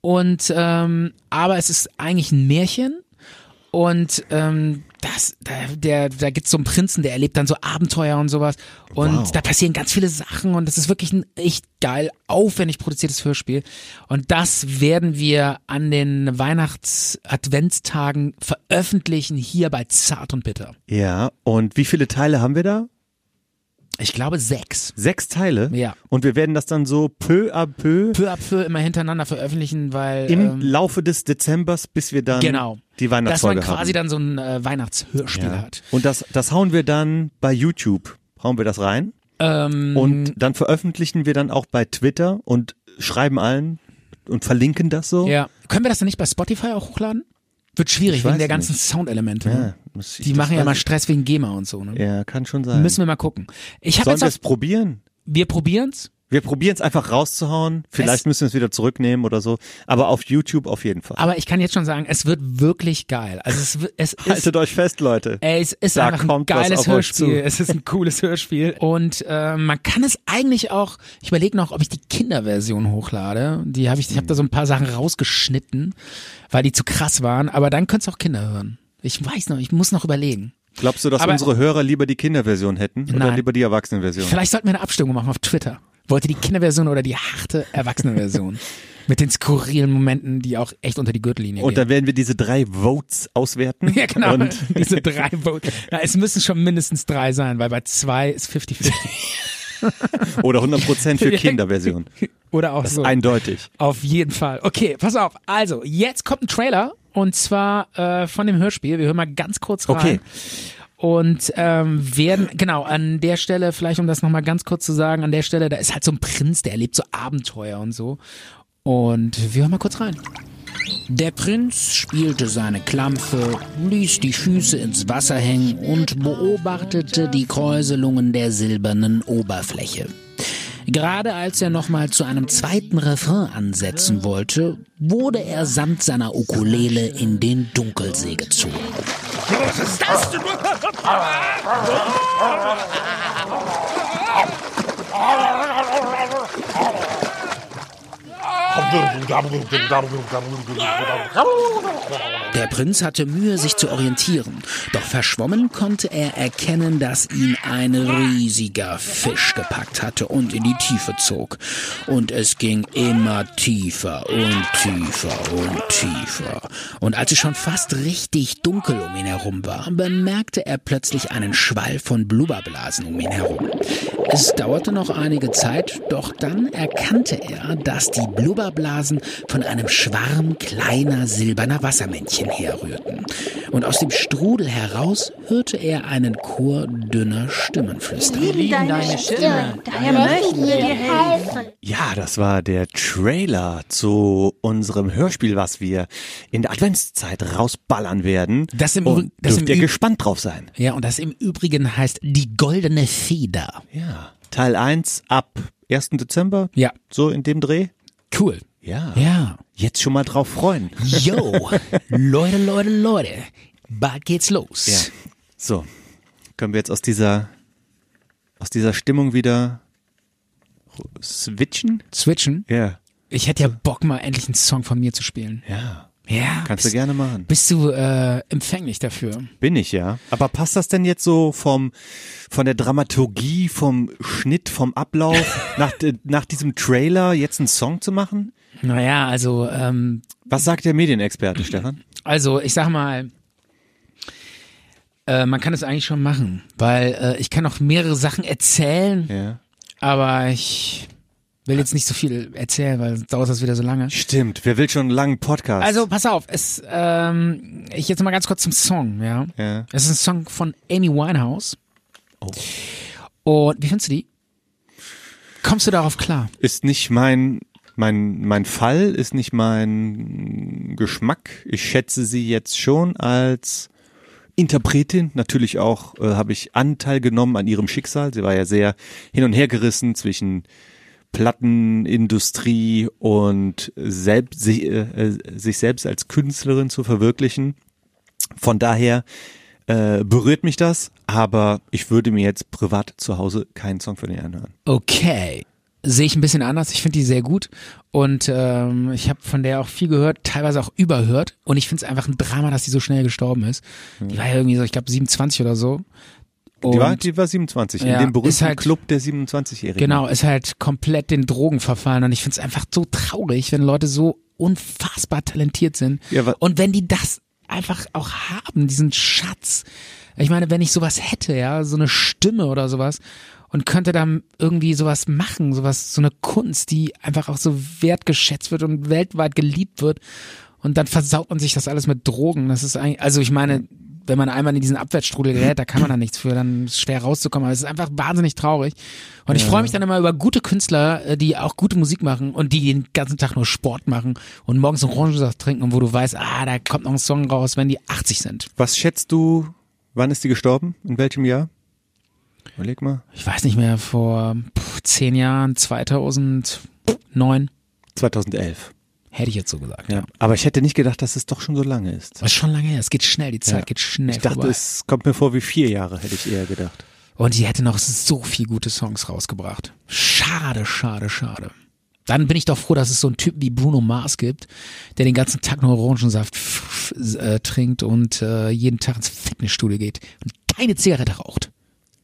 [SPEAKER 2] Und ähm, aber es ist eigentlich ein Märchen. Und ähm, das, da, der, da gibt's so einen Prinzen, der erlebt dann so Abenteuer und sowas. Und
[SPEAKER 3] Wow.
[SPEAKER 2] da passieren ganz viele Sachen und das ist wirklich ein echt geil, aufwendig produziertes Hörspiel. Und das werden wir an den Weihnachts-Adventstagen veröffentlichen hier bei Zart und Bitter.
[SPEAKER 3] ja, und wie viele Teile haben wir da?
[SPEAKER 2] Ich glaube sechs.
[SPEAKER 3] Sechs Teile.
[SPEAKER 2] Ja.
[SPEAKER 3] Und wir werden das dann so peu à peu,
[SPEAKER 2] peu à peu immer hintereinander veröffentlichen, weil
[SPEAKER 3] im
[SPEAKER 2] ähm,
[SPEAKER 3] Laufe des Dezembers, bis wir dann
[SPEAKER 2] genau,
[SPEAKER 3] die
[SPEAKER 2] dass man
[SPEAKER 3] Weihnachtsfolge
[SPEAKER 2] quasi dann
[SPEAKER 3] haben.
[SPEAKER 2] so ein äh, Weihnachtshörspiel hat.
[SPEAKER 3] Und das, das hauen wir dann bei YouTube. Hauen wir das rein.
[SPEAKER 2] Ähm.
[SPEAKER 3] und dann veröffentlichen wir dann auch bei Twitter und schreiben allen und verlinken das so.
[SPEAKER 2] Ja, können wir das dann nicht bei Spotify auch hochladen? Wird schwierig
[SPEAKER 3] Ich
[SPEAKER 2] wegen
[SPEAKER 3] weiß
[SPEAKER 2] der ganzen Soundelemente.
[SPEAKER 3] Ja,
[SPEAKER 2] ne?
[SPEAKER 3] Ah, muss ich-
[SPEAKER 2] die
[SPEAKER 3] das
[SPEAKER 2] machen ja
[SPEAKER 3] weiß
[SPEAKER 2] mal
[SPEAKER 3] ich-
[SPEAKER 2] Stress wegen GEMA und so. Ne?
[SPEAKER 3] Ja, kann schon sein.
[SPEAKER 2] Müssen wir mal gucken. Ich habe
[SPEAKER 3] Sollen
[SPEAKER 2] jetzt,
[SPEAKER 3] wir
[SPEAKER 2] auf,
[SPEAKER 3] es probieren?
[SPEAKER 2] wir probieren's.
[SPEAKER 3] Wir probieren es einfach rauszuhauen. Vielleicht
[SPEAKER 2] Es-
[SPEAKER 3] müssen wir es wieder zurücknehmen oder so. Aber auf YouTube auf jeden Fall.
[SPEAKER 2] Aber ich kann jetzt schon sagen, es wird wirklich geil. Also es, wi- es ist
[SPEAKER 3] Haltet euch fest, Leute.
[SPEAKER 2] Ey, es ist
[SPEAKER 3] Da
[SPEAKER 2] einfach ein
[SPEAKER 3] kommt was
[SPEAKER 2] geiles
[SPEAKER 3] auf euch zu.
[SPEAKER 2] Hörspiel. Es ist ein cooles Hörspiel. Und äh, man kann es eigentlich auch, ich überlege noch, ob ich die Kinderversion hochlade. Die habe ich, ich habe da so ein paar Sachen rausgeschnitten, weil die zu krass waren. Aber dann könnt's auch Kinder hören. Ich weiß noch, ich muss noch überlegen.
[SPEAKER 3] Glaubst du, dass
[SPEAKER 2] aber-
[SPEAKER 3] unsere Hörer lieber die Kinderversion hätten oder
[SPEAKER 2] Nein.
[SPEAKER 3] lieber die Erwachsenenversion?
[SPEAKER 2] Vielleicht sollten wir eine Abstimmung machen auf Twitter. Wollt ihr die Kinderversion oder die harte Erwachsenenversion? Mit den skurrilen Momenten, die auch echt unter die Gürtellinie
[SPEAKER 3] Und
[SPEAKER 2] gehen.
[SPEAKER 3] dann werden wir diese drei Votes auswerten.
[SPEAKER 2] Ja, genau.
[SPEAKER 3] Und
[SPEAKER 2] Diese drei Vote. Na, es müssen schon mindestens drei sein, weil bei zwei ist 50-50.
[SPEAKER 3] oder 100% für Kinderversion.
[SPEAKER 2] Oder auch so.
[SPEAKER 3] Eindeutig.
[SPEAKER 2] Auf jeden Fall. Okay, pass auf. Also, jetzt kommt ein Trailer und zwar äh, von dem Hörspiel. Wir hören mal ganz kurz rein.
[SPEAKER 3] Okay.
[SPEAKER 2] Und ähm, werden, genau, an der Stelle, vielleicht um das nochmal ganz kurz zu sagen, an der Stelle, da ist halt so ein Prinz, der erlebt so Abenteuer und so. Und wir hören mal kurz rein. Der Prinz spielte seine Klampfe, ließ die Füße ins Wasser hängen und beobachtete die Kräuselungen der silbernen Oberfläche. Gerade als er nochmal zu einem zweiten Refrain ansetzen wollte, wurde er samt seiner Ukulele in den Dunkelsee gezogen. Der Prinz hatte Mühe, sich zu orientieren, doch verschwommen konnte er erkennen, dass ihn ein riesiger Fisch gepackt hatte und in die Tiefe zog. Und es ging immer tiefer und tiefer und tiefer. Und als es schon fast richtig dunkel um ihn herum war, bemerkte er plötzlich einen Schwall von Blubberblasen um ihn herum. Es dauerte noch einige Zeit, doch dann erkannte er, dass die Blubberblasen von einem Schwarm kleiner silberner Wassermännchen herrührten. Und aus dem Strudel heraus hörte er einen Chor dünner Stimmen flüstern.
[SPEAKER 7] Daher möchten wir dir helfen.
[SPEAKER 3] Ja, das war der Trailer zu unserem Hörspiel, was wir in der Adventszeit rausballern werden.
[SPEAKER 2] Das im Übrigen-
[SPEAKER 3] Und
[SPEAKER 2] das
[SPEAKER 3] dürft
[SPEAKER 2] im
[SPEAKER 3] ihr
[SPEAKER 2] Üb-
[SPEAKER 3] gespannt drauf sein.
[SPEAKER 2] Ja, und das im Übrigen heißt die goldene Feder.
[SPEAKER 3] Ja. Teil 1 ab 1. Dezember.
[SPEAKER 2] Ja.
[SPEAKER 3] So in dem Dreh.
[SPEAKER 2] Cool.
[SPEAKER 3] Ja.
[SPEAKER 2] Ja.
[SPEAKER 3] Jetzt schon mal drauf freuen.
[SPEAKER 2] Yo, Leute, Leute, Leute, bald geht's los.
[SPEAKER 3] Ja. So. Können wir jetzt aus dieser, aus dieser Stimmung wieder switchen?
[SPEAKER 2] Switchen.
[SPEAKER 3] Ja.
[SPEAKER 2] Ich hätte ja Bock, mal endlich einen Song von mir zu spielen.
[SPEAKER 3] Ja.
[SPEAKER 2] Ja.
[SPEAKER 3] Kannst du
[SPEAKER 2] bist,
[SPEAKER 3] gerne machen.
[SPEAKER 2] Bist du äh, empfänglich dafür?
[SPEAKER 3] Bin ich, ja. Aber passt das denn jetzt so vom, von der Dramaturgie, vom Schnitt, vom Ablauf, nach, de- nach diesem Trailer jetzt einen Song zu machen?
[SPEAKER 2] Naja, also, ähm,
[SPEAKER 3] Was sagt der Medienexperte, Stefan?
[SPEAKER 2] also ich sag mal, Äh, man kann es eigentlich schon machen, weil äh, ich kann noch mehrere Sachen erzählen,
[SPEAKER 3] Ja.
[SPEAKER 2] aber ich will jetzt nicht so viel erzählen, weil sonst dauert das wieder so lange.
[SPEAKER 3] Stimmt, wer will schon einen langen Podcast?
[SPEAKER 2] Also pass auf, es, ähm, ich jetzt mal ganz kurz zum Song, ja.
[SPEAKER 3] Ja. Oh.
[SPEAKER 2] Es ist ein Song von Amy Winehouse. Und wie findest du die? Kommst du darauf klar?
[SPEAKER 3] ist nicht mein, mein, mein Fall, ist nicht mein Geschmack. Ich schätze sie jetzt schon als Interpretin. Natürlich auch äh, habe ich Anteil genommen an ihrem Schicksal. Sie war ja sehr hin und her gerissen zwischen Plattenindustrie und selbst, sich, äh, äh, sich selbst als Künstlerin zu verwirklichen. Von daher äh, berührt mich das, aber ich würde mir jetzt privat zu Hause keinen Song von ihr anhören.
[SPEAKER 2] Okay. Sehe ich ein bisschen anders. Ich finde die sehr gut. Und ähm, ich habe von der auch viel gehört, teilweise auch überhört. Und ich finde es einfach ein Drama, dass sie so schnell gestorben ist. Die war ja irgendwie so, ich glaube, 27 oder so.
[SPEAKER 3] Die
[SPEAKER 2] Und-
[SPEAKER 3] war, Mhm. die war 27,
[SPEAKER 2] Ja,
[SPEAKER 3] in dem berühmten
[SPEAKER 2] ist halt-
[SPEAKER 3] Club der 27-Jährigen.
[SPEAKER 2] Genau, ist halt komplett den Drogen verfallen und ich find's einfach so traurig, wenn Leute so unfassbar talentiert sind
[SPEAKER 3] Ja, wa-
[SPEAKER 2] und wenn die das einfach auch haben, diesen Schatz. Ich meine, wenn ich sowas hätte, ja, so eine Stimme oder sowas und könnte dann irgendwie sowas machen, sowas, so eine Kunst, die einfach auch so wertgeschätzt wird und weltweit geliebt wird und dann versaut man sich das alles mit Drogen. Das ist eigentlich, also ich meine, wenn man einmal in diesen Abwärtsstrudel gerät, da kann man da nichts für, dann ist es schwer rauszukommen. Aber es ist einfach wahnsinnig traurig. Und ich freue mich dann immer über gute Künstler, äh, die auch gute Musik machen und die den ganzen Tag nur Sport machen und morgens einen Orangensaft trinken und wo du weißt, ah, da kommt noch ein Song raus, wenn die 80 sind.
[SPEAKER 3] Was schätzt du, wann ist die gestorben? In welchem Jahr? Überleg mal.
[SPEAKER 2] Ich weiß nicht mehr, vor pff, zehn Jahren, 2009,
[SPEAKER 3] 2011.
[SPEAKER 2] hätte ich jetzt so gesagt.
[SPEAKER 3] Ja. Aber ich hätte nicht gedacht, dass es doch schon so lange ist.
[SPEAKER 2] Das ist schon lange her. Es geht schnell, die Zeit
[SPEAKER 3] Ja.
[SPEAKER 2] geht schnell
[SPEAKER 3] Ich dachte,
[SPEAKER 2] vorbei.
[SPEAKER 3] es kommt mir vor wie vier Jahre, hätte ich eher gedacht.
[SPEAKER 2] Und sie hätte noch so viel gute Songs rausgebracht. Schade, schade, schade. Dann bin ich doch froh, dass es so einen Typen wie Bruno Mars gibt, der den ganzen Tag nur Orangensaft f- f- äh, trinkt und äh, jeden Tag ins Fitnessstudio geht und keine Zigarette raucht.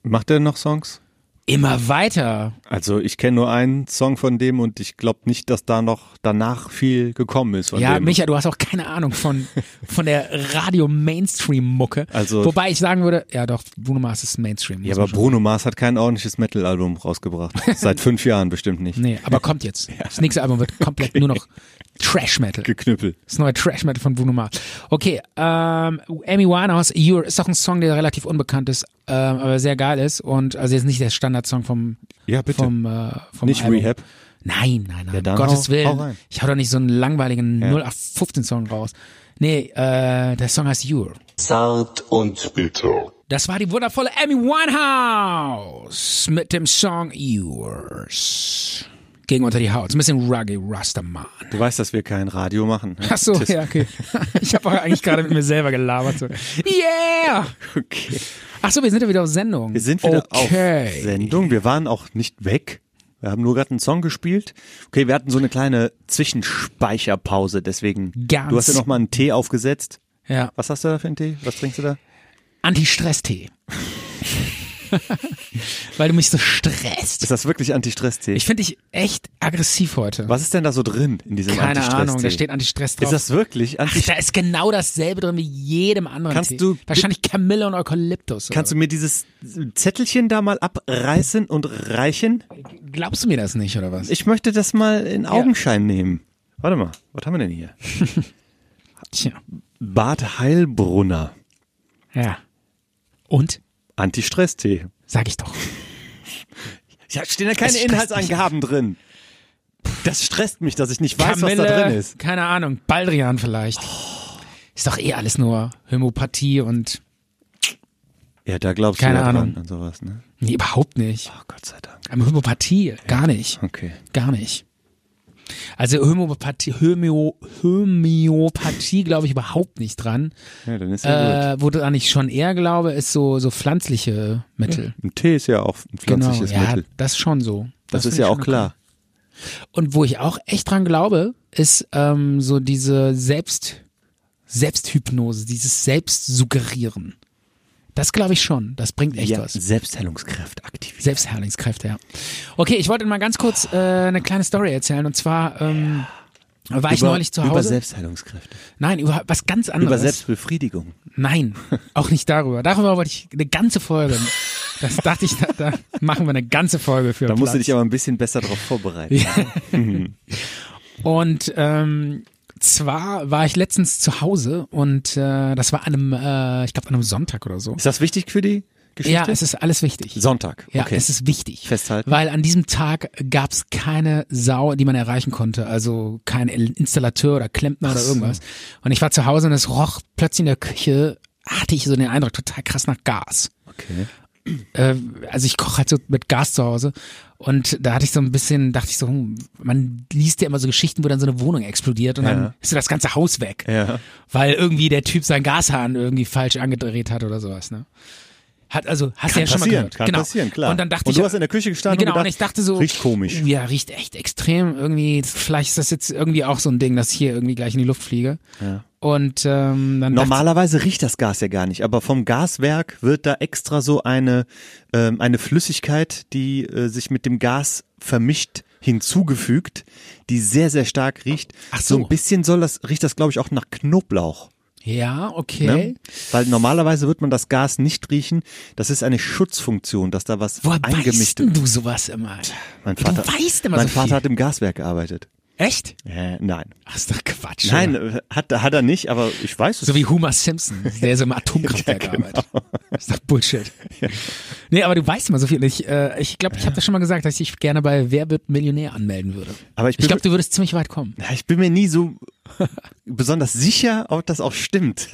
[SPEAKER 3] Macht er noch Songs?
[SPEAKER 2] Immer weiter.
[SPEAKER 3] Also ich kenne nur einen Song von dem und ich glaube nicht, dass da noch danach viel gekommen ist. Von
[SPEAKER 2] ja,
[SPEAKER 3] dem.
[SPEAKER 2] Micha, du hast auch keine Ahnung von, von der Radio-Mainstream-Mucke.
[SPEAKER 3] Also-
[SPEAKER 2] Wobei ich sagen würde, ja doch, Bruno Mars ist Mainstream.
[SPEAKER 3] Ja,
[SPEAKER 2] muss
[SPEAKER 3] aber
[SPEAKER 2] man schon-
[SPEAKER 3] Bruno Mars hat kein ordentliches Metal-Album rausgebracht. Seit fünf Jahren bestimmt nicht.
[SPEAKER 2] Nee, aber kommt jetzt. Das nächste Album wird komplett nur noch Trash-Metal.
[SPEAKER 3] Geknüppel.
[SPEAKER 2] Das neue Trash-Metal von Bruno Mars. Okay, ähm, Amy Winehouse, You're, ist doch ein Song, der relativ unbekannt ist, ähm, aber sehr geil ist. Und also jetzt nicht der Standardsong vom,
[SPEAKER 3] Ja, bitte.
[SPEAKER 2] vom, äh, vom
[SPEAKER 3] Nicht
[SPEAKER 2] Album.
[SPEAKER 3] Rehab.
[SPEAKER 2] Nein, nein, nein.
[SPEAKER 3] Ja, dann
[SPEAKER 2] um Gottes
[SPEAKER 3] hau-
[SPEAKER 2] Willen.
[SPEAKER 3] hau rein.
[SPEAKER 2] ich hau doch nicht so einen langweiligen 0815-Song raus. Nee, äh, der Song heißt You're.
[SPEAKER 1] Zart und bitter.
[SPEAKER 2] Das war die wundervolle Amy Winehouse mit dem Song Yours. Ging unter die Haut. So Ein bisschen Ruggy Rastaman.
[SPEAKER 3] Du weißt, dass wir kein Radio machen. ne?
[SPEAKER 2] Ach so,
[SPEAKER 3] Das-
[SPEAKER 2] ja, okay. Ich habe eigentlich gerade mit mir selber gelabert. So. Yeah!
[SPEAKER 3] Okay.
[SPEAKER 2] Ach so, wir sind ja wieder auf Sendung.
[SPEAKER 3] Wir sind wieder auf
[SPEAKER 2] okay.
[SPEAKER 3] Sendung. Wir waren auch nicht weg. Wir haben nur gerade einen Song gespielt. Okay, wir hatten so eine kleine Zwischenspeicherpause, deswegen.
[SPEAKER 2] Ganz.
[SPEAKER 3] Du hast ja nochmal einen Tee aufgesetzt.
[SPEAKER 2] Ja.
[SPEAKER 3] Was hast du da für einen Tee? Was trinkst du da?
[SPEAKER 2] Anti-Stress-Tee. Weil du mich so stresst.
[SPEAKER 3] Ist das wirklich Antistress-Tee?
[SPEAKER 2] Ich finde dich echt aggressiv heute.
[SPEAKER 3] Was ist denn da so drin in diesem
[SPEAKER 2] Keine
[SPEAKER 3] Antistress-Tee?
[SPEAKER 2] Ahnung, da steht Anti-Stress drauf.
[SPEAKER 3] Ist das wirklich
[SPEAKER 2] Ach, da
[SPEAKER 3] Antistress?
[SPEAKER 2] ist genau dasselbe drin wie jedem anderen
[SPEAKER 3] Kannst
[SPEAKER 2] Tee.
[SPEAKER 3] du-
[SPEAKER 2] Wahrscheinlich Kamille und Eukalyptus.
[SPEAKER 3] Kannst du mir dieses Zettelchen da mal abreißen und reichen?
[SPEAKER 2] du Glaubst du mir das nicht, oder was?
[SPEAKER 3] Ich möchte das mal in Augenschein nehmen. Warte mal, was haben wir denn hier?
[SPEAKER 2] Tja.
[SPEAKER 3] Bad Heilbrunner.
[SPEAKER 2] Ja. Und?
[SPEAKER 3] Antistress-Tee.
[SPEAKER 2] Sag ich doch.
[SPEAKER 3] Ja, stehen da keine
[SPEAKER 2] stresst
[SPEAKER 3] Inhaltsangaben drin. Das stresst mich, dass ich nicht weiß,
[SPEAKER 2] Kamille,
[SPEAKER 3] was da drin ist. Oh.
[SPEAKER 2] Keine Ahnung, Baldrian vielleicht. Ist doch eh alles nur Hämopathie und
[SPEAKER 3] Ja, da glaubst
[SPEAKER 2] Keine
[SPEAKER 3] du ja
[SPEAKER 2] Ahnung.
[SPEAKER 3] dran und sowas, ne?
[SPEAKER 2] nee, überhaupt nicht.
[SPEAKER 3] Oh, Gott sei Dank.
[SPEAKER 2] Am Hämopathie gar nicht,
[SPEAKER 3] Okay.
[SPEAKER 2] gar nicht. Also Hämopathie, Hämio, Hämiopathie glaube ich überhaupt nicht dran.
[SPEAKER 3] Ja, dann ist ja
[SPEAKER 2] Äh, woran ich schon eher glaube, ist so so pflanzliche Mittel.
[SPEAKER 3] gut. Ein Tee ist ja auch ein
[SPEAKER 2] Genau,
[SPEAKER 3] pflanzliches
[SPEAKER 2] ja,
[SPEAKER 3] Mittel.
[SPEAKER 2] das schon so.
[SPEAKER 3] Das,
[SPEAKER 2] find
[SPEAKER 3] ist
[SPEAKER 2] ich
[SPEAKER 3] ja
[SPEAKER 2] schon
[SPEAKER 3] auch
[SPEAKER 2] okay.
[SPEAKER 3] klar.
[SPEAKER 2] Und wo ich auch echt dran glaube, ist ähm, so diese Selbst Selbsthypnose, dieses Selbstsuggerieren. Das glaube ich schon. Das bringt echt was.
[SPEAKER 3] Selbstheilungskräfte aktivieren.
[SPEAKER 2] Selbstheilungskräfte, ja. Okay, ich wollte mal ganz kurz äh, eine kleine Story erzählen. Und zwar ähm, War ich
[SPEAKER 3] über,
[SPEAKER 2] neulich zu
[SPEAKER 3] Über
[SPEAKER 2] Hause?
[SPEAKER 3] Selbstheilungskräfte.
[SPEAKER 2] Nein, über was ganz
[SPEAKER 3] Über
[SPEAKER 2] anderes.
[SPEAKER 3] Selbstbefriedigung.
[SPEAKER 2] Nein, auch nicht darüber. Darüber wollte ich eine ganze Folge. Das dachte ich, da, da machen wir eine ganze Folge für.
[SPEAKER 3] Da musst du
[SPEAKER 2] Platz.
[SPEAKER 3] dich aber ein bisschen besser darauf vorbereiten.
[SPEAKER 2] Und ähm, zwar war ich letztens zu Hause und äh, das war an einem, äh, ich glaube an einem Sonntag oder so.
[SPEAKER 3] Ist das wichtig für die Geschichte?
[SPEAKER 2] Ja, es ist alles wichtig.
[SPEAKER 3] Sonntag.
[SPEAKER 2] Ja,
[SPEAKER 3] okay.
[SPEAKER 2] es ist wichtig.
[SPEAKER 3] Festhalten.
[SPEAKER 2] Weil an diesem Tag gab's keine Sau, die man erreichen konnte. Also kein El- Installateur oder Klempner oder irgendwas. Und ich war zu Hause und es roch plötzlich in der Küche, hatte ich so den Eindruck, total krass nach Gas.
[SPEAKER 3] okay.
[SPEAKER 2] Äh, also ich koche halt so mit Gas zu Hause. Und da hatte ich so ein bisschen, dachte ich so, hm, man liest ja immer so Geschichten, wo dann so eine Wohnung explodiert und dann ist so das ganze Haus weg.
[SPEAKER 3] Ja.
[SPEAKER 2] Weil irgendwie der Typ seinen Gashahn irgendwie falsch angedreht hat oder sowas, ne? Hat, also, hast du ja schon mal
[SPEAKER 3] passieren,
[SPEAKER 2] gehört.
[SPEAKER 3] kann
[SPEAKER 2] genau.
[SPEAKER 3] passieren, klar.
[SPEAKER 2] Und dann dachte
[SPEAKER 3] Und
[SPEAKER 2] ich.
[SPEAKER 3] du hast in der Küche gestanden und
[SPEAKER 2] Genau, und
[SPEAKER 3] gedacht,
[SPEAKER 2] ich dachte so.
[SPEAKER 3] riecht komisch.
[SPEAKER 2] Ja, riecht echt extrem. Irgendwie, vielleicht ist das jetzt irgendwie auch so ein Ding, dass ich hier irgendwie gleich in die Luft fliege. Ja. Und, ähm, dann. dachte
[SPEAKER 3] Normalerweise riecht das Gas ja gar nicht, aber vom Gaswerk wird da extra so eine, ähm, eine Flüssigkeit, die äh, sich mit dem Gas vermischt, hinzugefügt, die sehr, sehr stark riecht.
[SPEAKER 2] Ach so.
[SPEAKER 3] so ein bisschen soll das, riecht das, glaube ich, auch nach Knoblauch.
[SPEAKER 2] ich, Ja, okay.
[SPEAKER 3] Ne? Weil normalerweise wird man das Gas nicht riechen. Das ist eine Schutzfunktion, dass da was
[SPEAKER 2] Woher weißt
[SPEAKER 3] eingemischt
[SPEAKER 2] denn
[SPEAKER 3] wird.
[SPEAKER 2] du sowas immer?
[SPEAKER 3] Mein Vater,
[SPEAKER 2] du weißt immer
[SPEAKER 3] mein
[SPEAKER 2] so
[SPEAKER 3] Vater
[SPEAKER 2] viel.
[SPEAKER 3] hat im Gaswerk gearbeitet.
[SPEAKER 2] Echt?
[SPEAKER 3] Äh, nein.
[SPEAKER 2] Ach, ist doch Quatsch.
[SPEAKER 3] Nein,
[SPEAKER 2] oder?
[SPEAKER 3] äh, hat, hat er nicht, aber ich weiß es.
[SPEAKER 2] So wie Homer Simpson, der so im Atomkraftwerk
[SPEAKER 3] Ja, genau.
[SPEAKER 2] arbeitet. Das ist doch Bullshit. Nee, aber du weißt immer so viel. Ich äh, ich, glaub, ich habe das schon mal gesagt, dass ich dich gerne bei Wer wird Millionär anmelden würde.
[SPEAKER 3] Aber ich
[SPEAKER 2] ich
[SPEAKER 3] bin-
[SPEAKER 2] glaube, du würdest ziemlich weit kommen.
[SPEAKER 3] Ja, Ich bin mir nie so besonders sicher, ob das auch stimmt.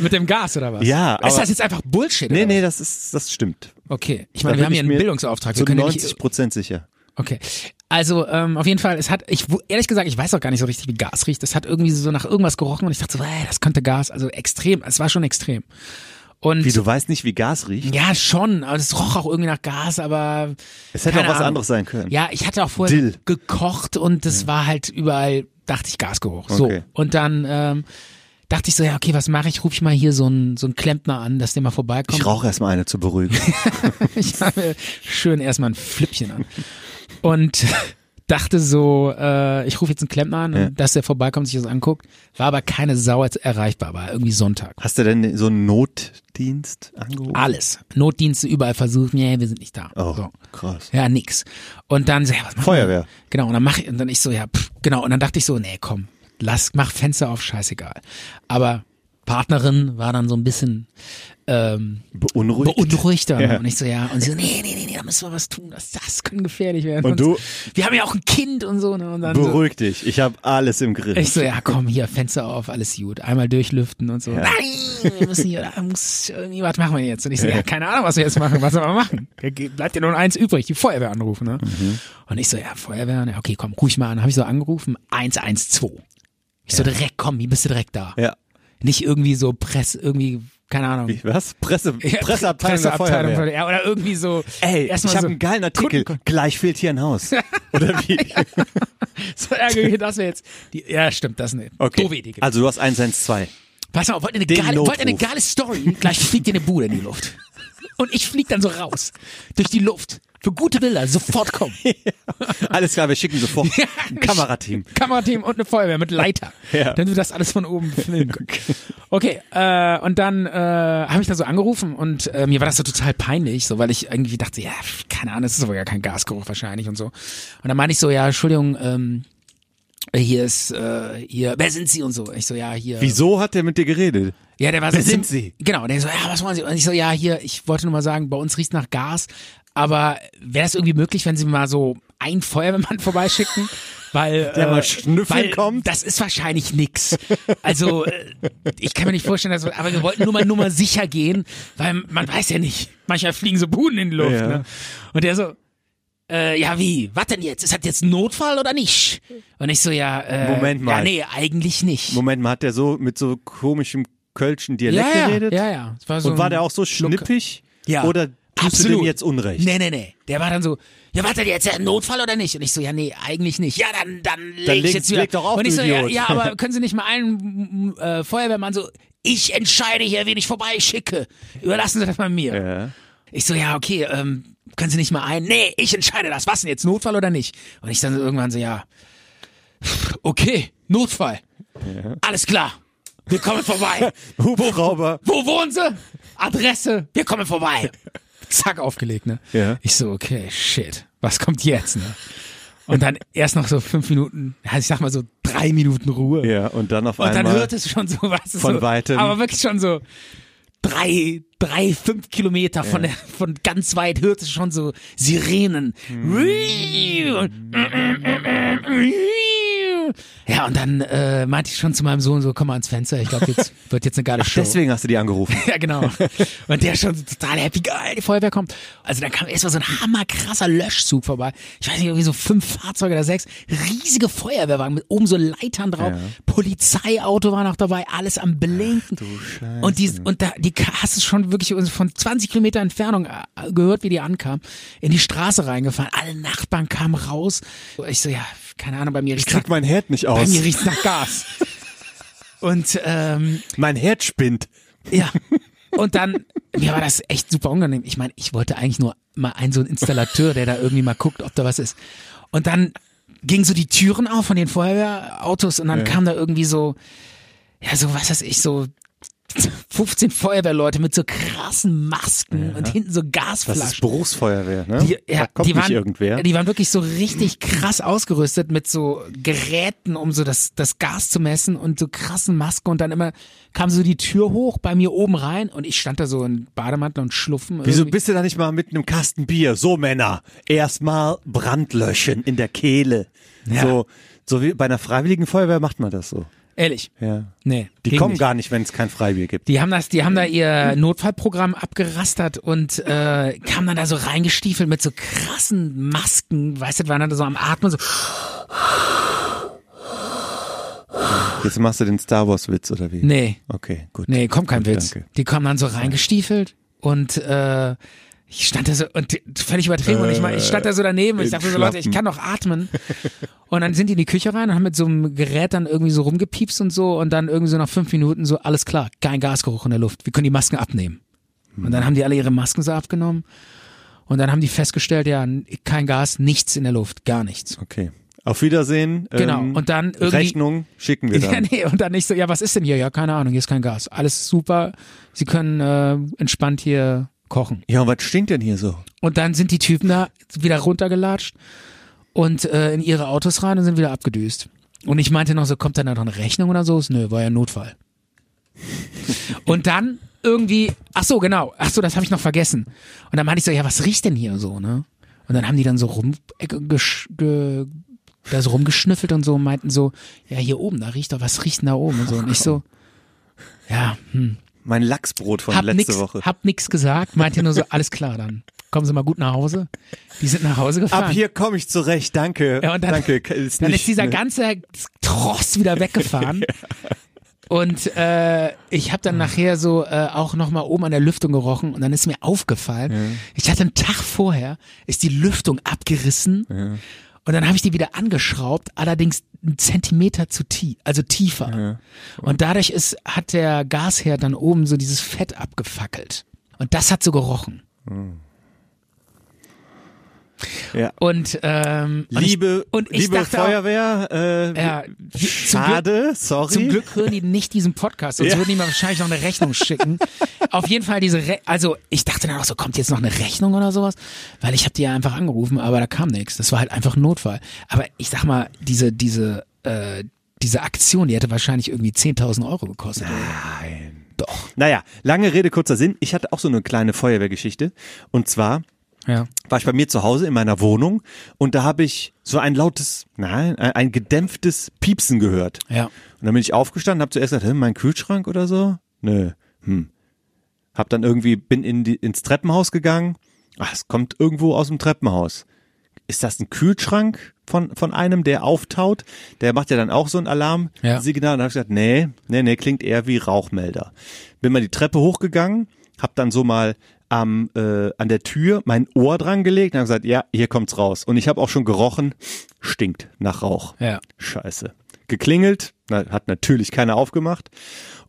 [SPEAKER 2] Mit dem Gas oder was?
[SPEAKER 3] Ja,
[SPEAKER 2] Ist
[SPEAKER 3] aber-
[SPEAKER 2] das jetzt einfach Bullshit?
[SPEAKER 3] nee,
[SPEAKER 2] oder
[SPEAKER 3] nee, das ist, das stimmt.
[SPEAKER 2] was? Okay. Ich
[SPEAKER 3] Da
[SPEAKER 2] meine,
[SPEAKER 3] bin
[SPEAKER 2] wir haben
[SPEAKER 3] ich
[SPEAKER 2] hier einen
[SPEAKER 3] mir
[SPEAKER 2] Bildungsauftrag.
[SPEAKER 3] Zu
[SPEAKER 2] wir können ja
[SPEAKER 3] 90
[SPEAKER 2] nicht,
[SPEAKER 3] Prozent sicher.
[SPEAKER 2] Okay. Also ähm, auf jeden Fall, es hat, ich wu- ehrlich gesagt, ich weiß auch gar nicht so richtig, wie Gas riecht. Es hat irgendwie so nach irgendwas gerochen und ich dachte so, ey, das könnte Gas. Also extrem, es war schon extrem. Und
[SPEAKER 3] Wie, du weißt nicht, wie Gas riecht?
[SPEAKER 2] ja, schon, aber es roch auch irgendwie nach Gas, aber
[SPEAKER 3] Es hätte
[SPEAKER 2] keine
[SPEAKER 3] auch was
[SPEAKER 2] Ahnung.
[SPEAKER 3] anderes sein können.
[SPEAKER 2] Ja, ich hatte auch vorher
[SPEAKER 3] Dill.
[SPEAKER 2] gekocht und das war halt überall, dachte ich, Gasgeruch. So.
[SPEAKER 3] Okay.
[SPEAKER 2] Und dann ähm, dachte ich so, ja, okay, was mache ich? Ruf ich mal hier so einen so einen Klempner an, dass der mal vorbeikommt.
[SPEAKER 3] Ich rauche erstmal eine zur Beruhigung.
[SPEAKER 2] Ich habe schön erstmal ein Flippchen an. Und dachte so, äh, ich rufe jetzt einen Klempner an, dass der vorbeikommt, sich das anguckt. War aber keine Sau jetzt erreichbar, war irgendwie Sonntag.
[SPEAKER 3] Hast du denn so einen Notdienst angerufen?
[SPEAKER 2] Alles. Notdienste überall versucht, nee, wir sind nicht da.
[SPEAKER 3] Oh,
[SPEAKER 2] So.
[SPEAKER 3] krass.
[SPEAKER 2] Ja, nix. Und dann so, ja, was machen
[SPEAKER 3] Feuerwehr.
[SPEAKER 2] Wir? Genau, und dann mach ich, und dann ich so, ja, pff, genau, und dann dachte ich so, nee, komm, lass, mach Fenster auf, scheißegal. Aber Partnerin war dann so ein bisschen ähm,
[SPEAKER 3] Beunruhigt?
[SPEAKER 2] beunruhigter.
[SPEAKER 3] Ja.
[SPEAKER 2] Und ich so, ja, und sie so, nee, nee, nee, nee, da müssen wir was tun, das, das kann gefährlich werden.
[SPEAKER 3] Und du-
[SPEAKER 2] wir haben ja auch ein Kind und so, ne, und dann so,
[SPEAKER 3] Beruhig dich, ich habe alles im Griff.
[SPEAKER 2] ich so, ja, komm, hier, Fenster auf, alles gut. Einmal durchlüften und so. Nein, wir müssen hier, da muss, irgendwie, was machen wir jetzt? Und ich so, ja, keine Ahnung, was wir jetzt machen, was sollen wir machen? Da ge- bleibt ja nur eins übrig, die Feuerwehr anrufen, ne?
[SPEAKER 3] Mhm.
[SPEAKER 2] Und ich so, ja, Feuerwehr, ne, okay, komm, ruf ich mal an. Habe ich so angerufen, 112. Ich so, direkt, komm, hier bist du direkt da.
[SPEAKER 3] Ja.
[SPEAKER 2] Nicht irgendwie so Press, irgendwie, keine Ahnung.
[SPEAKER 3] Wie, was? Presse,
[SPEAKER 2] Ja,
[SPEAKER 3] Presseabteilung, der Feuerwehr.
[SPEAKER 2] Feuerwehr. Ja, oder irgendwie so.
[SPEAKER 3] Ey, ich
[SPEAKER 2] erstmal
[SPEAKER 3] habe
[SPEAKER 2] so,
[SPEAKER 3] einen geilen Artikel. Gleich fehlt hier ein Haus. Oder wie?
[SPEAKER 2] So, ja, das wäre jetzt. Die, ja, stimmt, das ist eine doofe Idee. gewesen.
[SPEAKER 3] Also du hast 112.
[SPEAKER 2] Pass mal, auf, wollt ihr eine,
[SPEAKER 3] Den
[SPEAKER 2] geile, wollt ihr eine
[SPEAKER 3] Notruf.
[SPEAKER 2] geile Story? Gleich fliegt ihr eine Bude in die Luft. Und ich flieg dann so raus. Durch die Luft. Für gute Bilder, sofort kommen.
[SPEAKER 3] Alles klar, wir schicken sofort ein Kamerateam.
[SPEAKER 2] Kamerateam und eine Feuerwehr mit Leiter.
[SPEAKER 3] Ja.
[SPEAKER 2] Dann wird das alles von oben filmen. Okay, äh, und dann äh, habe ich da so angerufen und äh, mir war das so total peinlich, so weil ich irgendwie dachte, ja, keine Ahnung, es ist aber ja kein Gasgeruch wahrscheinlich und so. Und dann meinte ich so, ja, Entschuldigung, ähm, hier ist, äh, hier, wer sind Sie und so? Ich so, ja, hier.
[SPEAKER 3] Wieso hat der mit dir geredet?
[SPEAKER 2] Ja, der war
[SPEAKER 3] Wer
[SPEAKER 2] so.
[SPEAKER 3] sind
[SPEAKER 2] ziem-
[SPEAKER 3] Sie?
[SPEAKER 2] Genau, der so, ja, was wollen Sie? Und ich so, ja, hier, ich wollte nur mal sagen, bei uns riecht nach Gas, aber wäre das irgendwie möglich, wenn Sie mal so einen Feuerwehrmann vorbeischicken? Weil,
[SPEAKER 3] Der
[SPEAKER 2] äh,
[SPEAKER 3] mal schnüffeln
[SPEAKER 2] weil
[SPEAKER 3] kommt?
[SPEAKER 2] Das ist wahrscheinlich nix. Also, äh, ich kann mir nicht vorstellen, dass, wir- aber wir wollten nur mal, nur mal sicher gehen, weil man weiß ja nicht. Manchmal fliegen so Buden in die Luft,
[SPEAKER 3] Ja.
[SPEAKER 2] ne? Und der so, äh, ja, wie? Was denn jetzt? Ist das jetzt ein Notfall oder nicht? Und ich so, ja, äh,
[SPEAKER 3] Moment
[SPEAKER 2] Ja,
[SPEAKER 3] mal.
[SPEAKER 2] nee, eigentlich nicht.
[SPEAKER 3] Moment mal, hat der so mit so komischem kölschen Dialekt
[SPEAKER 2] ja,
[SPEAKER 3] geredet?
[SPEAKER 2] Ja, ja, ja. Es War so
[SPEAKER 3] Und war
[SPEAKER 2] ein-
[SPEAKER 3] der auch so schnippig?
[SPEAKER 2] Ja.
[SPEAKER 3] Oder tust du
[SPEAKER 2] Absolut.
[SPEAKER 3] dem jetzt Unrecht?
[SPEAKER 2] Nee, nee, nee. Der war dann so, ja, warte, jetzt ja, Notfall oder nicht? Und ich so, ja, nee, eigentlich nicht. Ja, dann, dann leg ich
[SPEAKER 3] leg-
[SPEAKER 2] jetzt wieder.
[SPEAKER 3] leg doch auf,
[SPEAKER 2] Und ich
[SPEAKER 3] du
[SPEAKER 2] so, ja,
[SPEAKER 3] Idiot.
[SPEAKER 2] ja, aber können Sie nicht mal einen m, äh, Feuerwehrmann so, ich entscheide hier, wen ich vorbeischicke. Überlassen Sie das mal mir.
[SPEAKER 3] Ja.
[SPEAKER 2] Ich so, ja, okay, ähm, können Sie nicht mal einen? Nee, ich entscheide das. Was denn jetzt, Notfall oder nicht? Und ich dann so irgendwann so, ja, Okay, Notfall. Alles klar. Wir kommen vorbei.
[SPEAKER 3] Hubschrauber.
[SPEAKER 2] Wo wohnen sie? Adresse. Wir kommen vorbei. Zack, aufgelegt, ne?
[SPEAKER 3] Ja.
[SPEAKER 2] Ich so, okay, shit. Was kommt jetzt, ne? Und dann erst noch so fünf Minuten, also ich sag mal so drei Minuten Ruhe.
[SPEAKER 3] Ja, und dann auf
[SPEAKER 2] Und
[SPEAKER 3] einmal.
[SPEAKER 2] dann hört es schon so, weißt du,
[SPEAKER 3] Von
[SPEAKER 2] so,
[SPEAKER 3] Weitem.
[SPEAKER 2] aber wirklich schon so drei, drei, fünf Kilometer von, der, von ganz weit hört es schon so Sirenen. Ja, und dann äh, meinte ich schon zu meinem Sohn so, komm mal ans Fenster, ich glaube, jetzt wird jetzt eine geile Show.
[SPEAKER 3] Deswegen hast du die angerufen.
[SPEAKER 2] Ja, genau. Und der schon total happy, geil, die Feuerwehr kommt. Also dann kam erstmal so ein hammerkrasser Löschzug vorbei. Ich weiß nicht, irgendwie so fünf Fahrzeuge oder sechs. Riesige Feuerwehrwagen mit oben so Leitern drauf. Polizeiauto war noch dabei, alles am Blinken. und die, und da, die Ka- hast du schon wirklich von 20 Kilometer Entfernung äh, gehört, wie die ankam. In die Straße reingefahren. Alle Nachbarn kamen raus. Ich so, ja, keine Ahnung, bei mir riecht's nach,
[SPEAKER 3] mein Herd nicht
[SPEAKER 2] bei
[SPEAKER 3] aus.
[SPEAKER 2] mir riecht's nach Gas. Und, ähm,
[SPEAKER 3] Mein Herd spinnt.
[SPEAKER 2] ja. Und dann, mir war das echt super unangenehm. Ich meine, ich wollte eigentlich nur mal einen so einen Installateur, der da irgendwie mal guckt, ob da was ist. Und dann gingen so die Türen auf von den Feuerwehrautos und dann kam da irgendwie so, ja, so was weiß ich, so 15 Feuerwehrleute mit so krassen Masken und hinten so
[SPEAKER 3] Das
[SPEAKER 2] Gasflaschen.
[SPEAKER 3] ist Berufsfeuerwehr, ne?
[SPEAKER 2] Die, ja,
[SPEAKER 3] da kommt
[SPEAKER 2] die
[SPEAKER 3] nicht
[SPEAKER 2] waren,
[SPEAKER 3] irgendwer.
[SPEAKER 2] Die waren wirklich so richtig krass ausgerüstet mit so Geräten, um so das, das Gas zu messen und so krassen Masken und dann immer kam so die Tür hoch bei mir oben rein und ich stand da so in Bademantel und Schlupfen.
[SPEAKER 3] Wieso
[SPEAKER 2] irgendwie.
[SPEAKER 3] bist du da nicht mal mit einem Kasten Bier? So Männer, erstmal Brandlöschen in der Kehle. So, so wie bei einer freiwilligen Feuerwehr macht man das so.
[SPEAKER 2] Ehrlich.
[SPEAKER 3] Ja.
[SPEAKER 2] Nee.
[SPEAKER 3] Die
[SPEAKER 2] ging
[SPEAKER 3] kommen
[SPEAKER 2] nicht.
[SPEAKER 3] gar nicht, wenn es kein Freibier gibt.
[SPEAKER 2] Die haben das, die haben da ihr Notfallprogramm abgerastert und äh, kamen dann da so reingestiefelt mit so krassen Masken, weißt du, waren dann so am Atmen so.
[SPEAKER 3] Jetzt machst du den Star Wars Witz oder wie?
[SPEAKER 2] Nee.
[SPEAKER 3] Okay, gut.
[SPEAKER 2] Nee, kommt kein
[SPEAKER 3] Gut,
[SPEAKER 2] Witz.
[SPEAKER 3] Danke.
[SPEAKER 2] Die kamen dann so reingestiefelt und äh, ich stand da so und die- völlig übertrieben und ich, mein, ich stand da so daneben und ich
[SPEAKER 3] in
[SPEAKER 2] dachte so, Leute, ich
[SPEAKER 3] Schlappen.
[SPEAKER 2] kann noch atmen. und dann sind die in die Küche rein und haben mit so einem Gerät dann irgendwie so rumgepiepst und so und dann irgendwie so nach fünf Minuten so, alles klar, kein Gasgeruch in der Luft, wir können die Masken abnehmen. Und dann haben die alle ihre Masken so abgenommen und dann haben die festgestellt, ja, n- kein Gas, nichts in der Luft, gar nichts.
[SPEAKER 3] Okay. Auf Wiedersehen.
[SPEAKER 2] Genau,
[SPEAKER 3] Ähm,
[SPEAKER 2] und dann irgendwie-
[SPEAKER 3] Rechnung schicken wir
[SPEAKER 2] Ja,
[SPEAKER 3] dann.
[SPEAKER 2] nee, und dann nicht so, ja, was ist denn hier? Ja, keine Ahnung, hier ist kein Gas. Alles super. Sie können äh, entspannt hier kochen.
[SPEAKER 3] Ja, und was stinkt denn hier so?
[SPEAKER 2] Und dann sind die Typen da wieder runtergelatscht und äh, in ihre Autos rein und sind wieder abgedüst. Und ich meinte noch so, kommt dann da noch eine Rechnung oder so? Nö, war ja Notfall. Und dann irgendwie, ach so, genau, ach so, das habe ich noch vergessen. Und dann meinte ich so, ja, was riecht denn hier so, ne? Und dann haben die dann so rum, äh, gesch, ge, da so rumgeschnüffelt und so und meinten so, ja, hier oben, da riecht doch, was riecht denn da oben und so. Und ich so, ja, hm,
[SPEAKER 3] Mein Lachsbrot von
[SPEAKER 2] hab
[SPEAKER 3] letzte
[SPEAKER 2] nix,
[SPEAKER 3] Woche.
[SPEAKER 2] Hab nix gesagt, meinte nur so, alles klar dann. Kommen Sie mal gut nach Hause. Die sind nach Hause gefahren.
[SPEAKER 3] Ab hier komme ich zurecht, danke.
[SPEAKER 2] Ja, und dann,
[SPEAKER 3] danke. Ist
[SPEAKER 2] dann
[SPEAKER 3] nicht,
[SPEAKER 2] ist dieser
[SPEAKER 3] ne?
[SPEAKER 2] ganze Tross wieder weggefahren. Und äh, ich habe dann nachher so äh, auch nochmal oben an der Lüftung gerochen und dann ist mir aufgefallen, ich hatte einen Tag vorher, ist die Lüftung abgerissen und dann habe ich die wieder angeschraubt, allerdings einen Zentimeter zu tief, also tiefer. Und dadurch ist, hat der Gasherd dann oben so dieses Fett abgefackelt. Und das hat so gerochen.
[SPEAKER 3] Ja.
[SPEAKER 2] Und, ähm, und ich-
[SPEAKER 3] Liebe,
[SPEAKER 2] und ich
[SPEAKER 3] liebe
[SPEAKER 2] dachte auch-
[SPEAKER 3] Feuerwehr, äh,
[SPEAKER 2] ja,
[SPEAKER 3] schade, sorry.
[SPEAKER 2] Zum Glück hören die nicht diesen Podcast, sonst
[SPEAKER 3] Ja.
[SPEAKER 2] würden die mir wahrscheinlich noch eine Rechnung schicken. Auf jeden Fall diese, Re also ich dachte dann auch so, kommt jetzt noch eine Rechnung oder sowas? Weil ich habe die ja einfach angerufen, aber da kam nichts. Das war halt einfach ein Notfall. Aber ich sag mal, diese, diese, äh, diese Aktion, die hätte wahrscheinlich irgendwie 10.000 Euro gekostet.
[SPEAKER 3] Ah. Naja, lange Rede, kurzer Sinn. Ich hatte auch so eine kleine Feuerwehrgeschichte. Und zwar
[SPEAKER 2] Ja.
[SPEAKER 3] war ich bei mir zu Hause in meiner Wohnung und da habe ich so ein lautes, nein, ein ein gedämpftes Piepsen gehört.
[SPEAKER 2] Ja.
[SPEAKER 3] Und dann bin ich aufgestanden, habe zuerst gesagt, hm, mein Kühlschrank oder so? Nö, hm. Hab dann irgendwie, bin in die, ins Treppenhaus gegangen. Ach, es kommt irgendwo aus dem Treppenhaus. Ist das ein Kühlschrank von, von einem, der auftaut? Der macht ja dann auch so ein
[SPEAKER 2] Ja.
[SPEAKER 3] Alarmsignal. Signal Und dann hab ich gesagt, nee, nee, nee, klingt eher wie Rauchmelder. Bin mal die Treppe hochgegangen, hab dann so mal am, äh, an der Tür mein Ohr dran gelegt und hab gesagt, ja, hier kommt's raus. Und ich habe auch schon gerochen, stinkt nach Rauch.
[SPEAKER 2] Ja.
[SPEAKER 3] Scheiße. geklingelt, na, hat natürlich keiner aufgemacht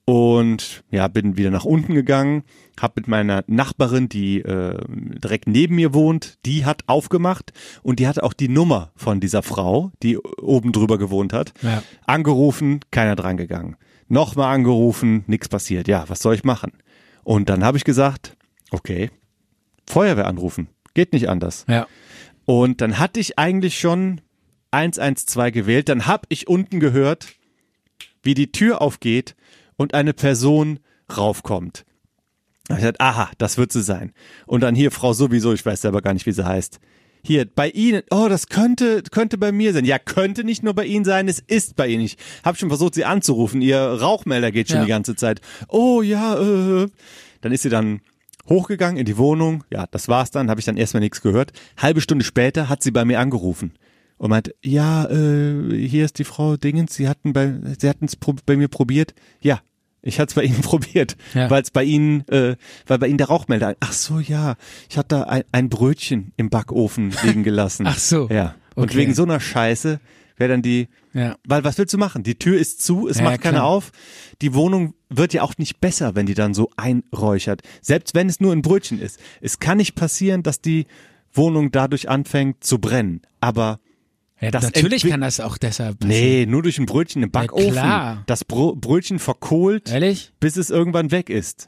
[SPEAKER 3] und ja, bin wieder nach unten gegangen, habe mit meiner Nachbarin, die äh, direkt neben mir wohnt, die hat aufgemacht und die hatte auch die Nummer von dieser Frau, die oben drüber gewohnt hat,
[SPEAKER 2] Ja.
[SPEAKER 3] angerufen, keiner dran gegangen. Nochmal angerufen, nichts passiert. Ja, was soll ich machen? Und dann habe ich gesagt, okay, Feuerwehr anrufen, geht nicht anders.
[SPEAKER 2] Ja.
[SPEAKER 3] Und dann hatte ich eigentlich schon 112 gewählt. Dann habe ich unten gehört, wie die Tür aufgeht und eine Person raufkommt. Da hab ich gesagt, aha, das wird sie sein. Und dann hier Frau sowieso, ich weiß selber gar nicht, wie sie heißt. Hier, bei Ihnen, oh, das könnte, könnte bei mir sein. Ja, könnte nicht nur bei Ihnen sein, es ist bei Ihnen. Ich habe schon versucht, sie anzurufen. Ihr Rauchmelder geht schon
[SPEAKER 2] Ja.
[SPEAKER 3] die ganze Zeit. Oh ja, äh. Dann ist sie dann hochgegangen in die Wohnung. Ja, das war's dann, habe ich dann erstmal nichts gehört. Halbe Stunde später hat sie bei mir angerufen und meint, ja, äh, hier ist die Frau Dingens, sie hatten bei, sie hatten es prob- bei mir probiert. Ja, ich hatte es bei Ihnen probiert,
[SPEAKER 2] Ja.
[SPEAKER 3] weil es bei Ihnen, äh, weil bei Ihnen der Rauchmelder. Ach so, ja, ich hatte da ein, ein Brötchen im Backofen liegen gelassen.
[SPEAKER 2] Ach so.
[SPEAKER 3] Ja. Und
[SPEAKER 2] Okay.
[SPEAKER 3] wegen so einer Scheiße wäre dann die,
[SPEAKER 2] Ja.
[SPEAKER 3] weil was willst du machen? Die Tür ist zu, es
[SPEAKER 2] Ja,
[SPEAKER 3] macht keiner
[SPEAKER 2] klar.
[SPEAKER 3] auf. Die Wohnung wird ja auch nicht besser, wenn die dann so einräuchert. Selbst wenn es nur ein Brötchen ist. Es kann nicht passieren, dass die Wohnung dadurch anfängt zu brennen. Aber
[SPEAKER 2] Ja,
[SPEAKER 3] Das
[SPEAKER 2] natürlich
[SPEAKER 3] entwi-
[SPEAKER 2] kann das auch deshalb passieren.
[SPEAKER 3] nee, nur durch ein Brötchen im Backofen.
[SPEAKER 2] klar.
[SPEAKER 3] Das Bro Brötchen verkohlt,
[SPEAKER 2] Ehrlich?
[SPEAKER 3] bis es irgendwann weg ist.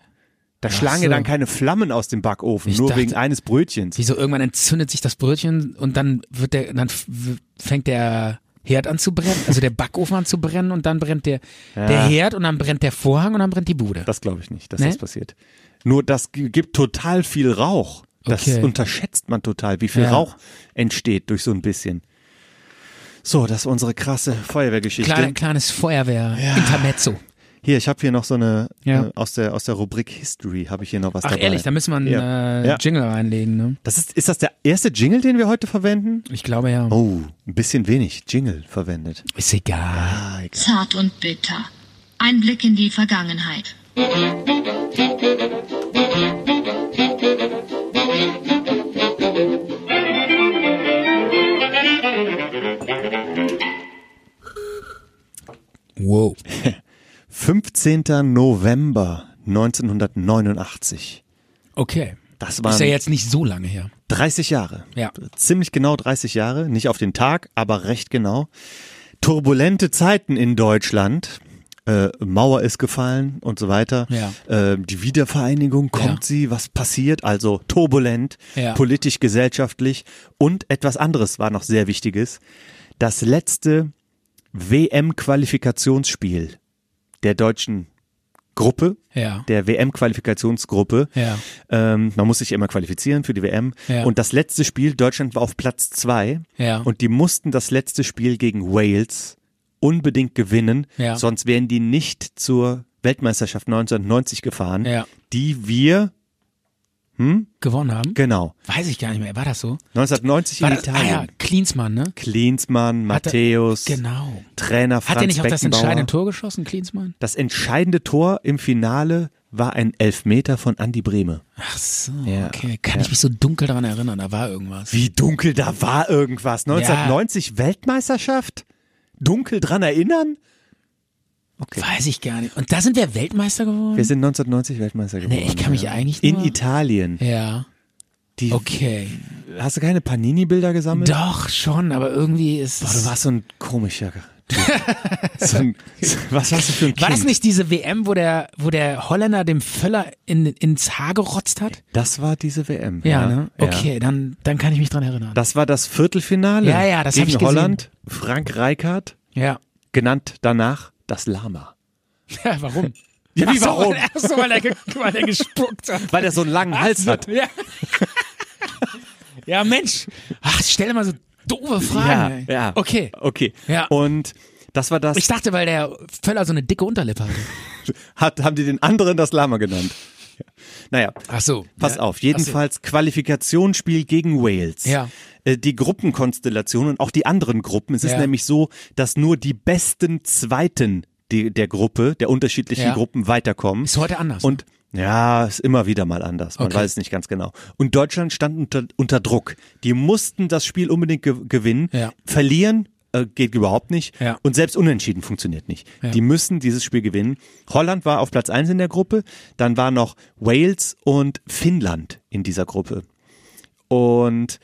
[SPEAKER 3] Da schlagen ja
[SPEAKER 2] so.
[SPEAKER 3] dann keine Flammen aus dem Backofen,
[SPEAKER 2] Ich
[SPEAKER 3] nur
[SPEAKER 2] dachte-
[SPEAKER 3] wegen eines Brötchens.
[SPEAKER 2] Wieso irgendwann entzündet sich das Brötchen und dann wird der, dann f- w- fängt der Herd an zu brennen, also der Backofen an zu brennen und dann brennt der, der Herd und dann brennt der Vorhang und dann brennt die Bude.
[SPEAKER 3] Das glaube ich nicht, dass
[SPEAKER 2] Nee?
[SPEAKER 3] das passiert. Nur das g- gibt total viel Rauch. Das
[SPEAKER 2] Okay.
[SPEAKER 3] unterschätzt man total, wie viel
[SPEAKER 2] Ja.
[SPEAKER 3] Rauch entsteht durch so ein bisschen. So, das ist unsere krasse Feuerwehrgeschichte.
[SPEAKER 2] Kleine, kleines Feuerwehr, Intermezzo.
[SPEAKER 3] Hier, ich habe hier noch so eine
[SPEAKER 2] Ja.
[SPEAKER 3] äh, aus der aus der Rubrik History habe ich hier noch was
[SPEAKER 2] Ach
[SPEAKER 3] dabei.
[SPEAKER 2] ehrlich, da müssen wir einen
[SPEAKER 3] Ja.
[SPEAKER 2] äh,
[SPEAKER 3] Ja.
[SPEAKER 2] Jingle reinlegen, ne?
[SPEAKER 3] Das ist ist das der erste Jingle, den wir heute verwenden?
[SPEAKER 2] Ich glaube ja.
[SPEAKER 3] Oh, ein bisschen wenig Jingle verwendet.
[SPEAKER 2] Ist egal.
[SPEAKER 3] Ah, egal.
[SPEAKER 8] Zart und bitter. Ein Blick in die Vergangenheit.
[SPEAKER 2] Wow.
[SPEAKER 3] 15. November 1989.
[SPEAKER 2] Okay.
[SPEAKER 3] Das
[SPEAKER 2] Ist ja
[SPEAKER 3] waren
[SPEAKER 2] jetzt nicht so lange her.
[SPEAKER 3] 30 Jahre.
[SPEAKER 2] Ja.
[SPEAKER 3] Ziemlich genau 30 Jahre, nicht auf den Tag, aber recht genau. Turbulente Zeiten in Deutschland. Äh, Mauer ist gefallen und so weiter.
[SPEAKER 2] Ja.
[SPEAKER 3] Äh, die Wiedervereinigung, kommt
[SPEAKER 2] Ja.
[SPEAKER 3] sie, was passiert? Also turbulent,
[SPEAKER 2] Ja.
[SPEAKER 3] politisch, gesellschaftlich und etwas anderes war noch sehr wichtiges. Das letzte WM-Qualifikationsspiel der deutschen Gruppe,
[SPEAKER 2] Ja.
[SPEAKER 3] der WM-Qualifikationsgruppe.
[SPEAKER 2] Ja.
[SPEAKER 3] Ähm, man muss sich immer qualifizieren für die WM.
[SPEAKER 2] Ja.
[SPEAKER 3] Und das letzte Spiel, Deutschland war auf Platz zwei.
[SPEAKER 2] Ja.
[SPEAKER 3] Und die mussten das letzte Spiel gegen Wales unbedingt gewinnen.
[SPEAKER 2] Ja.
[SPEAKER 3] Sonst wären die nicht zur Weltmeisterschaft 1990 gefahren,
[SPEAKER 2] Ja.
[SPEAKER 3] die wir,
[SPEAKER 2] Gewonnen haben?
[SPEAKER 3] genau,
[SPEAKER 2] Weiß ich gar nicht mehr. War das so?
[SPEAKER 3] 1990
[SPEAKER 2] War
[SPEAKER 3] in
[SPEAKER 2] das, ah
[SPEAKER 3] Italien.
[SPEAKER 2] ja, Klinsmann, ne?
[SPEAKER 3] Klinsmann,
[SPEAKER 2] Hat er-
[SPEAKER 3] Matthäus,
[SPEAKER 2] Genau.
[SPEAKER 3] Trainer Franz
[SPEAKER 2] Hat er nicht auch das
[SPEAKER 3] Beckenbauer.
[SPEAKER 2] entscheidende Tor geschossen, Klinsmann?
[SPEAKER 3] Das entscheidende Tor im Finale war ein Elfmeter von Andy Brehme.
[SPEAKER 2] Ach so,
[SPEAKER 3] Ja,
[SPEAKER 2] okay. Kann ich mich so dunkel daran erinnern, da war irgendwas.
[SPEAKER 3] Wie dunkel, da war irgendwas. 1990 Weltmeisterschaft? Dunkel dran erinnern?
[SPEAKER 2] Weiß ich gar nicht. Und da sind wir Weltmeister geworden?
[SPEAKER 3] Wir sind 1990 Weltmeister geworden.
[SPEAKER 2] nee, ich kann mich eigentlich
[SPEAKER 3] In
[SPEAKER 2] nur...
[SPEAKER 3] Italien.
[SPEAKER 2] Ja,
[SPEAKER 3] Die,
[SPEAKER 2] okay.
[SPEAKER 3] Hast du keine Panini-Bilder gesammelt?
[SPEAKER 2] Doch, schon, aber irgendwie ist
[SPEAKER 3] Boah, du
[SPEAKER 2] es...
[SPEAKER 3] warst so ein komischer Typ. so ein, was hast du für ein Kind?
[SPEAKER 2] War das nicht diese WM, wo der, wo der Holländer dem Völler in, ins Haar gerotzt hat?
[SPEAKER 3] Das war diese WM.
[SPEAKER 2] Ja, ne?
[SPEAKER 3] Ja.
[SPEAKER 2] Okay, Dann, dann kann ich mich dran erinnern.
[SPEAKER 3] Das war das Viertelfinale.
[SPEAKER 2] Ja, ja, das hab ich
[SPEAKER 3] gegen
[SPEAKER 2] gesehen.
[SPEAKER 3] Holland. Frank Reichardt,
[SPEAKER 2] ja.
[SPEAKER 3] genannt danach das Lama.
[SPEAKER 2] ja, warum?
[SPEAKER 3] Ja,
[SPEAKER 2] Ach so, Ach so, weil er, ge- weil er gespuckt hat.
[SPEAKER 3] Weil der so einen langen Hals hat.
[SPEAKER 2] Ja. ja, Mensch. Ach, stell dir mal so doofe
[SPEAKER 3] Ja,
[SPEAKER 2] Fragen. ey.
[SPEAKER 3] ja.
[SPEAKER 2] Okay.
[SPEAKER 3] Okay.
[SPEAKER 2] Ja.
[SPEAKER 3] Und das war das.
[SPEAKER 2] Ich dachte, weil der Völler so eine dicke Unterlippe hatte.
[SPEAKER 3] hat, haben die den anderen das Lama genannt. Ja. Naja,
[SPEAKER 2] Ach so.
[SPEAKER 3] pass
[SPEAKER 2] Ja.
[SPEAKER 3] auf. Jedenfalls Qualifikationsspiel gegen Wales.
[SPEAKER 2] Ja.
[SPEAKER 3] Äh, Die Gruppenkonstellation und auch die anderen Gruppen. Es ist
[SPEAKER 2] Ja.
[SPEAKER 3] nämlich so, dass nur die besten Zweiten die, der Gruppe, der unterschiedlichen
[SPEAKER 2] Ja.
[SPEAKER 3] Gruppen weiterkommen.
[SPEAKER 2] Ist heute anders, ne?
[SPEAKER 3] Und ja, ist immer wieder mal anders. Man
[SPEAKER 2] Okay.
[SPEAKER 3] weiß es nicht ganz genau. Und Deutschland stand unter, unter Druck. Die mussten das Spiel unbedingt ge gewinnen.
[SPEAKER 2] Ja.
[SPEAKER 3] Verlieren äh, geht überhaupt nicht.
[SPEAKER 2] Ja.
[SPEAKER 3] Und selbst unentschieden funktioniert nicht. Die müssen dieses Spiel gewinnen. Holland war auf Platz 1 in der Gruppe, dann war noch Wales und Finnland in dieser Gruppe. Und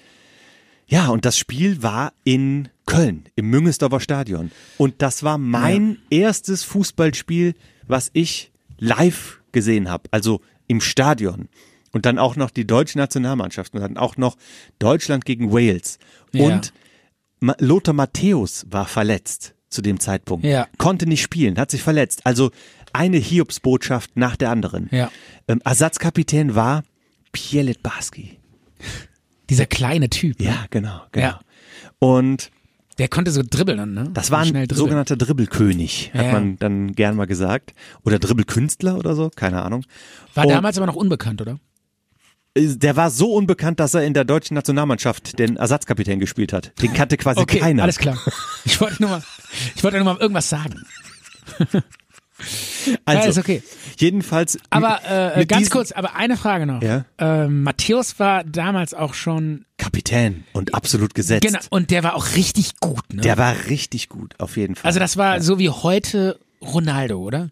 [SPEAKER 3] ja, und das Spiel war in Köln, im Müngesdorfer Stadion. Und das war mein erstes Fußballspiel, was ich live gesehen habe, also im Stadion. Und dann auch noch die deutsche Nationalmannschaft und dann auch noch Deutschland gegen Wales.
[SPEAKER 2] Ja.
[SPEAKER 3] Und Ma Lothar Matthäus war verletzt zu dem Zeitpunkt.
[SPEAKER 2] Ja.
[SPEAKER 3] Konnte nicht spielen, hat sich verletzt. Also eine Hiobsbotschaft nach der anderen.
[SPEAKER 2] Ja.
[SPEAKER 3] Ähm, Ersatzkapitän war Pielet Barski.
[SPEAKER 2] Dieser kleine Typ. ne?
[SPEAKER 3] Ja, genau, genau.
[SPEAKER 2] Ja.
[SPEAKER 3] Und
[SPEAKER 2] Der konnte so dribbeln, ne?
[SPEAKER 3] das war
[SPEAKER 2] Schnell
[SPEAKER 3] ein
[SPEAKER 2] dribbeln.
[SPEAKER 3] sogenannter Dribbelkönig, hat
[SPEAKER 2] Ja.
[SPEAKER 3] man dann gern mal gesagt. Oder Dribbelkünstler oder so, keine Ahnung.
[SPEAKER 2] War
[SPEAKER 3] Und-
[SPEAKER 2] damals aber noch unbekannt, oder?
[SPEAKER 3] Der war so unbekannt, dass er in der deutschen Nationalmannschaft den Ersatzkapitän gespielt hat. Den kannte quasi
[SPEAKER 2] Okay,
[SPEAKER 3] keiner.
[SPEAKER 2] alles klar. Ich wollte nur mal, ich wollte nur mal irgendwas sagen.
[SPEAKER 3] Also,
[SPEAKER 2] Ja, ist okay.
[SPEAKER 3] Jedenfalls.
[SPEAKER 2] Aber äh,
[SPEAKER 3] mit
[SPEAKER 2] ganz
[SPEAKER 3] diesem-
[SPEAKER 2] kurz, aber eine Frage noch.
[SPEAKER 3] Ja.
[SPEAKER 2] Ähm, Matthäus war damals auch schon
[SPEAKER 3] Kapitän und absolut gesetzt.
[SPEAKER 2] genau und der war auch richtig gut, ne?
[SPEAKER 3] Der war richtig gut, auf jeden Fall.
[SPEAKER 2] also das war so wie heute Ronaldo, oder?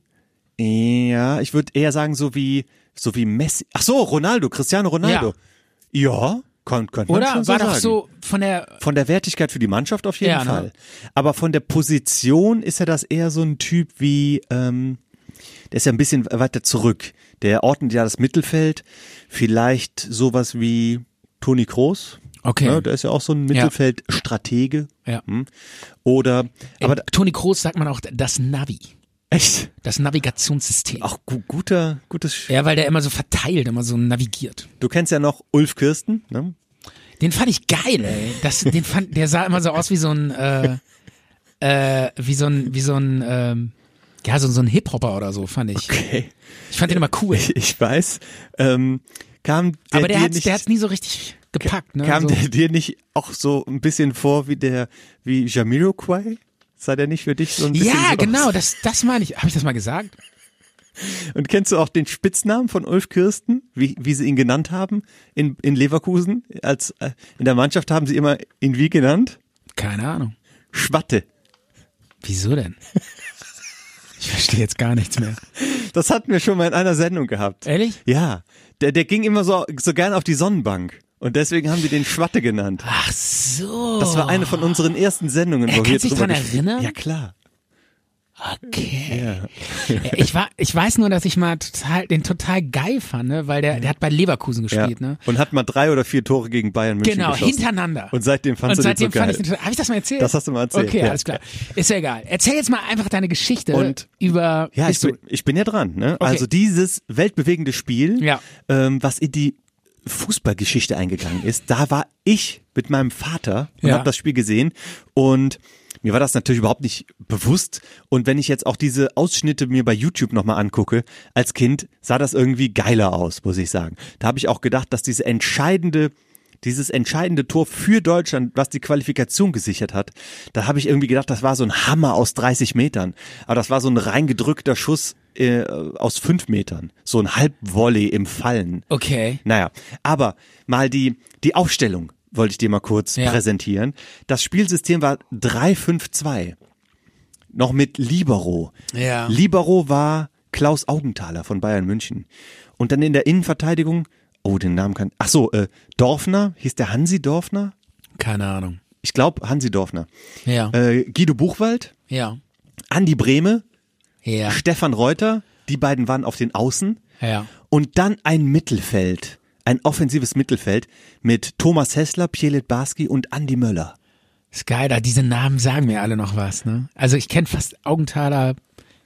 [SPEAKER 3] ja, ich würde eher sagen, so wie, so wie Messi. Ach so, Ronaldo, Cristiano Ronaldo. Ja, kann, könnte man
[SPEAKER 2] Oder
[SPEAKER 3] schon so
[SPEAKER 2] war
[SPEAKER 3] sagen.
[SPEAKER 2] doch so von der
[SPEAKER 3] Von der Wertigkeit für die Mannschaft auf jeden
[SPEAKER 2] Ja, ne?
[SPEAKER 3] Fall. Aber von der Position ist ja das eher so ein Typ wie, ähm, der ist ja ein bisschen weiter zurück. Der ordnet ja das Mittelfeld. Vielleicht sowas wie Toni Kroos.
[SPEAKER 2] Okay.
[SPEAKER 3] Ne, der ist ja auch so ein Mittelfeldstratege.
[SPEAKER 2] Ja.
[SPEAKER 3] Hm. Oder, aber
[SPEAKER 2] aber Toni Kroos sagt man auch das Navi,
[SPEAKER 3] echt
[SPEAKER 2] das Navigationssystem.
[SPEAKER 3] auch gu guter, gutes. Sch
[SPEAKER 2] Ja, weil der immer so verteilt, immer so navigiert.
[SPEAKER 3] Du kennst ja noch Ulf Kirsten, ne?
[SPEAKER 2] Den fand ich geil, ey. Das, den fand, der sah immer so aus wie so ein, äh, äh, wie so ein, wie so ein, ähm, ja, so, so ein Hip-Hopper oder so, fand ich.
[SPEAKER 3] Okay.
[SPEAKER 2] Ich fand den immer cool.
[SPEAKER 3] Ich weiß. Ähm, kam der
[SPEAKER 2] Aber der
[SPEAKER 3] dir
[SPEAKER 2] hat's,
[SPEAKER 3] nicht,
[SPEAKER 2] der hat's nie so richtig gepackt, ne?
[SPEAKER 3] kam
[SPEAKER 2] so,
[SPEAKER 3] der dir nicht auch so ein bisschen vor wie der wie Jamiroquai? Sah der nicht für dich so ein bisschen
[SPEAKER 2] ja,
[SPEAKER 3] so
[SPEAKER 2] genau,
[SPEAKER 3] Aus?
[SPEAKER 2] das, das meine ich. Habe ich das mal gesagt?
[SPEAKER 3] Und kennst du auch den Spitznamen von Ulf Kirsten, wie, wie sie ihn genannt haben in, in Leverkusen? Als äh, in der Mannschaft haben sie immer ihn wie genannt?
[SPEAKER 2] Keine Ahnung.
[SPEAKER 3] Schwatte.
[SPEAKER 2] Wieso denn? Ich verstehe jetzt gar nichts mehr.
[SPEAKER 3] Das hatten wir schon mal in einer Sendung gehabt.
[SPEAKER 2] Ehrlich?
[SPEAKER 3] Ja, der, der ging immer so, so gern auf die Sonnenbank. Und deswegen haben die den Schwatte genannt.
[SPEAKER 2] Ach so.
[SPEAKER 3] Das war eine von unseren ersten Sendungen,
[SPEAKER 2] Oh. Er
[SPEAKER 3] wo
[SPEAKER 2] kann
[SPEAKER 3] wir
[SPEAKER 2] sich
[SPEAKER 3] drüber
[SPEAKER 2] dran
[SPEAKER 3] gesch-
[SPEAKER 2] erinnern?
[SPEAKER 3] Ja, klar.
[SPEAKER 2] Okay. Ich, war, ich weiß nur, dass ich mal total, den total geil fand, ne? weil der, der hat bei Leverkusen
[SPEAKER 3] Ja.
[SPEAKER 2] gespielt, ne?
[SPEAKER 3] Und hat mal drei oder vier Tore gegen Bayern München
[SPEAKER 2] Genau,
[SPEAKER 3] geschossen.
[SPEAKER 2] hintereinander.
[SPEAKER 3] Und seitdem fandst
[SPEAKER 2] Und
[SPEAKER 3] du den
[SPEAKER 2] seitdem
[SPEAKER 3] so
[SPEAKER 2] fand
[SPEAKER 3] geil.
[SPEAKER 2] ich den total- Habe ich das mal erzählt?
[SPEAKER 3] Das hast du mal erzählt,
[SPEAKER 2] Okay,
[SPEAKER 3] ja.
[SPEAKER 2] alles klar. Ist ja egal. Erzähl jetzt mal einfach deine Geschichte
[SPEAKER 3] Und-
[SPEAKER 2] über.
[SPEAKER 3] ja, ich
[SPEAKER 2] bist du-
[SPEAKER 3] bin, ich bin ja dran. Ne? Also dieses weltbewegende Spiel,
[SPEAKER 2] Ja.
[SPEAKER 3] ähm, was in die Fußballgeschichte eingegangen ist, da war ich mit meinem Vater und
[SPEAKER 2] Ja.
[SPEAKER 3] habe das Spiel gesehen und mir war das natürlich überhaupt nicht bewusst. Und wenn ich jetzt auch diese Ausschnitte mir bei YouTube nochmal angucke, als Kind sah das irgendwie geiler aus, muss ich sagen. Da habe ich auch gedacht, dass diese entscheidende dieses entscheidende Tor für Deutschland, was die Qualifikation gesichert hat, da habe ich irgendwie gedacht, das war so ein Hammer aus 30 Metern. Aber das war so ein reingedrückter Schuss äh, aus fünf Metern. So ein Halbvolley im Fallen.
[SPEAKER 2] Okay.
[SPEAKER 3] Naja, aber mal die, die Aufstellung wollte ich dir mal kurz
[SPEAKER 2] Ja.
[SPEAKER 3] präsentieren. Das Spielsystem war 3-5-2. Noch mit Libero.
[SPEAKER 2] Ja.
[SPEAKER 3] Libero war Klaus Augenthaler von Bayern München. Und dann in der Innenverteidigung, oh, den Namen kann, ach so, äh, Dorfner, hieß der Hansi Dorfner?
[SPEAKER 2] Keine Ahnung.
[SPEAKER 3] Ich glaube Hansi Dorfner.
[SPEAKER 2] Ja.
[SPEAKER 3] Äh, Guido Buchwald,
[SPEAKER 2] ja.
[SPEAKER 3] Andi Brehme,
[SPEAKER 2] Ja.
[SPEAKER 3] Stefan Reuter, die beiden waren auf den Außen.
[SPEAKER 2] Ja.
[SPEAKER 3] Und dann ein Mittelfeld, ein offensives Mittelfeld mit Thomas Hessler, Pielet Barski und Andi Möller.
[SPEAKER 2] Ist geil, da diese Namen sagen mir alle noch was, ne? Also ich kenne fast Augenthaler,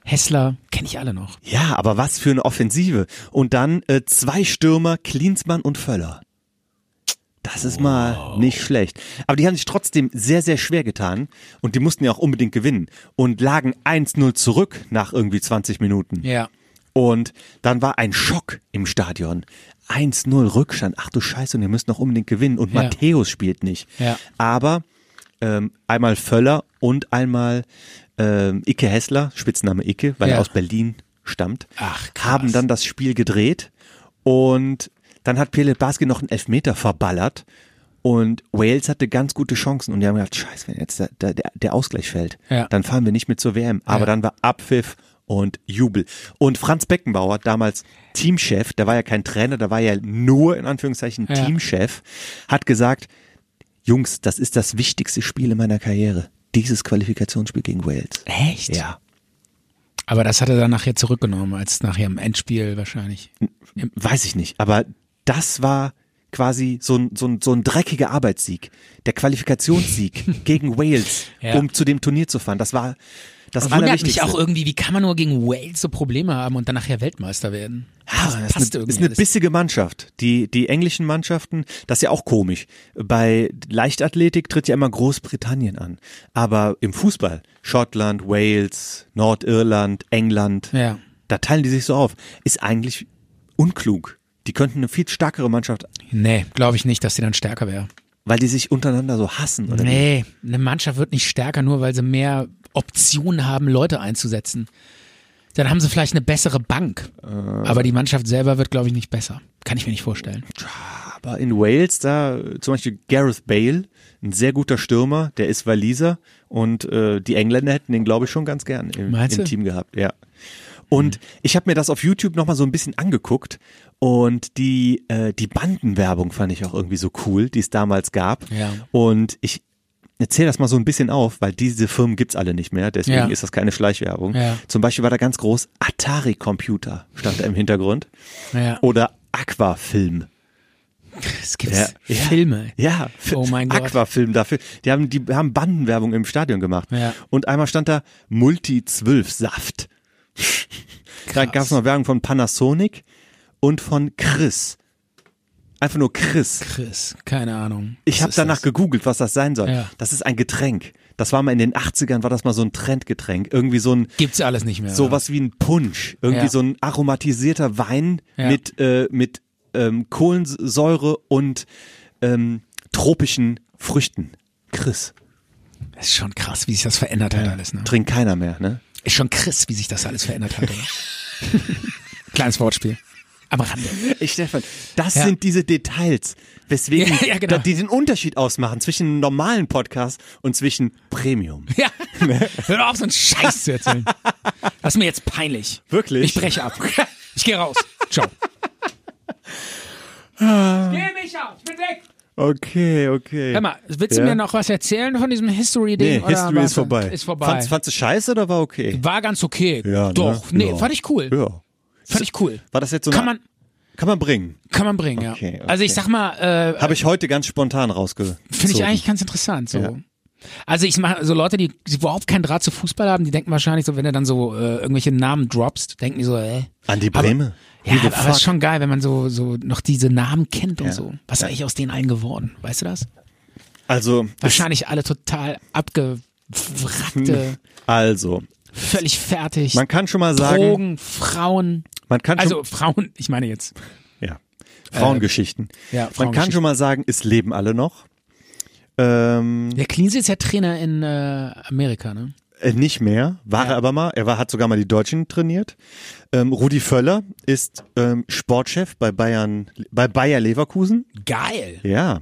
[SPEAKER 2] Hessler, kenne ich alle noch.
[SPEAKER 3] Ja, aber was für eine Offensive. Und dann äh, zwei Stürmer, Klinsmann und Völler. Das ist mal nicht schlecht. Aber die haben sich trotzdem sehr, sehr schwer getan und die mussten ja auch unbedingt gewinnen und lagen 1-0 zurück nach irgendwie 20 Minuten.
[SPEAKER 2] Ja.
[SPEAKER 3] Und dann war ein Schock im Stadion. 1-0 Rückstand. Ach du Scheiße, und ihr müsst noch unbedingt gewinnen. Und
[SPEAKER 2] Ja.
[SPEAKER 3] Matthäus spielt nicht.
[SPEAKER 2] Ja.
[SPEAKER 3] Aber ähm, einmal Völler und einmal ähm, Icke Hessler, Spitzname Icke, weil
[SPEAKER 2] Ja.
[SPEAKER 3] er aus Berlin stammt,
[SPEAKER 2] Ach, krass.
[SPEAKER 3] haben dann das Spiel gedreht. Und dann hat Pellet Barski noch einen Elfmeter verballert. Und Wales hatte ganz gute Chancen und die haben gedacht, scheiße, wenn jetzt der, der, der Ausgleich fällt,
[SPEAKER 2] Ja.
[SPEAKER 3] dann fahren wir nicht mit zur WM. Aber dann war Abpfiff und Jubel. Und Franz Beckenbauer, damals Teamchef, der war ja kein Trainer, der war ja nur in Anführungszeichen
[SPEAKER 2] Ja.
[SPEAKER 3] Teamchef, hat gesagt, Jungs, das ist das wichtigste Spiel in meiner Karriere. Dieses Qualifikationsspiel gegen Wales.
[SPEAKER 2] Echt?
[SPEAKER 3] Ja.
[SPEAKER 2] Aber das hat er dann nachher zurückgenommen, als nachher im Endspiel wahrscheinlich.
[SPEAKER 3] Weiß ich nicht, aber das war quasi so ein, so ein, so ein dreckiger Arbeitssieg. Der Qualifikationssieg gegen Wales,
[SPEAKER 2] Ja.
[SPEAKER 3] um zu dem Turnier zu fahren. Das war das
[SPEAKER 2] Wundert mich
[SPEAKER 3] Allerwichtigste.
[SPEAKER 2] auch irgendwie, wie kann man nur gegen Wales so Probleme haben und dann nachher Weltmeister werden?
[SPEAKER 3] Ah, das
[SPEAKER 2] passt
[SPEAKER 3] ist eine,
[SPEAKER 2] irgendwie
[SPEAKER 3] ist eine
[SPEAKER 2] alles.
[SPEAKER 3] bissige Mannschaft. Die, die englischen Mannschaften, das ist ja auch komisch. Bei Leichtathletik tritt ja immer Großbritannien an. Aber im Fußball, Schottland, Wales, Nordirland, England,
[SPEAKER 2] Ja.
[SPEAKER 3] da teilen die sich so auf. Ist eigentlich unklug. Die könnten eine viel stärkere Mannschaft
[SPEAKER 2] Nee, glaube ich nicht, dass sie dann stärker wäre.
[SPEAKER 3] Weil die sich untereinander so hassen, oder? wie?
[SPEAKER 2] Nee, eine Mannschaft wird nicht stärker, nur weil sie mehr Optionen haben, Leute einzusetzen. Dann haben sie vielleicht eine bessere Bank.
[SPEAKER 3] Äh.
[SPEAKER 2] Aber die Mannschaft selber wird, glaube ich, nicht besser. Kann ich mir nicht vorstellen.
[SPEAKER 3] Aber in Wales, da äh, zum Beispiel Gareth Bale, ein sehr guter Stürmer, der ist Waliser und äh, die Engländer hätten den, glaube ich, schon ganz gern im,
[SPEAKER 2] Meinst
[SPEAKER 3] im
[SPEAKER 2] du? Hm.
[SPEAKER 3] Team gehabt, ja. Und ich habe mir das auf YouTube nochmal so ein bisschen angeguckt und die, äh, die Bandenwerbung fand ich auch irgendwie so cool, die es damals gab.
[SPEAKER 2] Ja.
[SPEAKER 3] Und ich erzähle das mal so ein bisschen auf, weil diese Firmen gibt's alle nicht mehr, deswegen
[SPEAKER 2] Ja.
[SPEAKER 3] ist das keine Schleichwerbung.
[SPEAKER 2] Ja.
[SPEAKER 3] Zum Beispiel war da ganz groß Atari-Computer, stand da im Hintergrund.
[SPEAKER 2] Ja.
[SPEAKER 3] Oder Aquafilm.
[SPEAKER 2] Es gibt Filme.
[SPEAKER 3] Ja,
[SPEAKER 2] Oh mein Gott.
[SPEAKER 3] Aquafilm dafür. Die haben, die haben Bandenwerbung im Stadion gemacht.
[SPEAKER 2] Ja.
[SPEAKER 3] Und einmal stand da Multi-12-Saft. Dann gab es noch Werbung von Panasonic und von Chris. Einfach nur Chris.
[SPEAKER 2] Chris, keine Ahnung.
[SPEAKER 3] Ich
[SPEAKER 2] Was
[SPEAKER 3] habe
[SPEAKER 2] ist
[SPEAKER 3] danach
[SPEAKER 2] das?
[SPEAKER 3] gegoogelt, was das sein soll.
[SPEAKER 2] Ja.
[SPEAKER 3] Das ist ein Getränk. Das war mal in den 80ern, war das mal so ein Trendgetränk. Irgendwie so ein,
[SPEAKER 2] Gibt's alles nicht mehr.
[SPEAKER 3] sowas wie ein Punsch. Irgendwie
[SPEAKER 2] Ja.
[SPEAKER 3] so ein aromatisierter Wein
[SPEAKER 2] Ja.
[SPEAKER 3] mit, äh, mit ähm, Kohlensäure und ähm, tropischen Früchten. Chris.
[SPEAKER 2] Das ist schon krass, wie sich das verändert hat alles. Ne?
[SPEAKER 3] Trinkt keiner mehr, ne?
[SPEAKER 2] Ist schon krass, wie sich das alles verändert hat. Oder? Kleines Wortspiel. Am Rande.
[SPEAKER 3] Ich, Stefan, das
[SPEAKER 2] Ja.
[SPEAKER 3] sind diese Details, weswegen
[SPEAKER 2] Ja, ja, genau.
[SPEAKER 3] da- die den Unterschied ausmachen zwischen einem normalen Podcast und zwischen Premium.
[SPEAKER 2] Ja. Hör auf, so einen Scheiß zu erzählen. Das ist mir jetzt peinlich.
[SPEAKER 3] Wirklich?
[SPEAKER 2] Ich breche ab. Ich gehe raus. Ciao. Ich gehe nicht auf. Ich bin weg.
[SPEAKER 3] Okay, okay.
[SPEAKER 2] Hör mal, willst du
[SPEAKER 3] Ja.
[SPEAKER 2] mir noch was erzählen von diesem
[SPEAKER 3] Nee,
[SPEAKER 2] History-Ding? oder
[SPEAKER 3] History
[SPEAKER 2] was?
[SPEAKER 3] ist vorbei.
[SPEAKER 2] Ist vorbei.
[SPEAKER 3] Fandst, fandst du scheiße oder war okay?
[SPEAKER 2] war ganz okay.
[SPEAKER 3] Ja,
[SPEAKER 2] Doch.
[SPEAKER 3] ne?
[SPEAKER 2] Nee,
[SPEAKER 3] Ja.
[SPEAKER 2] fand ich cool.
[SPEAKER 3] Ja.
[SPEAKER 2] Fand ich cool.
[SPEAKER 3] War das jetzt so
[SPEAKER 2] Kann
[SPEAKER 3] eine,
[SPEAKER 2] man,
[SPEAKER 3] kann man bringen?
[SPEAKER 2] kann man bringen,
[SPEAKER 3] Okay,
[SPEAKER 2] ja.
[SPEAKER 3] okay.
[SPEAKER 2] Also ich sag mal, äh,
[SPEAKER 3] Habe ich heute ganz spontan rausgezogen.
[SPEAKER 2] finde ich eigentlich ganz interessant. So. Also ich mache so Leute, die, die überhaupt keinen Draht zu Fußball haben, die denken wahrscheinlich so, wenn du dann so äh, irgendwelche Namen droppst, denken die so, äh,
[SPEAKER 3] Andi
[SPEAKER 2] Aber-
[SPEAKER 3] Breme.
[SPEAKER 2] Ja,
[SPEAKER 3] Who the
[SPEAKER 2] aber aber ist
[SPEAKER 3] fuck?
[SPEAKER 2] schon geil, wenn man so, so noch diese Namen kennt und
[SPEAKER 3] Ja.
[SPEAKER 2] so. Was ist eigentlich aus denen allen geworden? Weißt du das?
[SPEAKER 3] Also,
[SPEAKER 2] Wahrscheinlich alle total abgewrackte,
[SPEAKER 3] also,
[SPEAKER 2] völlig fertig.
[SPEAKER 3] man kann schon mal sagen,
[SPEAKER 2] Drogen, Frauen.
[SPEAKER 3] man kann schon,
[SPEAKER 2] Also Frauen, ich meine jetzt.
[SPEAKER 3] ja, Frauengeschichten.
[SPEAKER 2] Äh, ja,
[SPEAKER 3] man kann
[SPEAKER 2] Frauengeschichten.
[SPEAKER 3] schon mal sagen, es leben alle noch. Ähm,
[SPEAKER 2] Der Cleans ist ja Trainer in äh, Amerika, ne?
[SPEAKER 3] äh, nicht mehr, war er aber mal. Er war, hat sogar mal die Deutschen trainiert. Ähm, Rudi Völler ist ähm, Sportchef bei Bayern, bei Bayer Leverkusen.
[SPEAKER 2] Geil.
[SPEAKER 3] Ja.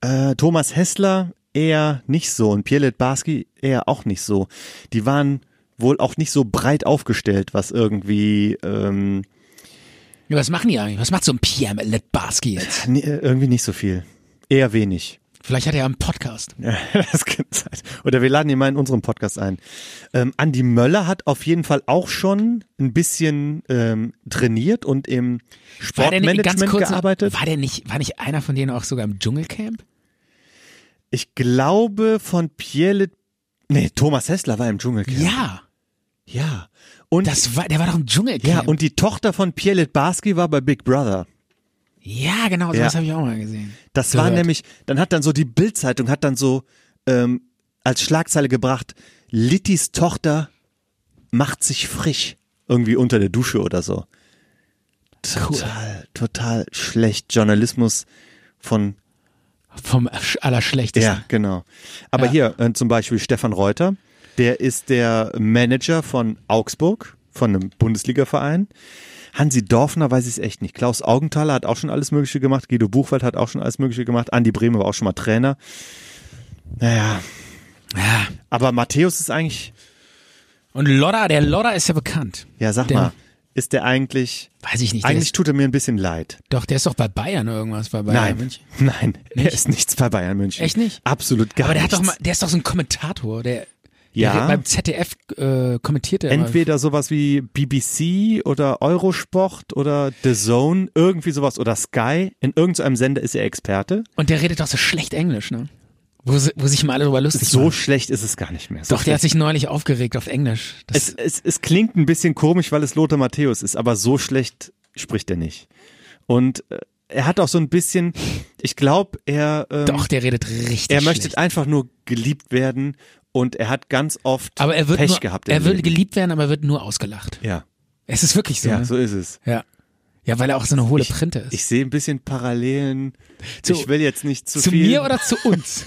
[SPEAKER 3] Äh, Thomas Hessler eher nicht so und Pierlet Barski eher auch nicht so. Die waren wohl auch nicht so breit aufgestellt, was irgendwie ähm,
[SPEAKER 2] Ja, was machen die eigentlich? Was macht so ein Pierre Letbarski jetzt?
[SPEAKER 3] nee, äh, irgendwie nicht so viel. Eher wenig.
[SPEAKER 2] Vielleicht hat er ja einen Podcast.
[SPEAKER 3] Ja, das kann sein. Oder wir laden ihn mal in unserem Podcast ein. Ähm, Andi Möller hat auf jeden Fall auch schon ein bisschen ähm, trainiert und im
[SPEAKER 2] War der nicht,
[SPEAKER 3] Sportmanagement
[SPEAKER 2] ganz kurz, noch-
[SPEAKER 3] gearbeitet.
[SPEAKER 2] war der nicht, war nicht einer von denen auch sogar im Dschungelcamp?
[SPEAKER 3] Ich glaube von Pierlet. Nee, Thomas Hessler war im Dschungelcamp.
[SPEAKER 2] Ja.
[SPEAKER 3] Ja. Und
[SPEAKER 2] Das war, der war doch im Dschungelcamp.
[SPEAKER 3] Ja, und die Tochter von Pierlet Barski war bei Big Brother.
[SPEAKER 2] Ja, genau, sowas
[SPEAKER 3] Ja.
[SPEAKER 2] habe ich auch mal gesehen.
[SPEAKER 3] Das war
[SPEAKER 2] Gehört.
[SPEAKER 3] nämlich, dann hat dann so die Bildzeitung hat dann so ähm, als Schlagzeile gebracht, Littis Tochter macht sich frisch. Irgendwie unter der Dusche oder so. Total, total schlecht. Journalismus von,
[SPEAKER 2] Vom Sch- Allerschlechtesten.
[SPEAKER 3] ja, genau. Aber
[SPEAKER 2] Ja.
[SPEAKER 3] hier äh, zum Beispiel Stefan Reuter, der ist der Manager von Augsburg, von einem Bundesligaverein, Hansi Dorfner weiß ich es echt nicht. Klaus Augenthaler hat auch schon alles Mögliche gemacht. Guido Buchwald hat auch schon alles Mögliche gemacht. Andi Bremer war auch schon mal Trainer. Naja.
[SPEAKER 2] Ja.
[SPEAKER 3] Aber Matthäus ist eigentlich,
[SPEAKER 2] Und Lodder, der Lodder ist ja bekannt.
[SPEAKER 3] ja sag
[SPEAKER 2] Der-
[SPEAKER 3] mal, ist der eigentlich,
[SPEAKER 2] Weiß ich nicht. Der
[SPEAKER 3] eigentlich
[SPEAKER 2] ist,
[SPEAKER 3] tut er mir ein bisschen leid.
[SPEAKER 2] doch, der ist doch bei Bayern irgendwas, bei Bayern
[SPEAKER 3] Nein,
[SPEAKER 2] München.
[SPEAKER 3] nein, er
[SPEAKER 2] Nicht?
[SPEAKER 3] ist nichts bei Bayern München.
[SPEAKER 2] Echt nicht?
[SPEAKER 3] Absolut gar
[SPEAKER 2] Aber der hat
[SPEAKER 3] nichts.
[SPEAKER 2] doch mal, der ist doch so ein Kommentator, der,
[SPEAKER 3] Ja.
[SPEAKER 2] der beim ZDF äh, kommentiert er immer.
[SPEAKER 3] Entweder sowas wie BBC oder Eurosport oder The Zone, irgendwie sowas oder Sky. In irgendeinem Sender ist er Experte.
[SPEAKER 2] Und der redet doch so schlecht Englisch, ne? Wo, si- wo sich mal alle drüber lustig
[SPEAKER 3] so
[SPEAKER 2] machen.
[SPEAKER 3] schlecht ist es gar nicht mehr. So
[SPEAKER 2] Doch, der hat
[SPEAKER 3] schlecht.
[SPEAKER 2] sich neulich aufgeregt auf Englisch. Das,
[SPEAKER 3] es, ähm, es, es klingt ein bisschen komisch, weil es Lothar Matthäus ist, aber so schlecht spricht er nicht. Und äh, er hat auch so ein bisschen, ich glaube, er, ähm,
[SPEAKER 2] doch, der redet richtig
[SPEAKER 3] er möchte
[SPEAKER 2] schlecht.
[SPEAKER 3] einfach nur geliebt werden und er hat ganz oft
[SPEAKER 2] Aber er wird,
[SPEAKER 3] Pech
[SPEAKER 2] nur,
[SPEAKER 3] gehabt. im
[SPEAKER 2] er wird
[SPEAKER 3] Leben.
[SPEAKER 2] geliebt werden, aber er wird nur ausgelacht.
[SPEAKER 3] Ja,
[SPEAKER 2] Es ist wirklich so.
[SPEAKER 3] ja,
[SPEAKER 2] ne?
[SPEAKER 3] so ist es.
[SPEAKER 2] ja. ja, weil er auch so eine hohle Printe ist.
[SPEAKER 3] Ich sehe ein bisschen Parallelen.
[SPEAKER 2] Zu-
[SPEAKER 3] ich will jetzt nicht zu,
[SPEAKER 2] zu
[SPEAKER 3] viel.
[SPEAKER 2] mir oder zu uns?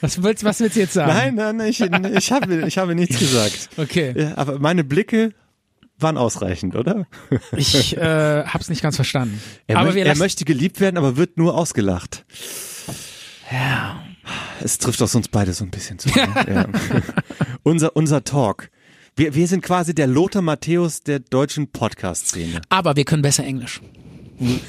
[SPEAKER 2] was, willst, was willst du jetzt sagen?
[SPEAKER 3] Nein, nein, ich, ich, habe, ich habe nichts gesagt.
[SPEAKER 2] Okay.
[SPEAKER 3] Ja, aber meine Blicke waren ausreichend, oder?
[SPEAKER 2] Ich äh, hab's nicht ganz verstanden.
[SPEAKER 3] Er,
[SPEAKER 2] aber
[SPEAKER 3] möcht-
[SPEAKER 2] wir
[SPEAKER 3] er
[SPEAKER 2] lassen,
[SPEAKER 3] möchte geliebt werden, aber wird nur ausgelacht. Ja. Es trifft auf uns beide so ein bisschen zu. ne? ja. unser, unser Talk. Wir, wir sind quasi der Lothar Matthäus der deutschen Podcast-Szene.
[SPEAKER 2] aber wir können besser Englisch.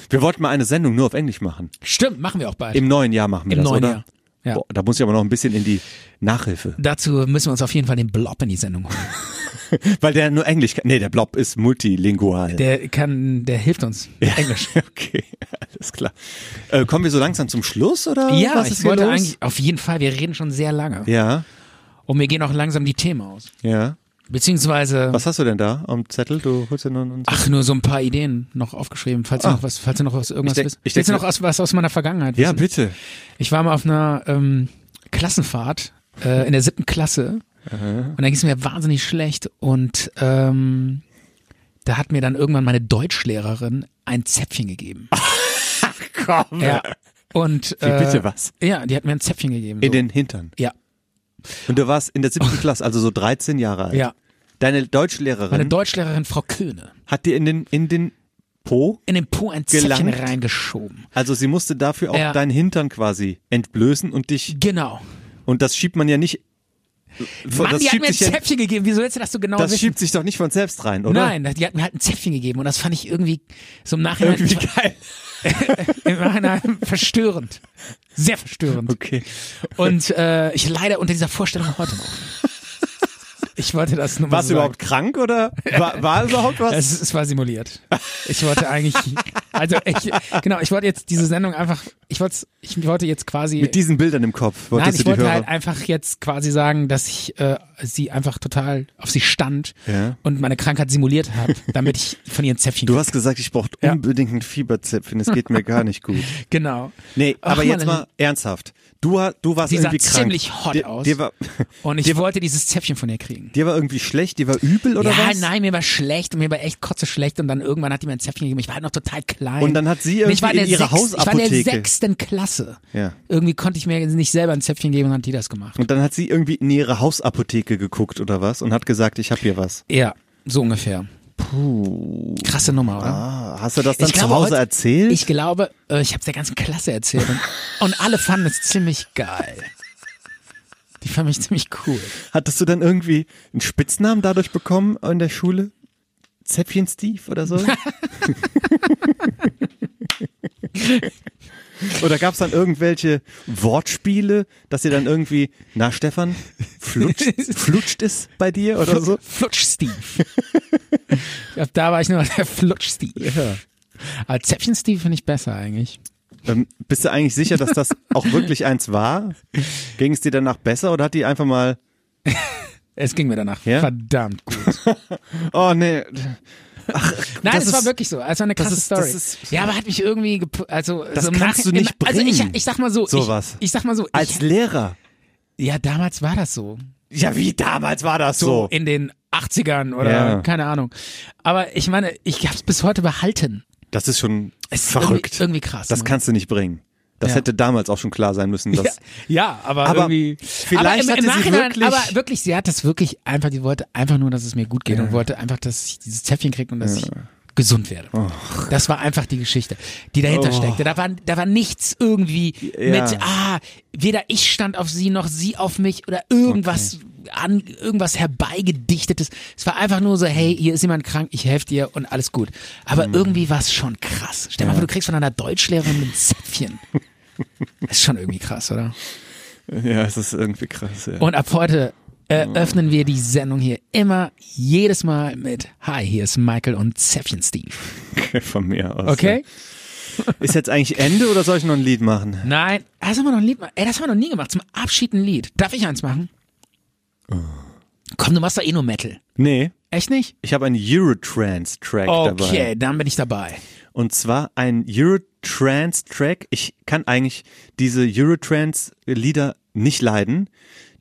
[SPEAKER 3] Wir wollten mal eine Sendung nur auf Englisch machen.
[SPEAKER 2] Stimmt, machen wir auch bald.
[SPEAKER 3] Im neuen Jahr machen wir
[SPEAKER 2] Im
[SPEAKER 3] das,
[SPEAKER 2] neuen
[SPEAKER 3] oder?
[SPEAKER 2] Jahr. Ja.
[SPEAKER 3] Boah, da muss ich aber noch ein bisschen in die Nachhilfe.
[SPEAKER 2] Dazu müssen wir uns auf jeden Fall den Blob in die Sendung holen.
[SPEAKER 3] Weil der nur Englisch kann. Nee, der Blob ist multilingual.
[SPEAKER 2] Der kann, der hilft uns. Englisch.
[SPEAKER 3] okay, alles klar. Äh, kommen wir so langsam zum Schluss oder
[SPEAKER 2] Ja,
[SPEAKER 3] was
[SPEAKER 2] ich
[SPEAKER 3] ist hier
[SPEAKER 2] wollte
[SPEAKER 3] los?
[SPEAKER 2] eigentlich, auf jeden Fall, wir reden schon sehr lange.
[SPEAKER 3] Ja,
[SPEAKER 2] Und mir gehen auch langsam die Themen aus.
[SPEAKER 3] ja.
[SPEAKER 2] Beziehungsweise,
[SPEAKER 3] Was hast du denn da am Zettel? Du holst ja noch einen
[SPEAKER 2] ach, nur so ein paar Ideen noch aufgeschrieben, falls du noch was, falls du noch was irgendwas
[SPEAKER 3] Ah. Ich denk-
[SPEAKER 2] wisst.
[SPEAKER 3] ich
[SPEAKER 2] Willst du
[SPEAKER 3] denk-
[SPEAKER 2] noch aus, was aus meiner Vergangenheit
[SPEAKER 3] Ja,
[SPEAKER 2] wissen?
[SPEAKER 3] bitte.
[SPEAKER 2] Ich war mal auf einer ähm, Klassenfahrt äh, in der siebten Klasse und da ging es mir wahnsinnig schlecht und ähm, da hat mir dann irgendwann meine Deutschlehrerin ein Zäpfchen gegeben.
[SPEAKER 3] Komm.
[SPEAKER 2] Ja. Und
[SPEAKER 3] Wie,
[SPEAKER 2] äh,
[SPEAKER 3] bitte was?
[SPEAKER 2] Ja, die hat mir ein Zäpfchen gegeben. So.
[SPEAKER 3] In den Hintern.
[SPEAKER 2] ja,
[SPEAKER 3] Und du warst in der siebten Klasse, also so 13 Jahre alt.
[SPEAKER 2] ja.
[SPEAKER 3] Deine
[SPEAKER 2] Meine
[SPEAKER 3] Deutschlehrerin
[SPEAKER 2] Deutschlehrerin Frau Köhne
[SPEAKER 3] hat dir in den, in den Po,
[SPEAKER 2] in den Po ein Zäpfchen
[SPEAKER 3] Gelangt?
[SPEAKER 2] reingeschoben.
[SPEAKER 3] also sie musste dafür auch
[SPEAKER 2] Ja.
[SPEAKER 3] deinen Hintern quasi entblößen und dich,
[SPEAKER 2] Genau.
[SPEAKER 3] und das schiebt man ja nicht,
[SPEAKER 2] Mann,
[SPEAKER 3] das
[SPEAKER 2] die hat
[SPEAKER 3] schiebt
[SPEAKER 2] mir ein
[SPEAKER 3] sich ja,
[SPEAKER 2] Zäpfchen gegeben. Wieso hättest du das so genau
[SPEAKER 3] das
[SPEAKER 2] wissen?
[SPEAKER 3] schiebt sich doch nicht von selbst rein, oder?
[SPEAKER 2] Nein, die hat mir halt ein Zäpfchen gegeben und das fand ich irgendwie so im Nachhinein
[SPEAKER 3] Irgendwie geil.
[SPEAKER 2] Im Nachhinein verstörend. Sehr verstörend.
[SPEAKER 3] Okay.
[SPEAKER 2] Und äh, ich leide unter dieser Vorstellung heute noch. Ich wollte das nur mal
[SPEAKER 3] Warst
[SPEAKER 2] so
[SPEAKER 3] du überhaupt
[SPEAKER 2] sagen.
[SPEAKER 3] krank oder war, war überhaupt was?
[SPEAKER 2] Es, es war simuliert. Ich wollte eigentlich, also ich, genau, ich wollte jetzt diese Sendung einfach, ich wollte, ich wollte jetzt quasi,
[SPEAKER 3] Mit diesen Bildern im Kopf
[SPEAKER 2] nein,
[SPEAKER 3] wolltest
[SPEAKER 2] ich
[SPEAKER 3] du die
[SPEAKER 2] wollte
[SPEAKER 3] Hörer.
[SPEAKER 2] halt einfach jetzt quasi sagen, dass ich äh, sie einfach total auf sie stand
[SPEAKER 3] Ja.
[SPEAKER 2] und meine Krankheit simuliert habe, damit ich von ihren Zäpfchen.
[SPEAKER 3] du hast gesagt, ich brauche
[SPEAKER 2] Ja.
[SPEAKER 3] unbedingt ein Fieberzäpfchen, es geht mir gar nicht gut.
[SPEAKER 2] genau.
[SPEAKER 3] Nee,
[SPEAKER 2] Ach,
[SPEAKER 3] aber jetzt
[SPEAKER 2] Mann,
[SPEAKER 3] mal ernsthaft. Du, ha- du warst
[SPEAKER 2] Sie sah
[SPEAKER 3] irgendwie krank.
[SPEAKER 2] ziemlich hot
[SPEAKER 3] dir,
[SPEAKER 2] aus.
[SPEAKER 3] Dir war,
[SPEAKER 2] Und ich wollte dieses Zäpfchen von ihr kriegen.
[SPEAKER 3] dir war irgendwie schlecht, dir war übel oder
[SPEAKER 2] ja,
[SPEAKER 3] was?
[SPEAKER 2] nein, mir war schlecht und mir war echt kotze schlecht und dann irgendwann hat die mir ein Zäpfchen gegeben. Ich war halt noch total klein.
[SPEAKER 3] Und dann hat sie
[SPEAKER 2] Nee, ich war
[SPEAKER 3] irgendwie in
[SPEAKER 2] der
[SPEAKER 3] ihrer
[SPEAKER 2] sechsten- Ich war in
[SPEAKER 3] Hausapotheke-
[SPEAKER 2] der sechsten Klasse.
[SPEAKER 3] Ja.
[SPEAKER 2] Irgendwie konnte ich mir nicht selber ein Zäpfchen geben und hat die das gemacht.
[SPEAKER 3] Und dann hat sie irgendwie in ihre Hausapotheke geguckt oder was und hat gesagt, ich habe hier was.
[SPEAKER 2] Ja, so ungefähr. Puh. Krasse Nummer, oder?
[SPEAKER 3] Ah, Hast du das dann
[SPEAKER 2] Ich
[SPEAKER 3] zu
[SPEAKER 2] glaube,
[SPEAKER 3] Hause
[SPEAKER 2] heute-
[SPEAKER 3] erzählt?
[SPEAKER 2] Ich glaube, äh, ich habe der ganzen Klasse erzählt und, und alle fanden es ziemlich geil. Die fanden mich ziemlich cool.
[SPEAKER 3] Hattest du dann irgendwie einen Spitznamen dadurch bekommen in der Schule? Zäpfchen Steve oder so? oder gab es dann irgendwelche Wortspiele, dass ihr dann irgendwie, na Stefan, flutscht, flutscht es bei dir oder so?
[SPEAKER 2] Flutsch Steve. Ich glaub, da war ich nur der Flutsch Steve. Aber Zäpfchen Steve finde ich besser eigentlich.
[SPEAKER 3] Ähm, bist du eigentlich sicher, dass das auch wirklich eins war? Ging es dir danach besser oder hat die einfach mal,
[SPEAKER 2] Es ging mir danach
[SPEAKER 3] Ja?
[SPEAKER 2] verdammt gut.
[SPEAKER 3] oh nee,
[SPEAKER 2] Nein,
[SPEAKER 3] Das
[SPEAKER 2] es war
[SPEAKER 3] ist-
[SPEAKER 2] wirklich so. Es war eine krasse
[SPEAKER 3] ist-
[SPEAKER 2] Story.
[SPEAKER 3] das ist-
[SPEAKER 2] ja, aber hat mich irgendwie gep also
[SPEAKER 3] Das
[SPEAKER 2] so im
[SPEAKER 3] kannst
[SPEAKER 2] Nachhi-
[SPEAKER 3] du nicht
[SPEAKER 2] im- Also ich,
[SPEAKER 3] bringen.
[SPEAKER 2] ich sag mal so,
[SPEAKER 3] Sowas.
[SPEAKER 2] Ich, ich sag mal so,
[SPEAKER 3] als
[SPEAKER 2] ich,
[SPEAKER 3] Lehrer?
[SPEAKER 2] ja damals war das so.
[SPEAKER 3] Ja, wie damals war das so?
[SPEAKER 2] in den 80ern oder
[SPEAKER 3] Ja.
[SPEAKER 2] keine Ahnung. Aber ich meine, ich hab's bis heute behalten.
[SPEAKER 3] Das ist schon
[SPEAKER 2] Es ist
[SPEAKER 3] verrückt.
[SPEAKER 2] Irgendwie, irgendwie krass.
[SPEAKER 3] Das
[SPEAKER 2] ne?
[SPEAKER 3] kannst du nicht bringen. Das
[SPEAKER 2] Ja.
[SPEAKER 3] hätte damals auch schon klar sein müssen. Dass,
[SPEAKER 2] ja, ja, aber,
[SPEAKER 3] Aber
[SPEAKER 2] irgendwie.
[SPEAKER 3] vielleicht
[SPEAKER 2] aber im, im
[SPEAKER 3] hatte sie
[SPEAKER 2] Nachhinein,
[SPEAKER 3] wirklich-
[SPEAKER 2] aber wirklich, sie hat das wirklich einfach, die wollte einfach nur, dass es mir gut geht und wollte einfach, dass ich dieses Zäpfchen kriege und dass ich gesund werde. Das war einfach die Geschichte, die dahinter steckte. Da war, da war nichts irgendwie
[SPEAKER 3] Ja.
[SPEAKER 2] mit, ah, weder ich stand auf sie noch sie auf mich oder irgendwas an, irgendwas herbeigedichtetes. Es war einfach nur so, hey, hier ist jemand krank, ich helfe dir und alles gut. Aber irgendwie war es schon krass. Stell mal vor, du kriegst von einer Deutschlehrerin ein Zäpfchen. Das ist schon irgendwie krass, oder?
[SPEAKER 3] Ja, es ist irgendwie krass. Ja.
[SPEAKER 2] Und ab heute eröffnen wir die Sendung hier immer jedes Mal mit Hi, hier ist Michael und Zäpfchen Steve.
[SPEAKER 3] Von mir aus.
[SPEAKER 2] Okay?
[SPEAKER 3] Ja. Ist jetzt eigentlich Ende oder soll ich noch ein Lied machen?
[SPEAKER 2] Nein. Ah, Das haben wir noch ein Lied ma- Ey, das haben wir noch nie gemacht. Zum Abschied ein Lied. Darf ich eins machen?
[SPEAKER 3] Oh.
[SPEAKER 2] Komm, du machst doch eh nur Metal.
[SPEAKER 3] Nee.
[SPEAKER 2] Echt nicht?
[SPEAKER 3] Ich habe einen Eurotrance-Track dabei.
[SPEAKER 2] Okay, dann bin ich dabei.
[SPEAKER 3] Und zwar ein Eurotrance-Track. Ich kann eigentlich diese Eurotrance-Lieder nicht leiden.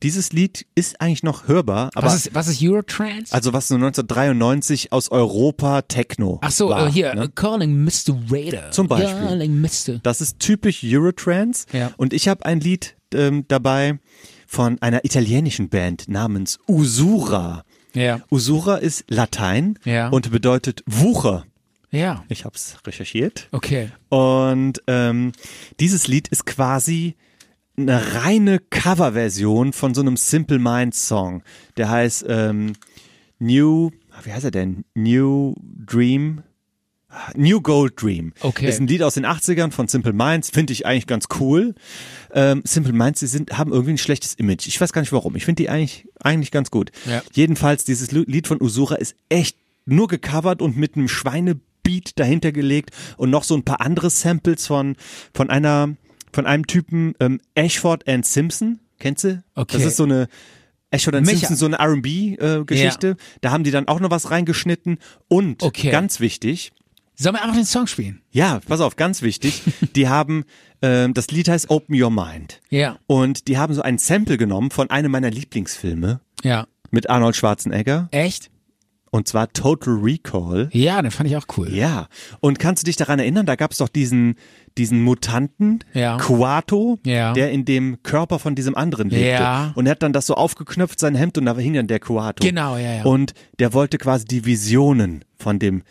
[SPEAKER 3] Dieses Lied ist eigentlich noch hörbar, aber
[SPEAKER 2] was ist, was ist Eurotrance?
[SPEAKER 3] also was so 1993 aus Europa Techno.
[SPEAKER 2] Ach so,
[SPEAKER 3] war,
[SPEAKER 2] äh, hier,
[SPEAKER 3] ne?
[SPEAKER 2] Calling Mr. Raider.
[SPEAKER 3] Zum Beispiel.
[SPEAKER 2] Calling Mr.
[SPEAKER 3] Das ist typisch Eurotrance.
[SPEAKER 2] Ja.
[SPEAKER 3] Und ich habe ein Lied ähm, dabei von einer italienischen Band namens Usura.
[SPEAKER 2] Ja.
[SPEAKER 3] Usura ist Latein
[SPEAKER 2] Ja.
[SPEAKER 3] und bedeutet Wucher.
[SPEAKER 2] Ja,
[SPEAKER 3] Ich habe es recherchiert.
[SPEAKER 2] okay.
[SPEAKER 3] Und ähm, dieses Lied ist quasi eine reine Coverversion von so einem Simple Minds Song. Der heißt ähm, New, ah, wie heißt er denn? New Dream. Ah, New Gold Dream.
[SPEAKER 2] Okay.
[SPEAKER 3] Ist ein Lied aus den 80ern von Simple Minds, finde ich eigentlich ganz cool. Ähm, Simple Minds, die sind, haben irgendwie ein schlechtes Image. Ich weiß gar nicht warum. Ich finde die eigentlich, eigentlich ganz gut.
[SPEAKER 2] Ja.
[SPEAKER 3] Jedenfalls, dieses Lu- Lied von Usura ist echt nur gecovert und mit einem Schweinebeat dahinter gelegt und noch so ein paar andere Samples von, von einer, von einem Typen, ähm, Ashford and Simpson. Kennst du?
[SPEAKER 2] Okay.
[SPEAKER 3] Das ist so eine, Ashford and
[SPEAKER 2] Micha.
[SPEAKER 3] Simpson, so eine R&B-Geschichte. Da haben die dann auch noch was reingeschnitten und
[SPEAKER 2] Okay.
[SPEAKER 3] ganz wichtig,
[SPEAKER 2] Sollen wir einfach den Song spielen?
[SPEAKER 3] ja, pass auf, ganz wichtig. Die haben, ähm, das Lied heißt Open Your Mind.
[SPEAKER 2] Ja.
[SPEAKER 3] Und die haben so ein Sample genommen von einem meiner Lieblingsfilme
[SPEAKER 2] Ja.
[SPEAKER 3] mit Arnold Schwarzenegger.
[SPEAKER 2] Echt?
[SPEAKER 3] Und zwar Total Recall.
[SPEAKER 2] Ja, den fand ich auch cool.
[SPEAKER 3] Ja. Und kannst du dich daran erinnern, da gab's doch diesen, diesen Mutanten,
[SPEAKER 2] Ja.
[SPEAKER 3] Quato,
[SPEAKER 2] Ja.
[SPEAKER 3] der in dem Körper von diesem anderen lebte.
[SPEAKER 2] Ja.
[SPEAKER 3] Und er hat dann das so aufgeknöpft, sein Hemd, und da hing dann der Quato.
[SPEAKER 2] Genau, ja, ja.
[SPEAKER 3] Und der wollte quasi die Visionen von dem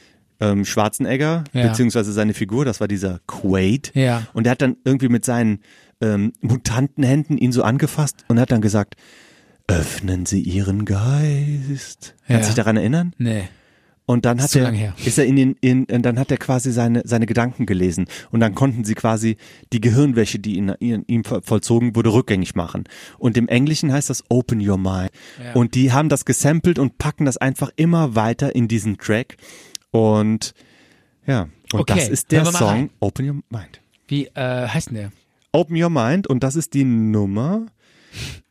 [SPEAKER 3] ähm, Schwarzenegger,
[SPEAKER 2] Ja.
[SPEAKER 3] beziehungsweise seine Figur, das war dieser Quaid.
[SPEAKER 2] Ja.
[SPEAKER 3] Und der hat dann irgendwie mit seinen ähm, Mutantenhänden ihn so angefasst und hat dann gesagt, öffnen Sie Ihren Geist.
[SPEAKER 2] Ja.
[SPEAKER 3] Kannst du dich daran erinnern?
[SPEAKER 2] Nee.
[SPEAKER 3] Und dann hat
[SPEAKER 2] zu
[SPEAKER 3] er,
[SPEAKER 2] lange her.
[SPEAKER 3] ist er in den, in, und dann hat er quasi seine, seine Gedanken gelesen. Und dann konnten sie quasi die Gehirnwäsche, die in, in ihm ver- vollzogen wurde, rückgängig machen. Und im Englischen heißt das Open Your Mind. Und die haben das gesampelt und packen das einfach immer weiter in diesen Track. Und, ja. Und
[SPEAKER 2] Okay,
[SPEAKER 3] das ist der
[SPEAKER 2] hören wir mal
[SPEAKER 3] Song
[SPEAKER 2] rein.
[SPEAKER 3] Open Your Mind.
[SPEAKER 2] Wie äh, heißt denn der?
[SPEAKER 3] Open Your Mind. Und das ist die Nummer.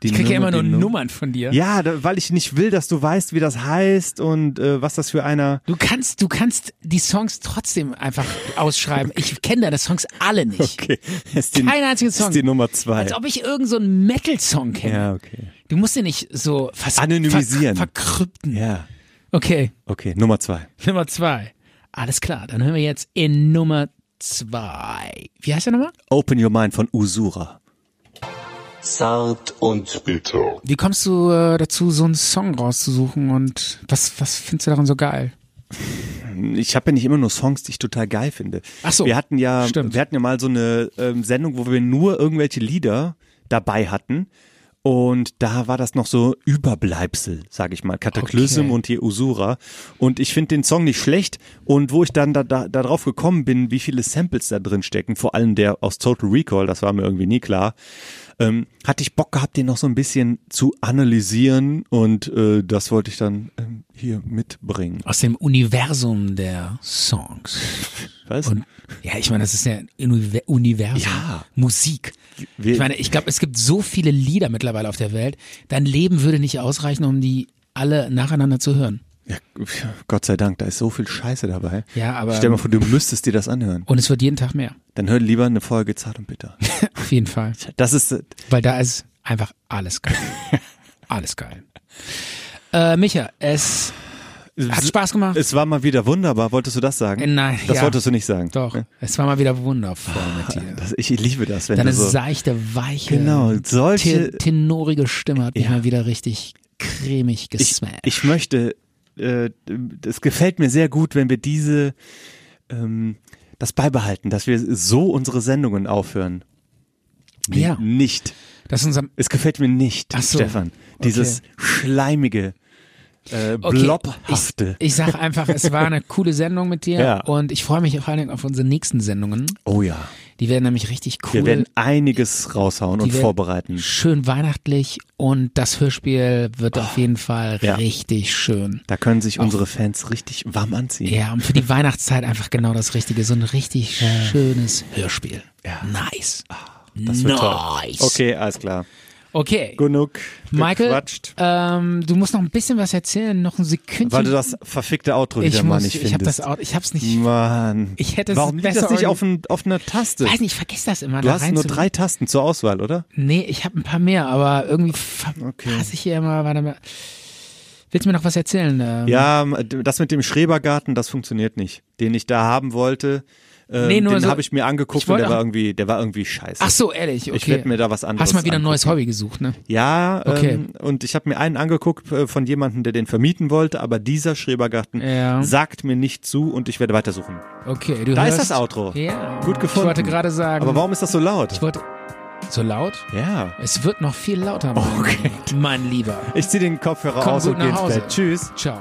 [SPEAKER 3] Die
[SPEAKER 2] Ich kriege ja immer nur
[SPEAKER 3] die Num-
[SPEAKER 2] Nummern von dir.
[SPEAKER 3] Ja, da, weil ich nicht will, dass du weißt, wie das heißt und äh, was das für einer
[SPEAKER 2] Du kannst, du kannst die Songs trotzdem einfach ausschreiben. Ich kenne deine Songs alle nicht.
[SPEAKER 3] Okay. Ist die,
[SPEAKER 2] Kein einziger Song.
[SPEAKER 3] Ist die Nummer zwei.
[SPEAKER 2] Als ob ich irgendeinen so einen Metal-Song kenne.
[SPEAKER 3] ja, okay.
[SPEAKER 2] Du musst den nicht so vers-
[SPEAKER 3] Anonymisieren.
[SPEAKER 2] Ver verkrypten.
[SPEAKER 3] Ja.
[SPEAKER 2] Okay,
[SPEAKER 3] Okay, Nummer zwei.
[SPEAKER 2] Nummer zwei. Alles klar, dann hören wir jetzt in Nummer zwei. Wie heißt der nochmal?
[SPEAKER 3] Open Your Mind von Usura.
[SPEAKER 1] Zart und bitter.
[SPEAKER 2] Wie kommst du äh, dazu, so einen Song rauszusuchen und was, was findest du daran so geil?
[SPEAKER 3] Ich habe ja nicht immer nur Songs, die ich total geil finde.
[SPEAKER 2] Ach so.
[SPEAKER 3] Wir hatten ja,
[SPEAKER 2] Stimmt.
[SPEAKER 3] wir hatten ja mal so eine ähm, Sendung, wo wir nur irgendwelche Lieder dabei hatten. Und da war das noch so Überbleibsel, sage ich mal. Kataklysm
[SPEAKER 2] Okay.
[SPEAKER 3] und hier Usura. Und ich finde den Song nicht schlecht. Und wo ich dann da, da, da drauf gekommen bin, wie viele Samples da drin stecken, vor allem der aus Total Recall, das war mir irgendwie nie klar, ähm, hatte ich Bock gehabt, den noch so ein bisschen zu analysieren. Und äh, das wollte ich dann ähm, hier mitbringen.
[SPEAKER 2] Aus dem Universum der Songs.
[SPEAKER 3] Weißt?
[SPEAKER 2] Und ja, ich meine, das ist ja ein Univer- Universum.
[SPEAKER 3] Ja.
[SPEAKER 2] Musik.
[SPEAKER 3] Wir-
[SPEAKER 2] ich meine, ich glaube, es gibt so viele Lieder mittlerweile auf der Welt. Dein Leben würde nicht ausreichen, um die alle nacheinander zu hören.
[SPEAKER 3] Ja, Gott sei Dank, da ist so viel Scheiße dabei.
[SPEAKER 2] Ja, aber-
[SPEAKER 3] Stell dir mal vor, du müsstest dir das anhören.
[SPEAKER 2] Und es wird jeden Tag mehr.
[SPEAKER 3] Dann hör lieber eine Folge Zart und Bitter.
[SPEAKER 2] Auf jeden Fall.
[SPEAKER 3] Das ist, äh,
[SPEAKER 2] Weil da ist einfach alles geil. alles geil. Äh, Micha, es hat Spaß gemacht.
[SPEAKER 3] es war mal wieder wunderbar. Wolltest du das sagen?
[SPEAKER 2] Äh, Nein,
[SPEAKER 3] Das
[SPEAKER 2] ja.
[SPEAKER 3] wolltest du nicht sagen.
[SPEAKER 2] Doch,
[SPEAKER 3] Ne?
[SPEAKER 2] es war mal wieder wundervoll mit dir.
[SPEAKER 3] Das, ich liebe das, wenn
[SPEAKER 2] Deine
[SPEAKER 3] du so.
[SPEAKER 2] seichte, weiche,
[SPEAKER 3] Genau, solche-
[SPEAKER 2] te- tenorige Stimme hat mich
[SPEAKER 3] Ja.
[SPEAKER 2] mal wieder richtig cremig
[SPEAKER 3] ich,
[SPEAKER 2] gesmashed.
[SPEAKER 3] ich möchte äh, es gefällt mir sehr gut, wenn wir diese, ähm, das beibehalten, dass wir so unsere Sendungen aufhören. Nee,
[SPEAKER 2] Ja.
[SPEAKER 3] Nicht.
[SPEAKER 2] Das ist unser
[SPEAKER 3] Es gefällt mir nicht,
[SPEAKER 2] Ach so.
[SPEAKER 3] Stefan. Dieses schleimige, äh,
[SPEAKER 2] Okay,
[SPEAKER 3] blobhafte.
[SPEAKER 2] Ich, ich sag einfach, es war eine coole Sendung mit dir
[SPEAKER 3] Ja.
[SPEAKER 2] und ich freue mich vor allen Dingen auf unsere nächsten Sendungen.
[SPEAKER 3] oh ja.
[SPEAKER 2] Die werden nämlich richtig cool.
[SPEAKER 3] Wir werden einiges raushauen und
[SPEAKER 2] Die werden
[SPEAKER 3] vorbereiten.
[SPEAKER 2] Schön weihnachtlich und das Hörspiel wird auf jeden Fall
[SPEAKER 3] Oh, Ja.
[SPEAKER 2] richtig schön.
[SPEAKER 3] Da können sich unsere Fans richtig warm anziehen.
[SPEAKER 2] Ja, und für die Weihnachtszeit einfach genau das Richtige. So ein richtig schönes Hörspiel.
[SPEAKER 3] Ja. Ah,
[SPEAKER 2] Nice.
[SPEAKER 3] Das
[SPEAKER 2] nice.
[SPEAKER 3] wird toll. Okay, alles klar.
[SPEAKER 2] Okay.
[SPEAKER 3] Genug
[SPEAKER 2] Michael,
[SPEAKER 3] gequatscht.
[SPEAKER 2] ähm, du musst noch ein bisschen was erzählen, noch ein Sekündchen.
[SPEAKER 3] Weil du das verfickte Outro
[SPEAKER 2] ich
[SPEAKER 3] wieder mal
[SPEAKER 2] muss,
[SPEAKER 3] nicht
[SPEAKER 2] ich hab das
[SPEAKER 3] findest.
[SPEAKER 2] auch, ich hab's nicht,
[SPEAKER 3] Mann.
[SPEAKER 2] Ich hätte es
[SPEAKER 3] Warum liegt
[SPEAKER 2] besser
[SPEAKER 3] das nicht
[SPEAKER 2] organ-
[SPEAKER 3] auf, ein, auf einer Taste?
[SPEAKER 2] weiß nicht, ich vergesse das immer.
[SPEAKER 3] du
[SPEAKER 2] da
[SPEAKER 3] hast nur
[SPEAKER 2] reinzu-
[SPEAKER 3] drei Tasten zur Auswahl, oder?
[SPEAKER 2] Nee, ich habe ein paar mehr, aber irgendwie verpasse ich hier immer. Warte mal. Willst du mir noch was erzählen? Ähm,
[SPEAKER 3] Ja, das mit dem Schrebergarten, das funktioniert nicht. Den ich da haben wollte, ähm,
[SPEAKER 2] Nee, nur
[SPEAKER 3] den
[SPEAKER 2] so-
[SPEAKER 3] habe ich mir angeguckt
[SPEAKER 2] Ich
[SPEAKER 3] und
[SPEAKER 2] wollte
[SPEAKER 3] der war
[SPEAKER 2] auch-
[SPEAKER 3] irgendwie, der war irgendwie scheiße.
[SPEAKER 2] Ach so, ehrlich. Okay.
[SPEAKER 3] Ich werd mir da was anderes
[SPEAKER 2] Hast mal wieder ein
[SPEAKER 3] angucken.
[SPEAKER 2] neues Hobby gesucht, ne?
[SPEAKER 3] Ja,
[SPEAKER 2] Okay.
[SPEAKER 3] ähm, und ich habe mir einen angeguckt äh, von jemandem, der den vermieten wollte, aber dieser Schrebergarten
[SPEAKER 2] Ja.
[SPEAKER 3] sagt mir nicht zu und ich werde weitersuchen.
[SPEAKER 2] Okay, du
[SPEAKER 3] Da
[SPEAKER 2] hörst,
[SPEAKER 3] ist das Outro.
[SPEAKER 2] Ja.
[SPEAKER 3] Gut gefunden.
[SPEAKER 2] Ich wollte gerade sagen.
[SPEAKER 3] Aber warum ist das so laut?
[SPEAKER 2] Ich wollte. So laut?
[SPEAKER 3] ja.
[SPEAKER 2] Es wird noch viel lauter. Mein okay. Mein Lieber.
[SPEAKER 3] Ich zieh den Kopfhörer
[SPEAKER 2] Komm
[SPEAKER 3] aus
[SPEAKER 2] gut
[SPEAKER 3] und geh
[SPEAKER 2] nach
[SPEAKER 3] ins
[SPEAKER 2] Hause.
[SPEAKER 3] Bett. Tschüss.
[SPEAKER 2] Ciao.